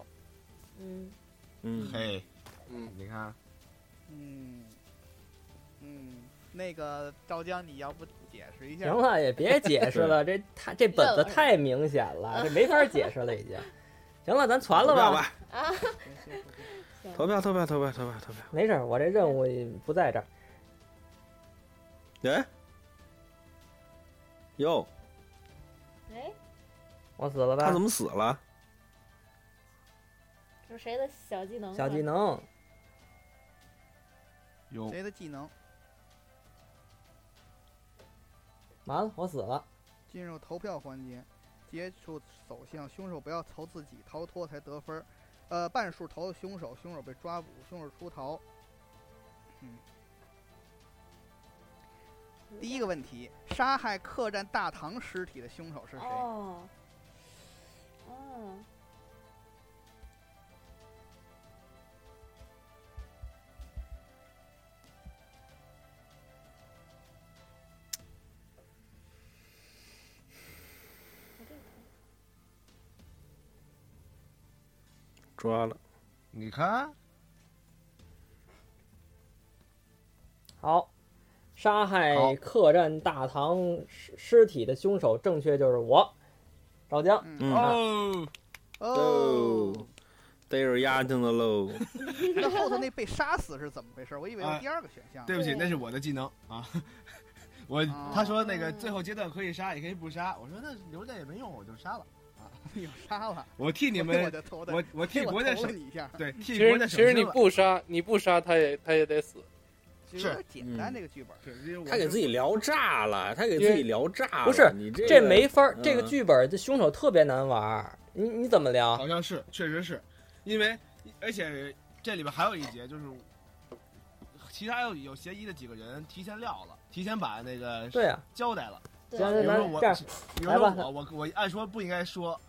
嗯， <laughs> 嗯，嘿，嗯，你看，嗯嗯，那个赵江，你要不解释一下？行了，也别解释 <laughs> 了，这太这本子太明显了，这没法解释了已经。行了，咱传了投票吧，吧， <laughs> 行行行行啊投票，投票，投票，投票，投票，没事儿，我这任务也不在这儿。哎，哟，哎，我死了他吧怎？么死了？这是谁的小技能？小技。能，有谁的技能完了，我死了。进入投票环节？接触走向凶手，不要投自己，逃脱才得分儿。呃，半数投的凶手，凶手被抓捕，凶手出逃。嗯，第一个问题，杀害客栈大堂尸体的凶手是谁？哦，嗯，抓了。你看，好，杀害好客栈大堂尸尸体的凶手，正确就是我，赵江。嗯，哦，哦，逮着丫精的喽。 <laughs> 那后头那被杀死是怎么回事？我以为啊有第二个选项。对不起，对那是我的技能啊。 <laughs> 我哦他说那个最后阶段可以杀，也可以不杀。我说那留着也没用，我就杀了。 <laughs> 你杀了我替 <laughs> 你 <laughs> 我们，的头的，我我替我国家投了省，你一 <laughs> 下，对，替其国实家省其实心你了。不杀，你不杀他也他也得死。其实有点简单这个剧本。对因为我 <laughs> 他给是自己聊炸了，他给自己聊炸了。不是你这这个没法儿，这个嗯剧本的凶手特别难玩儿，你你怎么聊？好像是，确实是，因为而且这里边还有一节就是，其他有有嫌疑的几个人提前撂了，提前把那个对啊，交代了。对行比如那说我这样，比如来说吧我，我我按说不应该说，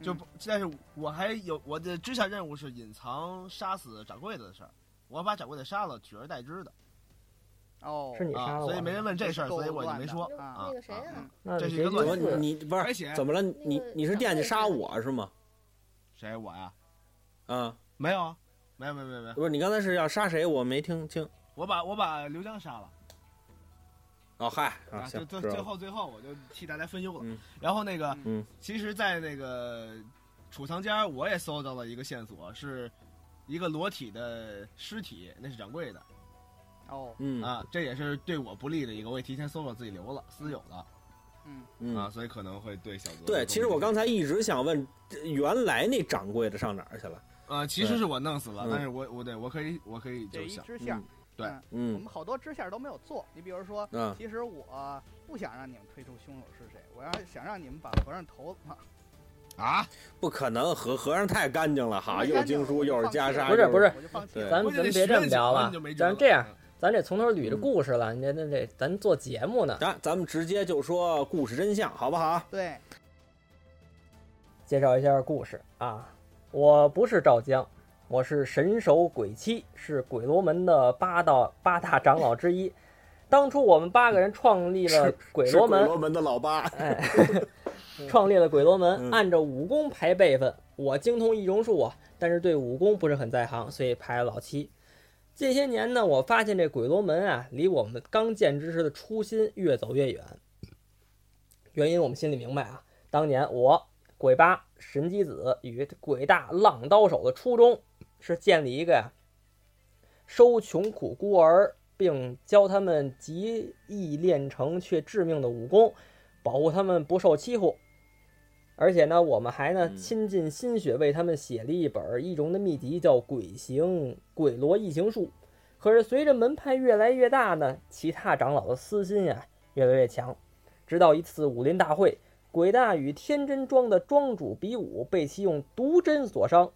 就不，但是我还有我的支线任务是隐藏杀死掌柜的的事儿，我把掌柜的杀了，取而代之的哦，是你杀啊，了我，所以没人问这事儿，够所以我就没乱的说。啊那那个谁啊，那这你是别一个怎么乱去子你不而是且怎么了？你那个你是惦记杀我是吗？谁我呀？啊，没有啊，没有没有没有没有，不是你刚才是要杀谁？我没听清。我把我把刘江杀了。哦嗨，啊啊，就行，最知道最了后最后我就替大家分忧了。嗯然后那个，嗯其实，在那个储藏间儿，我也搜到了一个线索，是一个裸体的尸体，那是掌柜的、哦，嗯啊，这也是对我不利的一个，我也提前搜了，自己留了私有的、啊，嗯，所以可能会对小泽对，其实我刚才一直想问，这原来那掌柜的上哪儿去了？啊，其实是我弄死了，嗯但是我我对我可以我可以这就一想支线，我嗯们好多支线都没有做。你比如说，嗯啊其实我不想让你们推出凶手是谁，我要想让你们把和尚头啊啊，不可能，和和尚太干净了哈，啊 <laughs> 又经书又是袈裟，不是不是我就放弃对了。咱们关键得咱们别这么学几聊关了你就没，辙咱了这样，嗯咱得从头捋着故事了。你这那这，咱做节目呢，咱咱们直接就说故事真相好不好？对，介绍一下故事啊。我不是赵江，我是神手鬼七，是鬼罗门的八道八大长老之一。当初我们八个人创立了鬼罗门是，罗门的老 <laughs> 八，哎，创立了鬼罗门，嗯按照武功排辈分。我精通易容术啊，但是对武功不是很在行，所以排老七。这些年呢，我发现这鬼罗门啊，离我们刚建之时的初心越走越远。原因我们心里明白啊，当年我鬼八神机子与鬼大浪刀手的初衷是建立一个呀、收穷苦孤儿，并教他们极易练成却致命的武功，保护他们不受欺负。而且呢，我们还呢嗯倾尽心血为他们写了一本易容的秘籍，叫《鬼行鬼罗易行术》。可是随着门派越来越大呢，其他长老的私心呀、越来越强，直到一次武林大会，鬼大与天真庄的庄主比武，被其用毒针所伤。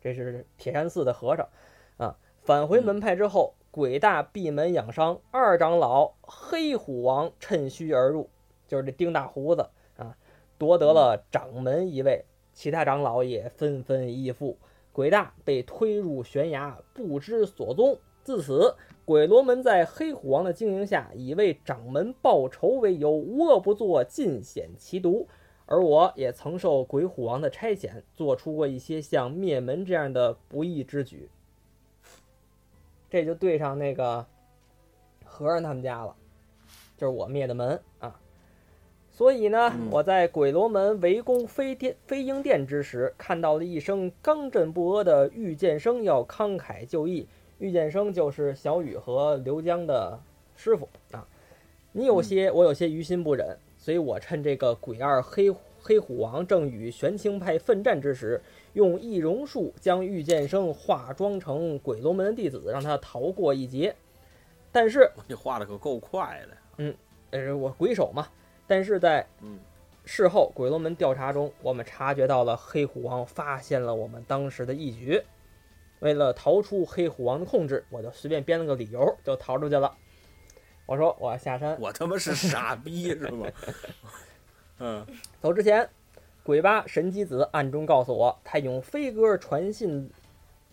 这是铁山寺的和尚啊。返回门派之后，鬼大闭门养伤，二长老黑虎王趁虚而入，就是这丁大胡子啊，夺得了掌门一位，其他长老也纷纷依附。鬼大被推入悬崖，不知所踪。自此，鬼罗门在黑虎王的经营下，以为掌门报仇为由，无恶不作，尽显其毒。而我也曾受鬼虎王的差遣，做出过一些像灭门这样的不义之举。这就对上那个和尚他们家了，就是我灭的门啊。所以呢，我在鬼罗门围攻飞天飞鹰殿之时，看到了一生刚正不阿的玉剑生要慷慨就义。玉剑生就是小雨和刘江的师傅啊。你有些，我有些于心不忍，所以我趁这个鬼二黑黑虎王正与玄清派奋战之时，用易容术将玉剑生化妆成鬼龙门的弟子，让他逃过一劫。但是，你画的可够快的。呃，我鬼手嘛，但是在嗯事后鬼龙门调查中，我们察觉到了黑虎王发现了我们当时的义举。为了逃出黑虎王的控制，我就随便编了个理由就逃出去了。我说我要下山， <laughs> 我他妈是傻逼是吗？嗯走之前，鬼八神机子暗中告诉我，他用飞鸽传信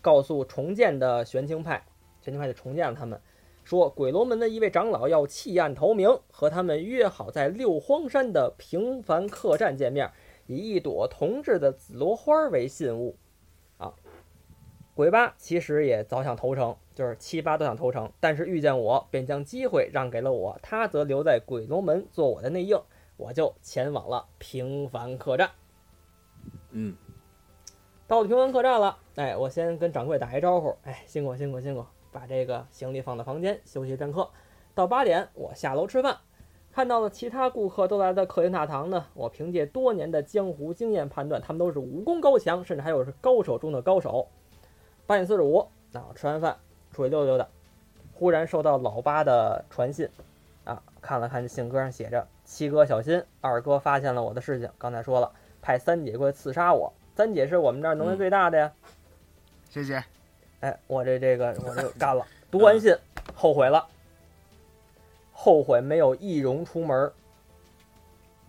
告诉重建的玄清派，玄清派就重建了他们，说鬼罗门的一位长老要弃暗投明，和他们约好在六荒山的平凡客栈见面，以一朵同志的紫罗花为信物。啊鬼八其实也早想投诚，就是七八都想投诚，但是遇见我，便将机会让给了我，他则留在鬼龙门做我的内应，我就前往了平凡客栈。嗯，到了平凡客栈了，哎，我先跟掌柜打一招呼，哎，辛苦辛苦辛苦，把这个行李放到房间休息片刻。到八点，我下楼吃饭，看到了其他顾客都来到客厅大堂呢，我凭借多年的江湖经验判断，他们都是武功高强，甚至还有是高手中的高手。八点四十五，那我吃完饭出去溜达溜达，忽然收到老八的传信，啊，看了看信鸽上写着：“七哥小心，二哥发现了我的事情，刚才说了，派三姐过来刺杀我。三姐是我们这儿能力最大的呀。谢谢。哎，我这这个我就干了。读完信，后悔了，后悔没有易容出门儿。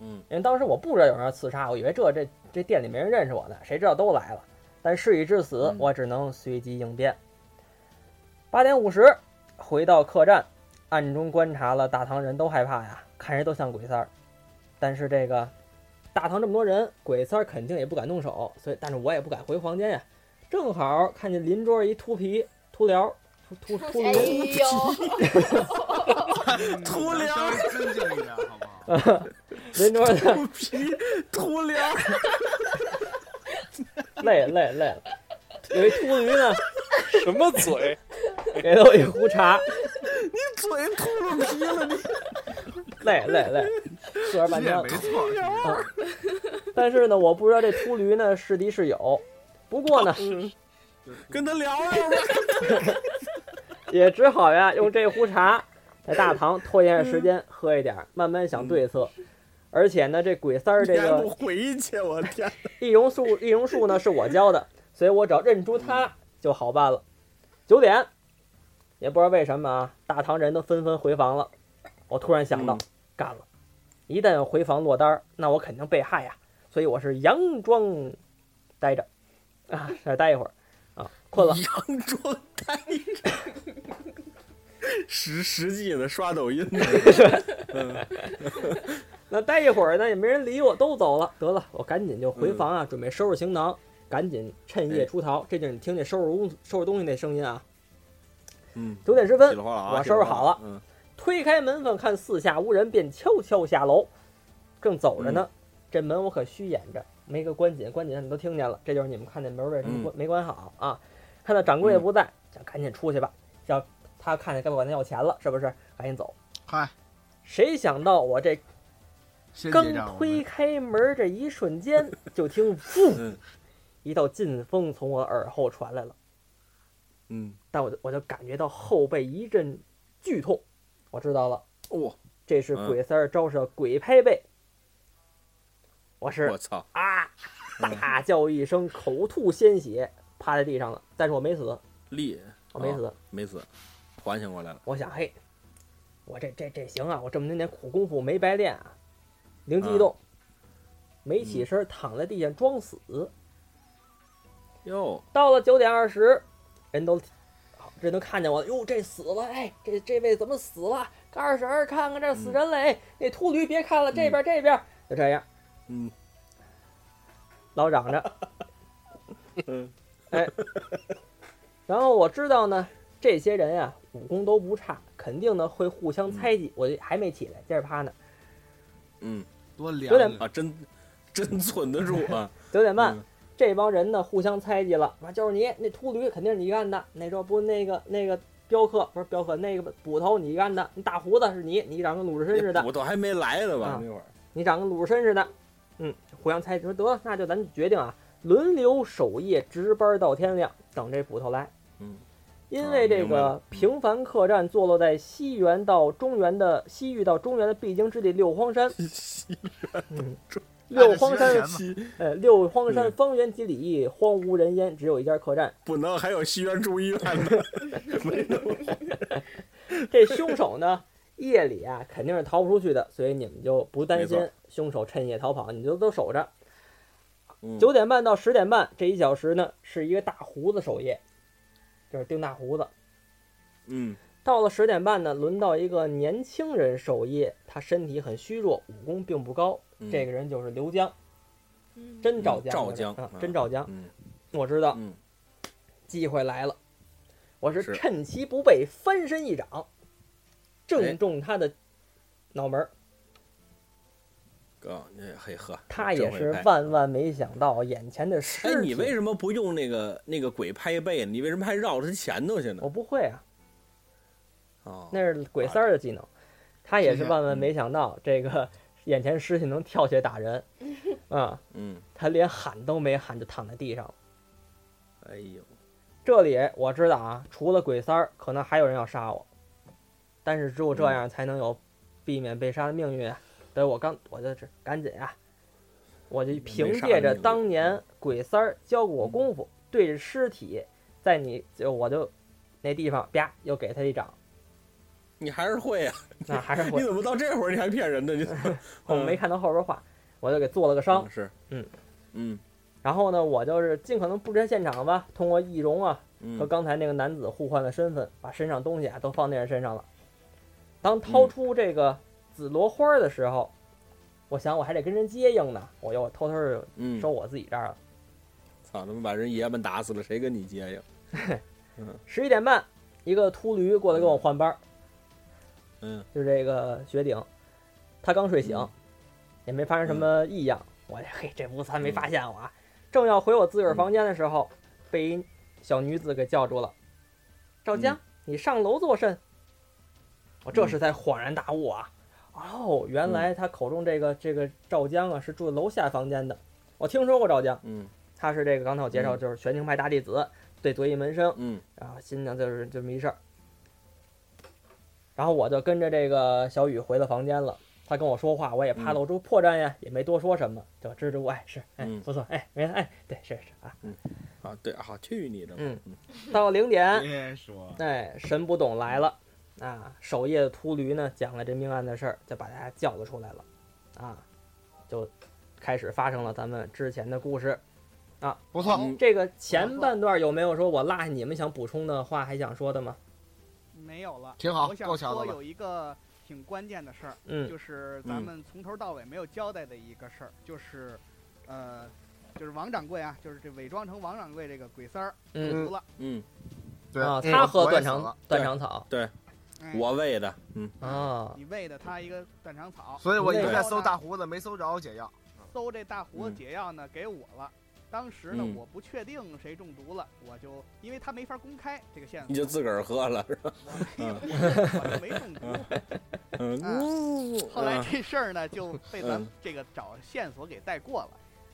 <laughs> 嗯，因为当时我不知道有人要刺杀，我以为这这这店里没人认识我呢，谁知道都来了。但事已至此，我只能随机应变。八点五十回到客栈，暗中观察了大堂人都害怕呀，看谁都像鬼三儿。但是这个大堂这么多人，鬼三儿肯定也不敢动手，所以但是我也不敢回房间呀。正好看见邻桌一秃皮秃聊秃秃 <laughs> 秃哎驴，呦， <laughs> 秃嗯咱驴稍微尊敬一点，好不好？邻桌的 <laughs> 秃皮秃驴，累了累了累了，有一秃驴呢，什么嘴？给了我一壶茶，嘴秃噜皮了，你 <laughs> 累累累，坐着半这也天没。 <laughs> 错，但是呢，我不知道这秃驴呢是敌是友。不过呢，跟他聊聊吧。也只好呀，用这壶茶在大堂拖延着时间喝一点儿，慢慢想嗯对策。而且呢，这鬼三儿这你还不个回去，我天！易容术，易容术呢是我教的，所以我只要认出他就好办了。九点，也不知道为什么啊，大堂人都纷纷回房了。我突然想到，干了，一旦回房落单儿，那我肯定被害呀，所以我是佯装待着啊，在这儿待一会儿啊，困了。佯装呆着，实实际的刷抖音呢。那待一会儿呢，也没人理我，都走了。得了，我赶紧就回房啊，准备收拾行囊，赶紧趁夜出逃。这就是你听见收拾屋收拾东西那声音啊。嗯，九点十起分了，花了啊！我收拾好了嗯推开门缝，看四下无人，便悄悄下楼。正走着嗯呢，这门我可虚掩着，没个关紧，关紧你都听见了。这就是你们看见门为嗯什么关、没关好啊？看到掌柜也不在，想赶紧出去吧，要他看见该管他要钱了，是不是？赶紧走。嗨，谁想到我这先刚结账。啊我推们开门这一 <laughs> 瞬间，就听“噗嗯”一道劲风从我耳后传来了，嗯，但我就我就感觉到后背一阵剧痛，我知道了，哇，这是嗯鬼三儿招式叫鬼拍背。我是我嗯操！啊，大叫一声，口吐鲜血，趴在地上了。但是我没死，力我没死。啊没死，缓醒过来了。我想，嘿，我这这这行啊，我这么多年苦功夫没白练啊。灵嗯机一动，没起身，躺在地上装死。哟，到了九点二十，人都人都看见我了，哟，这死了，哎，这这位怎么死了？二婶儿，看看这嗯死人了，哎，那秃驴别看了，这边这边，就这样，嗯，老嚷着， <laughs> 嗯，哎，然后我知道呢，这些人啊，武功都不差，肯定呢会互相猜忌。我就还没起来，接着趴呢，嗯多凉有点着啊，真真存得住啊！九点半，嗯这帮人呢互相猜忌了，啊，就是你那秃驴肯定是你干的，那时候不那个那个镖客不是镖客那个捕头你干的，你大胡子是你，你长跟鲁智深似的我，都还没来呢吧啊？那会儿，你长跟鲁智深似的，嗯，互相猜忌说得了，那就咱决定啊，轮流守夜值班到天亮，等这捕头来。嗯，啊因为这明白嗯个了平凡客栈坐落在西园到中原的西域到中原的必经之地六 <laughs> 荒山，嗯，六荒山按照时间呃，六荒山嗯方圆几里，荒无人烟，只有一家客栈。不能还有西园住医院呢。这凶手呢，夜里啊肯定是逃不出去的，所以你们就不担没心凶手趁夜逃跑，你就都守着。嗯九点半到十点半这一小时呢，是一个大胡子守夜，就是盯大胡子。嗯到了十点半呢，轮到一个年轻人守夜，他身体很虚弱，武功并不高。嗯这个人就是刘江，嗯真赵 <laughs> 嗯赵江的江人，啊啊真赵江，嗯我知道。嗯机会来了，我是是趁其不备，翻身一掌，哎正中他的脑门儿。哥，那嘿呵，他真也会是拍万万没想到，眼前的尸哎，体。你为什么不用那个那个鬼拍背呢？你为什么还绕着他前头去呢我？不会啊，哦，那是鬼三儿的技能。他也是万万没想到，这个眼前尸体能跳起来打人，啊、嗯，他连喊都没喊就躺在地上了。哎呦，这里我知道啊，除了鬼三儿，可能还有人要杀我，但是只有这样才能有避免被杀的命运啊。所以我刚我就这赶紧啊，我就凭借着当年鬼三儿教过我功夫，对着尸体，在你就我就那地方啪又给他一掌，你还是会啊？那还是你会怎么到这会儿你还骗人呢？你怎么我没看到后边话，我就给做了个伤嗯。是，嗯嗯然后呢，我就是尽可能布置在现场吧，通过易容啊，和嗯刚才那个男子互换了身份，把身上东西啊都放那人身上了。嗯当掏出这个紫罗花儿的时候，我想我还得跟人接应呢，我又偷偷地嗯，收我自己这儿了。操他妈把人爷们打死了，谁跟你接应？十一点半，一个秃驴过来跟我换班儿，嗯，就这个雪顶，他刚睡醒，嗯也没发生什么异样。我这嘿，这吴三没发现我啊！正要回我自个儿嗯房间的时候，被一小女子给叫住了：“赵嗯江，你上楼作甚？”我这时才恍然大悟啊！哦，原来他口中这个嗯这个赵江啊，是住楼下房间的。我听说过赵江，嗯他是这个刚才我介绍，嗯就是玄清派大弟子，对左翼门生，嗯然后心想就是这么一事儿。然后我就跟着这个小雨回了房间了。他跟我说话，我也怕嗯露出破绽呀，也没多说什么，就支支吾吾，哎，是，哎嗯，不错，哎，没，哎，对，是是啊。啊，对啊，去你的吧！嗯到零点，别说，哎，神不懂来了，啊，守夜的秃驴呢讲了这命案的事儿，就把大家叫了出来了，啊，就开始发生了咱们之前的故事。不错，嗯这个前半段有没有说我落下你们想补充的话，还想说的吗？没有了。挺好我，想够巧说的了。有一个挺关键的事儿，嗯就是咱嗯们从头到尾没有交代的一个事儿，就是，呃，就是王掌柜啊，就是这伪装成王掌柜这个鬼三儿嗯中毒了。嗯，对啊，嗯他喝我也断死肠了断肠草哎我喂的，嗯啊，你喂的他一个断肠草，所以嗯我一直对在搜大胡子，没搜着解药。搜这大壶嗯解药呢，给我了。当时呢嗯，我不确定谁中毒了，我就因为他没法公开这个线索，你就自个嗯儿喝了是吧？我没有，我就没中毒。嗯，啊呜后来这事儿呢，就被咱嗯们这个找线索给带过了，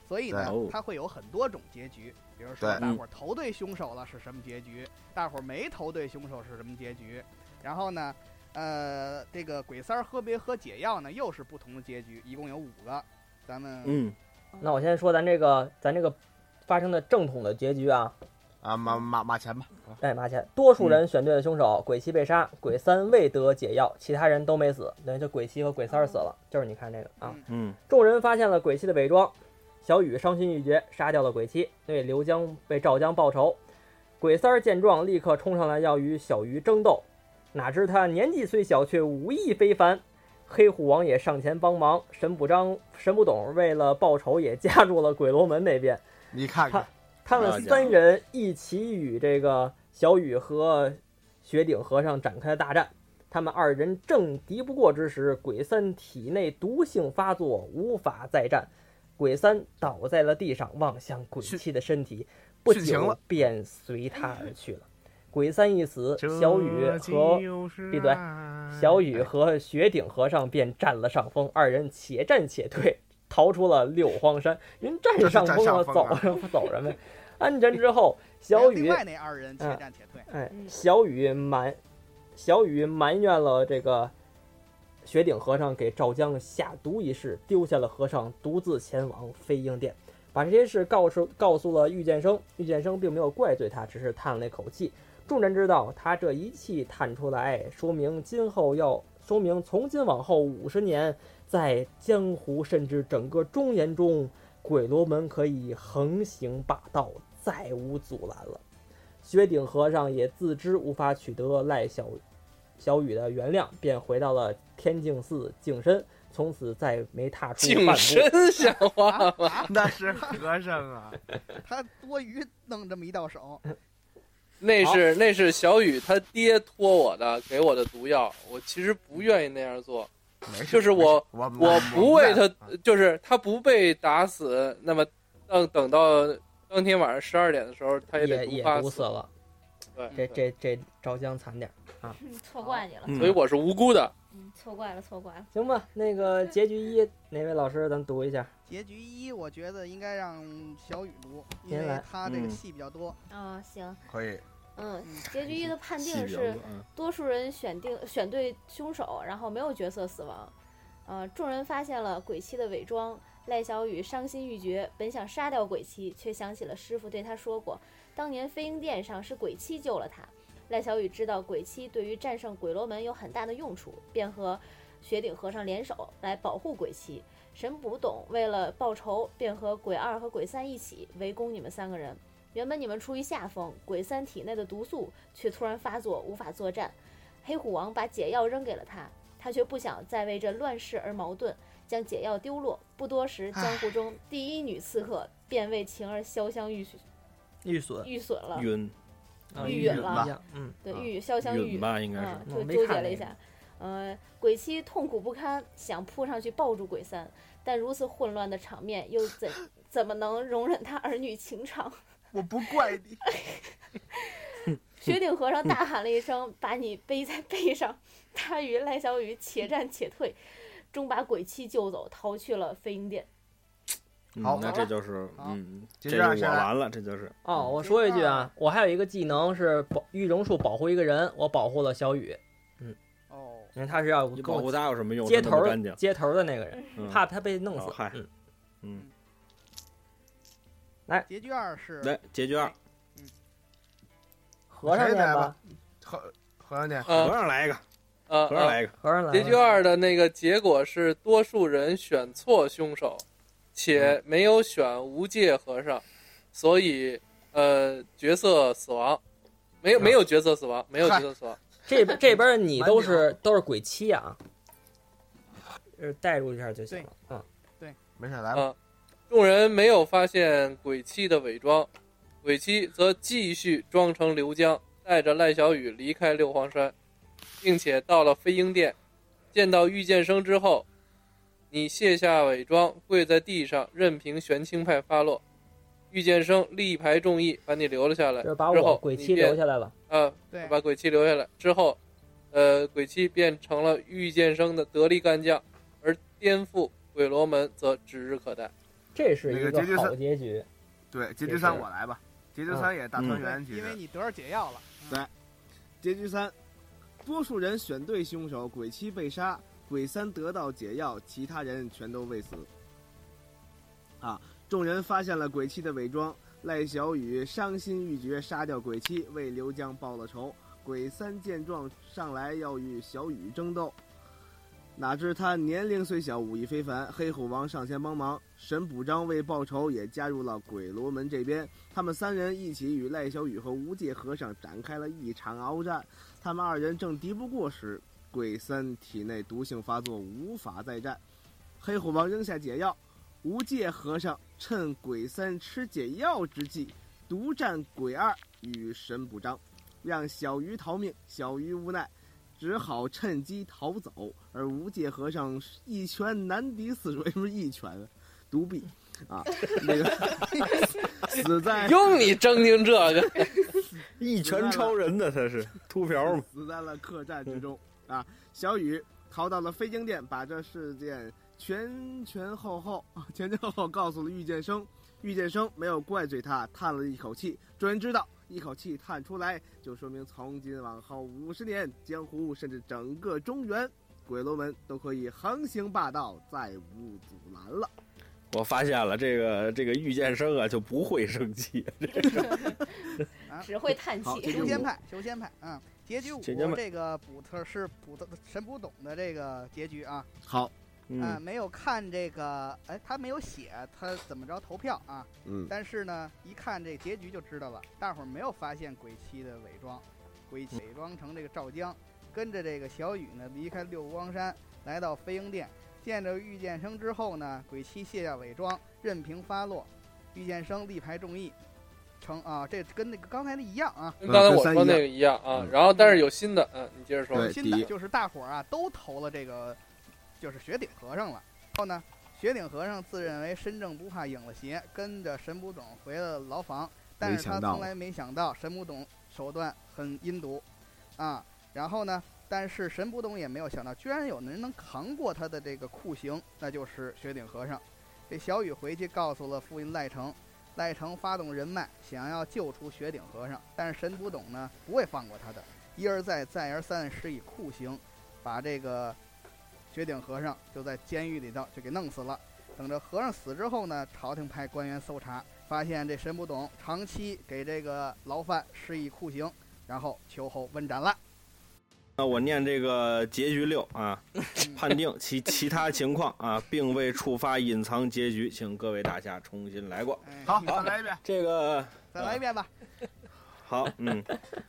所以呢对，它会有很多种结局，比如说对大嗯伙儿投对凶手了是什么结局，大伙儿没投对凶手是什么结局，然后呢，呃，这个鬼三儿喝没喝解药呢，又是不同的结局，一共有五个，咱们嗯那我先说咱这个咱这个发生的正统的结局啊，啊，马马马前吧，哎，麻钱，多数人选对了凶手，鬼七被杀，鬼三未得解药，其他人都没死，等于就鬼七和鬼三儿死了，就是你看这个啊。嗯嗯众人发现了鬼七的伪装，小雨伤心欲绝，杀掉了鬼七，为刘江为赵江报仇。鬼三儿见状，立刻冲上来要与小鱼争斗，哪知他年纪虽小，却武艺非凡。黑虎王也上前帮忙，神不张、神不懂为了报仇也加入了鬼罗门那边。你看看，他们三人一起与这个小雨和雪顶和尚展开了大战。他们二人正敌不过之时，鬼三体内毒性发作，无法再战。鬼三倒在了地上，望向鬼七的身体，不殉情久了便随他而去了。鬼三一死，小雨和闭嘴，小雨哎和雪顶和尚便占了上风，二人且战且退，逃出了六荒山。人占上风了，走这是占上什么 <laughs> 走什么呀？安全之后，还有小哎另雨外那二人且嗯战且退，哎，嗯小雨埋，小雨埋怨了这个雪顶和尚给赵江下毒一事，丢下了和尚，独自前往飞鹰殿，把这些事告诉告诉了玉剑生。玉剑生并没有怪罪他，只是叹了一口气。众人知道他这一气叹出来，说明今后要说明从今往后五十年，在江湖甚至整个中原中，鬼罗门可以横行霸道，再无阻拦了。薛顶和尚也自知无法取得赖小小雨的原谅，便回到了天净寺净身，从此再没踏出净半步。身像话吗？那是和尚啊，嗯他多余弄这么一到手，那是那是小雨他爹托我的，给我的毒药。我其实不愿意那样做，没事就是我我我不为他啊，就是他不被打死，那么等等到当天晚上十二点的时候，他也得也发毒死死。嗯了。对，这这这招江惨点儿，嗯错怪你了，嗯所以我是无辜的。嗯，错怪了，错怪 <laughs> 了。行吧？那个结局一哪位老师咱读一下？结局一，我觉得应该让小雨读，因先为来他这个嗯戏比较多。啊、行，可以嗯，结局一的判细定表是子嗯多数人选定选对凶手，然后没有角色死亡。呃，众人发现了鬼妻的伪装，赖小雨伤心欲绝，本想杀掉鬼妻，却想起了师傅对他说过，当年飞鹰殿上是鬼妻救了他。赖小雨知道鬼妻对于战胜鬼罗门有很大的用处，便和雪顶和尚联手来保护鬼妻。神捕懂为了报仇，便和鬼二和鬼三一起围攻你们三个人。原本你们处于下风，鬼三体内的毒素却突然发作，无法作战。黑虎王把解药扔给了他，他却不想再为这乱世而矛盾，将解药丢落。不多时，江湖中第一女刺客便为晴儿潇湘玉玉笋玉损了，晕啊，玉笋允一了样，嗯，呃对啊玉潇湘玉晕吧，应该是。嗯，我就没纠结看了那一个下。呃，鬼妻痛苦不堪，想扑上去抱住鬼三，但如此混乱的场面，又怎怎么能容忍他儿女情长？ <laughs> 我不怪你，雪顶和尚大喊了一声：“把你背在背上！”他与赖小雨且战且退，终把鬼妻救走，逃去了飞鹰殿。嗯好那这就是好嗯，接这着就让是谁我来完了，这就是哦，我说一句啊，我还有一个技能是保玉容术保护一个人，我保护了小雨，哦，因为他是要你跟保护我他有什么用？接他头那么儿干净，接头儿的那个人，嗯怕他被弄死哦嗨。嗯，结局二是来结局二，合上谁念来吧吧，和和尚念和呃尚来一个，呃和尚呃，来一个，合上来结局了二的那个结果是多数人选错凶手，且没有选无界和尚，所以呃角色死亡，没有啊没有角色死亡，没有角色死亡。这这 <laughs> 边儿你都是都是鬼妻啊，呃，代入一下就行了。嗯，没事来啊吧，众人没有发现鬼妻的伪装，鬼妻则继续装成刘江，带着赖小雨离开六皇山，并且到了飞鹰殿，见到玉剑生之后，你卸下伪装，跪在地上，任凭玄清派发落。玉剑生力排众议，把你留了下来。就是把之我后鬼你妻便留下来了。啊，对把鬼妻留下来之后，呃，鬼妻变成了御剑生的得力干将，而颠覆鬼罗门则指日可待。这是一那个结局个是好结局，对，结也局三是我来吧，结局嗯三也大团嗯圆，其因为实你得着解药了。嗯对结局三，多数人选对凶手，鬼七被杀，鬼三得到解药，其他人全都未死。啊，众人发现了鬼七的伪装，赖小雨伤心欲绝，杀掉鬼七，为刘江报了仇。鬼三见状上来要与小雨争斗，哪知他年龄虽小，武艺非凡，黑虎王上前帮忙。神捕章为报仇也加入了鬼罗门这边，他们三人一起与赖小雨和无界和尚展开了一场鏖战。他们二人正敌不过时，鬼三体内毒性发作，无法再战。黑虎王扔下解药，无界和尚趁鬼三吃解药之际，独占鬼二与神捕章，让小鱼逃命。小鱼无奈，只好趁机逃走。而无界和尚一拳难敌四手，为什么是一拳啊？独臂啊，那个 <laughs> 死在用你正经这个，一拳超人的他是秃瓢嘛，死在了客栈之中啊。小雨逃到了飞鹰殿，把这事件全 <laughs> 全后后啊前前后后告诉了玉剑生。玉剑生没有怪罪他，叹了一口气。众人知道，一口气叹出来，就说明从今往后五十年，江湖甚至整个中原，鬼楼门都可以横行霸道，再无阻拦了。我发现了这个这个遇见生啊就不会生气，只会叹好这气就修是。仙派，修仙派，嗯，结局五修仙派这个补特是补特神补懂的这个结局啊，好，嗯，嗯没有看这个，哎，他没有写他怎么着投票啊，嗯，但是呢，一看这结局就知道了，大伙儿没有发现鬼妻的伪装，鬼妻伪装成这个赵江，跟着这个小雨呢离开六光山，来到飞鹰殿，见着玉剑生之后呢，鬼妻卸下伪装，任凭发落，玉剑生力排众议，成啊，这跟那个刚才的一样啊。跟嗯刚才跟我三说一那样个一样啊嗯。然后但是有新的，嗯，你接着说。对新第一的就是大伙儿啊都投了这个，就是雪顶和尚了。然后呢，雪顶和尚自认为身正不怕影子斜，跟着神捕总回了牢房，但没是想他到从来没想到神捕总手段很阴毒，啊，然后呢，但是神捕总也没有想到，居然有人能扛过他的这个酷刑，那就是雪顶和尚。这小雨回去告诉了父亲赖成，赖成发动人脉，想要救出雪顶和尚，但是神捕总呢不会放过他的，一而再再而三地施以酷刑，把这个雪顶和尚就在监狱里头就给弄死了。等着和尚死之后呢，朝廷派官员搜查，发现这神不懂长期给这个牢犯施以酷刑，然后秋后问斩了。那我念这个结局六啊，判定其其他情况啊，并未触发隐藏结局，请各位大侠重新来过。哎，好，再来一遍。这个再来一遍吧。好，嗯，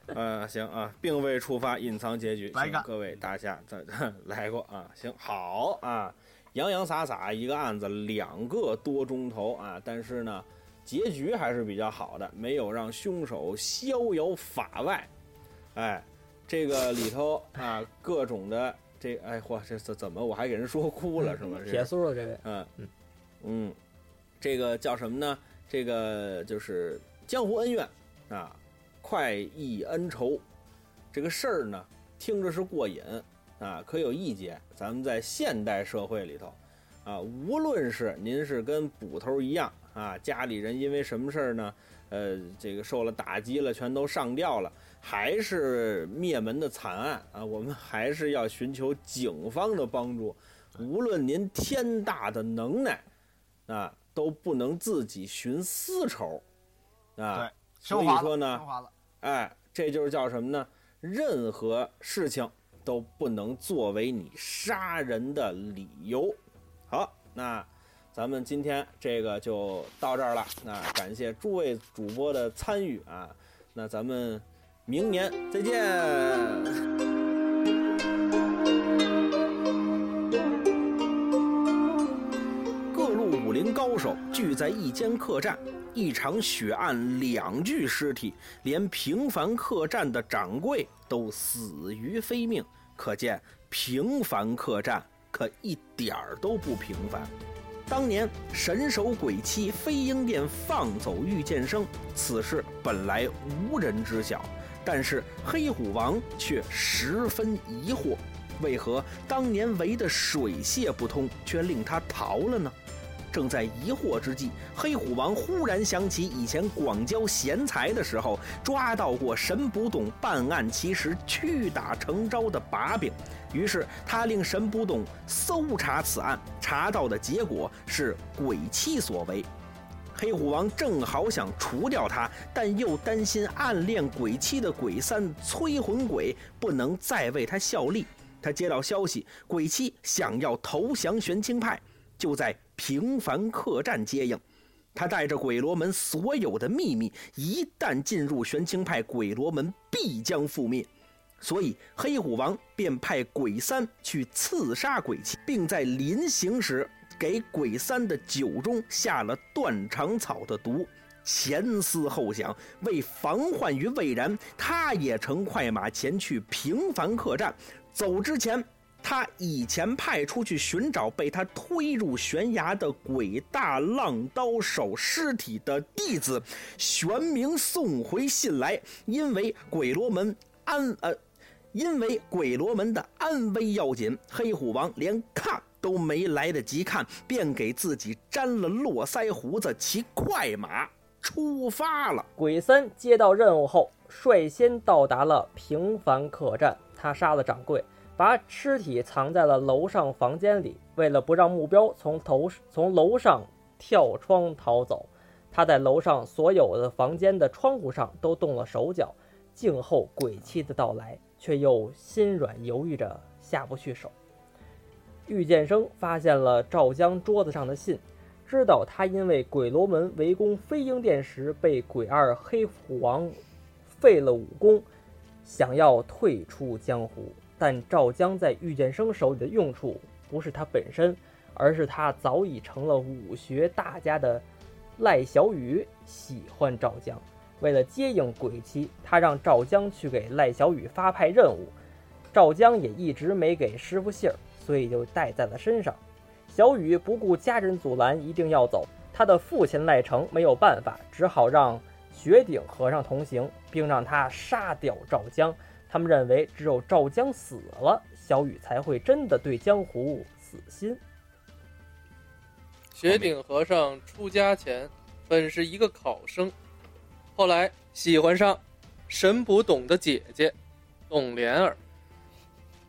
呃，行啊，并未触发隐藏结局，来一请个各位大侠再 <laughs> 来过啊，行，好啊，洋洋洒洒一个案子两个多钟头啊，但是呢，结局还是比较好的，没有让凶手逍遥法外，哎，这个里头啊，各种的这，哎，嚯，这怎怎么我还给人说哭了是吗？这是铁叔了这位，嗯嗯嗯，这个叫什么呢？这个就是江湖恩怨啊，快意恩仇这个事儿呢，听着是过瘾啊，可有一节，咱们在现代社会里头啊，无论是您是跟捕头一样啊，家里人因为什么事儿呢？呃，这个受了打击了，全都上吊了，还是灭门的惨案啊！我们还是要寻求警方的帮助，无论您天大的能耐，啊，都不能自己寻私仇，啊对，升华所以说呢了，升华了。哎，这就是叫什么呢？任何事情都不能作为你杀人的理由。好，那咱们今天这个就到这儿了。那感谢诸位主播的参与啊，那咱们明年再见。各路武林高手聚在一间客栈，一场血案，两具尸体，连平凡客栈的掌柜都死于非命，可见平凡客栈可一点儿都不平凡。当年神手鬼妻飞鹰殿放走御剑生，此事本来无人知晓，但是黑虎王却十分疑惑，为何当年围得水泄不通，却令他逃了呢？正在疑惑之际，黑虎王忽然想起以前广交贤才的时候抓到过神捕董办案其实屈打成招的把柄，于是他令神捕董搜查此案，查到的结果是鬼妻所为。黑虎王正好想除掉他，但又担心暗恋鬼妻的鬼三催魂鬼不能再为他效力。他接到消息，鬼妻想要投降玄清派，就在平凡客栈接应。他带着鬼罗门所有的秘密，一旦进入玄清派，鬼罗门必将覆灭。所以黑虎王便派鬼三去刺杀鬼妻，并在临行时给鬼三的酒中下了断肠草的毒。前思后想，为防患于未然，他也乘快马前去平凡客栈。走之前，他以前派出去寻找被他推入悬崖的鬼大浪刀手尸体的弟子，玄明送回信来，因为鬼罗门安呃，因为鬼罗门的安危要紧，黑虎王连看都没来得及看，便给自己粘了络腮胡子，骑快马出发了。鬼三接到任务后，率先到达了平凡客栈。他杀了掌柜，把尸体藏在了楼上房间里。为了不让目标从头从楼上跳窗逃走，他在楼上所有的房间的窗户上都动了手脚，静候鬼妻的到来，却又心软犹豫着下不去手。御剑生发现了赵江桌子上的信，知道他因为鬼罗门围攻飞鹰殿时被鬼二黑虎王废了武功，想要退出江湖。但赵江在御剑生手里的用处不是他本身，而是他早已成了武学大家的赖小雨喜欢赵江，为了接应鬼妻，他让赵江去给赖小雨发派任务，赵江也一直没给师傅信儿，所以就带在了身上。小雨不顾家人阻拦，一定要走。他的父亲赖成没有办法，只好让雪顶和尚同行，并让他杀掉赵江。他们认为只有赵江死了，小雨才会真的对江湖死心。雪顶和尚出家前本是一个考生，后来喜欢上神捕董的姐姐董莲儿。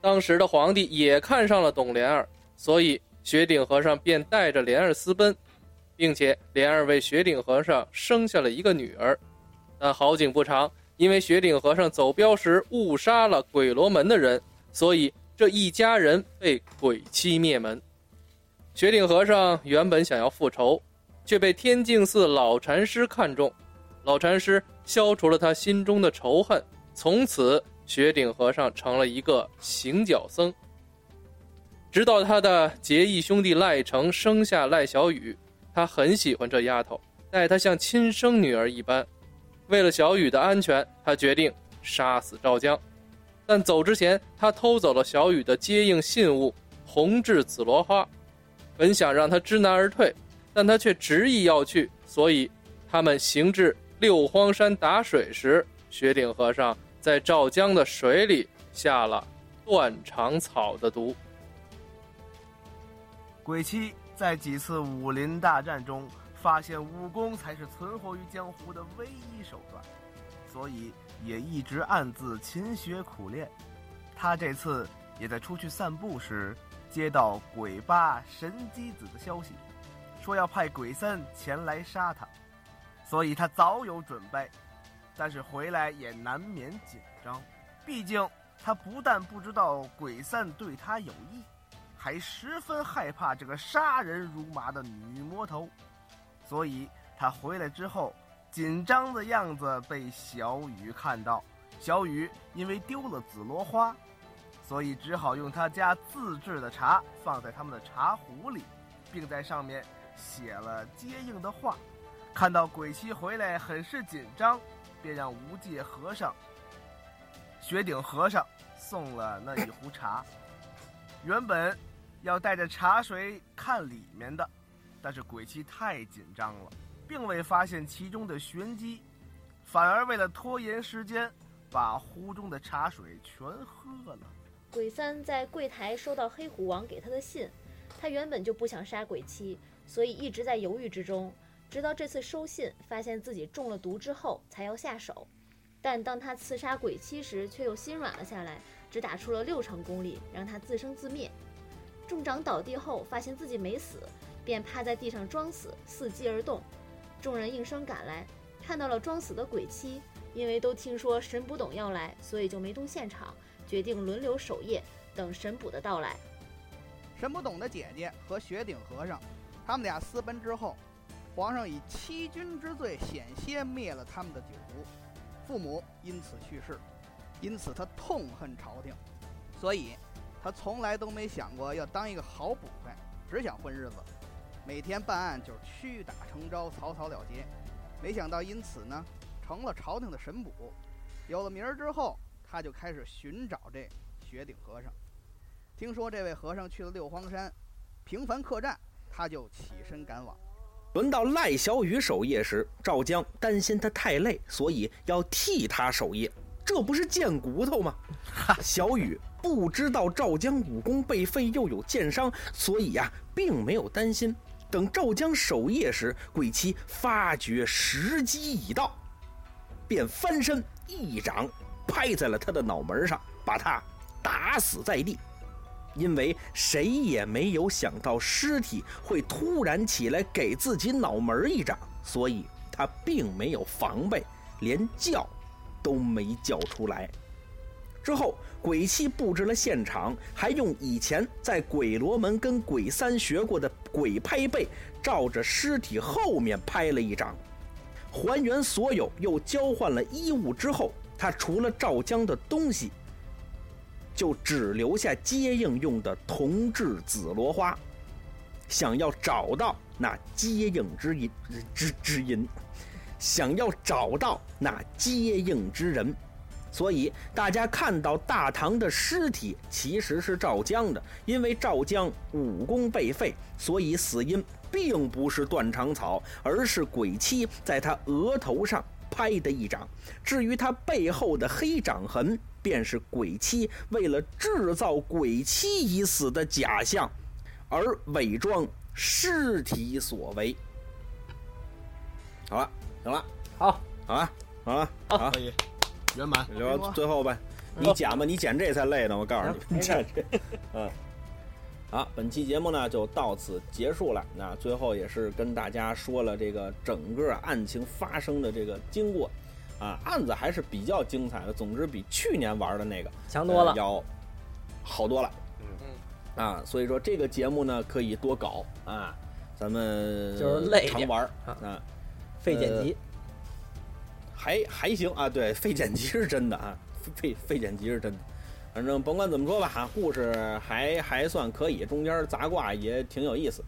当时的皇帝也看上了董莲儿，所以雪顶和尚便带着莲儿私奔，并且莲儿为雪顶和尚生下了一个女儿。但好景不长，因为雪顶和尚走镖时误杀了鬼罗门的人，所以这一家人被鬼妻灭门。雪顶和尚原本想要复仇，却被天净寺老禅师看中，老禅师消除了他心中的仇恨，从此雪顶和尚成了一个行脚僧。直到他的结义兄弟赖成生下赖小雨，他很喜欢这丫头，待她像亲生女儿一般。为了小雨的安全，他决定杀死赵江，但走之前，他偷走了小雨的接应信物红质紫罗花。本想让他知难而退，但他却执意要去，所以他们行至六荒山打水时，雪顶和尚在赵江的水里下了断肠草的毒。鬼妻在几次武林大战中发现武功才是存活于江湖的唯一手段，所以也一直暗自勤学苦练。他这次也在出去散步时接到鬼八神机子的消息，说要派鬼三前来杀他，所以他早有准备，但是回来也难免紧张，毕竟他不但不知道鬼三对他有意。还十分害怕这个杀人如麻的女魔头，所以他回来之后紧张的样子被小雨看到。小雨因为丢了紫罗花，所以只好用他家自制的茶放在他们的茶壶里，并在上面写了接应的话。看到鬼妻回来很是紧张，便让无界和尚、雪顶和尚送了那一壶茶。原本要带着茶水看里面的，但是鬼妻太紧张了，并未发现其中的玄机，反而为了拖延时间，把壶中的茶水全喝了。鬼三在柜台收到黑虎王给他的信，他原本就不想杀鬼妻，所以一直在犹豫之中。直到这次收信，发现自己中了毒之后，才要下手。但当他刺杀鬼妻时，却又心软了下来，只打出了六成功力，让他自生自灭。众长倒地后，发现自己没死，便趴在地上装死，伺机而动。众人应声赶来，看到了装死的鬼妻，因为都听说神捕董要来，所以就没动现场，决定轮流守夜，等神捕的到来。神不懂的姐姐和雪顶和尚，他们俩私奔之后，皇上以欺君之罪险些灭了他们的九族，父母因此去世，因此他痛恨朝廷，所以他从来都没想过要当一个好捕快，只想混日子，每天办案就是屈打成招，草草了结。没想到因此呢，成了朝廷的神捕。有了名儿之后，他就开始寻找这雪顶和尚。听说这位和尚去了六荒山，平凡客栈，他就起身赶往。轮到赖小雨守夜时，赵江担心他太累，所以要替他守夜。这不是贱骨头吗？小雨不知道赵江武功被废又有剑伤，所以呀、并没有担心。等赵江守夜时，鬼妻发觉时机已到，便翻身一掌拍在了他的脑门上，把他打死在地。因为谁也没有想到尸体会突然起来给自己脑门儿一掌，所以他并没有防备，连叫都没叫出来。之后，鬼气布置了现场，还用以前在鬼罗门跟鬼三学过的鬼拍背，照着尸体后面拍了一掌，还原所有，又交换了衣物之后，他除了赵江的东西就只留下接应用的铜制紫罗花，想要找到那接应之银之之之银，想要找到那接应之人。所以大家看到大唐的尸体其实是赵江的，因为赵江武功被废，所以死因并不是断肠草，而是鬼妻在他额头上拍的一掌。至于他背后的黑掌痕，便是鬼妻为了制造鬼妻已死的假象，而伪装尸体所为。好了，行了，好，好了，好了，好了。可以，圆满。留到最后呗。嗯你剪吧，你剪这才累呢。我告诉你，剪 <laughs> 这，嗯。好，本期节目呢就到此结束了。那最后也是跟大家说了这个整个案情发生的这个经过，啊，案子还是比较精彩的。总之比去年玩的那个强多了呃，要好多了。嗯啊，所以说这个节目呢可以多搞啊，咱们就是累一常点玩儿啊啊，费剪辑，还还行啊，对，废剪辑是真的啊，废废剪辑是真的。反正甭管怎么说吧，哈，故事还还算可以，中间杂挂也挺有意思。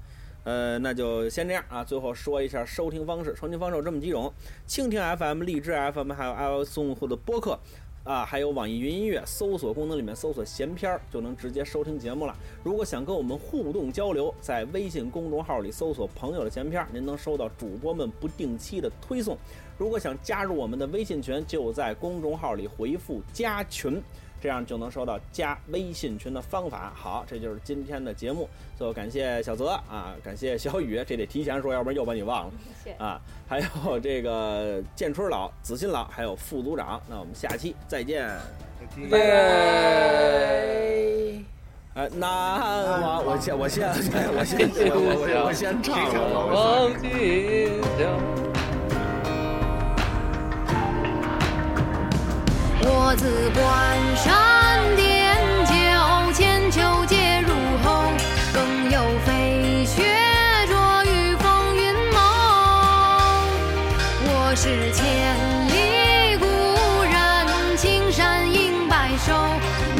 呃，那就先这样啊。最后说一下收听方式，收听方式有这么几种：蜻蜓 FM、荔枝 FM，还有 iOS 用户的播客。啊，还有网易云音乐搜索功能里面搜索“闲篇儿”，就能直接收听节目了。如果想跟我们互动交流，在微信公众号里搜索“朋友的闲篇儿”，您能收到主播们不定期的推送。如果想加入我们的微信群，就在公众号里回复“加群”，这样就能收到加微信群的方法。好，这就是今天的节目。最后感谢小泽啊，感谢小雨，这得提前说，要不然又把你忘了谢谢，啊。还有这个建春老、子欣老，还有副组长。那我们下期再见。哎拜拜。哎，那我我先我先我先我我我先唱了。我忘记了。我自关山点酒，千秋皆入喉。更有飞雪着雨风云谋。我是千里故人，青山应白首。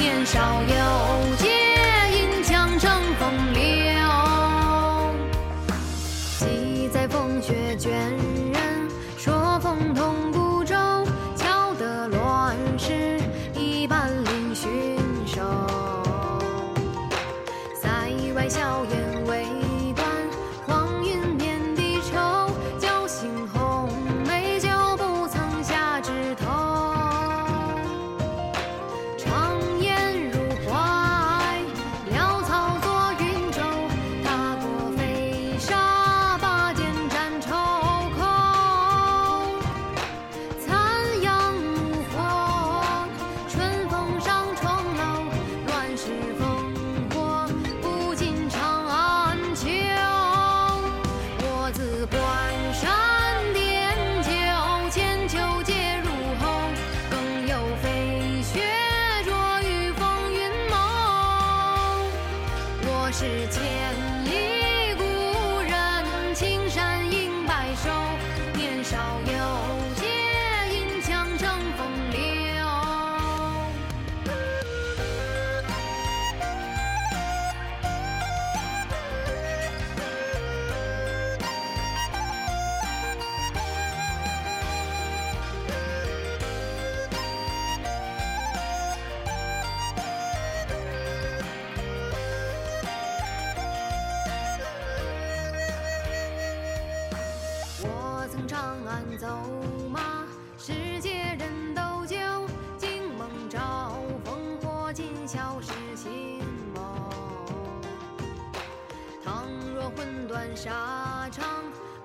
年少有借银枪乘风流。记载风雪卷人，说风同孤舟，敲得乱世一般嶙峋手。塞外硝烟未断，黄云遍地愁。酒醒红梅酒，不曾下枝头。长烟入怀，潦草作云舟。踏过飞沙，拔剑斩愁空。残阳暮火，春风上重楼。乱世烽火，不尽长安秋。我自关山点酒，千秋皆入喉。更有飞雪着雨风云谋。我是千里故人，青山应白首。年少有借银枪乘风流。我曾长安走马，世界人斗酒，惊梦照烽火，今宵是新梦。倘若魂断沙场，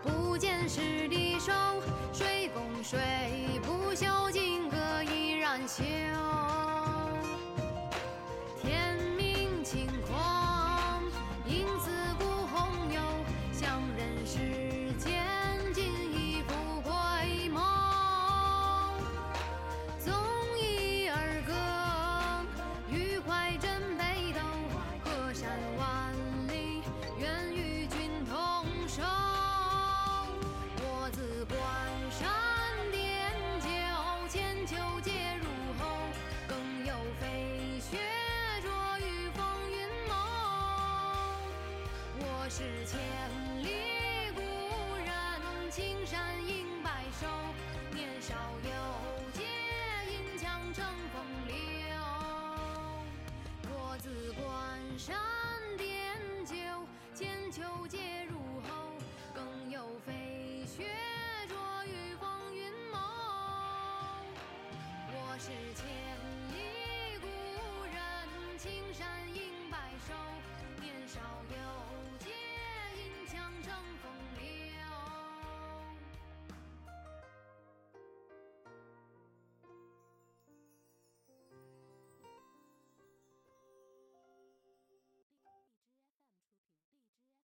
不见师弟手，水共水不休，金戈依然休。天命轻狂，应自古红游。相人世间，尽已不归梦。纵一而歌，余怀枕北斗。隔山万里，愿与君同守。我自关山点酒，千秋皆入喉。更有飞雪着雨风云谋。我是千里故人，青山应白首。手，年少有节，银枪争风流。我自关山。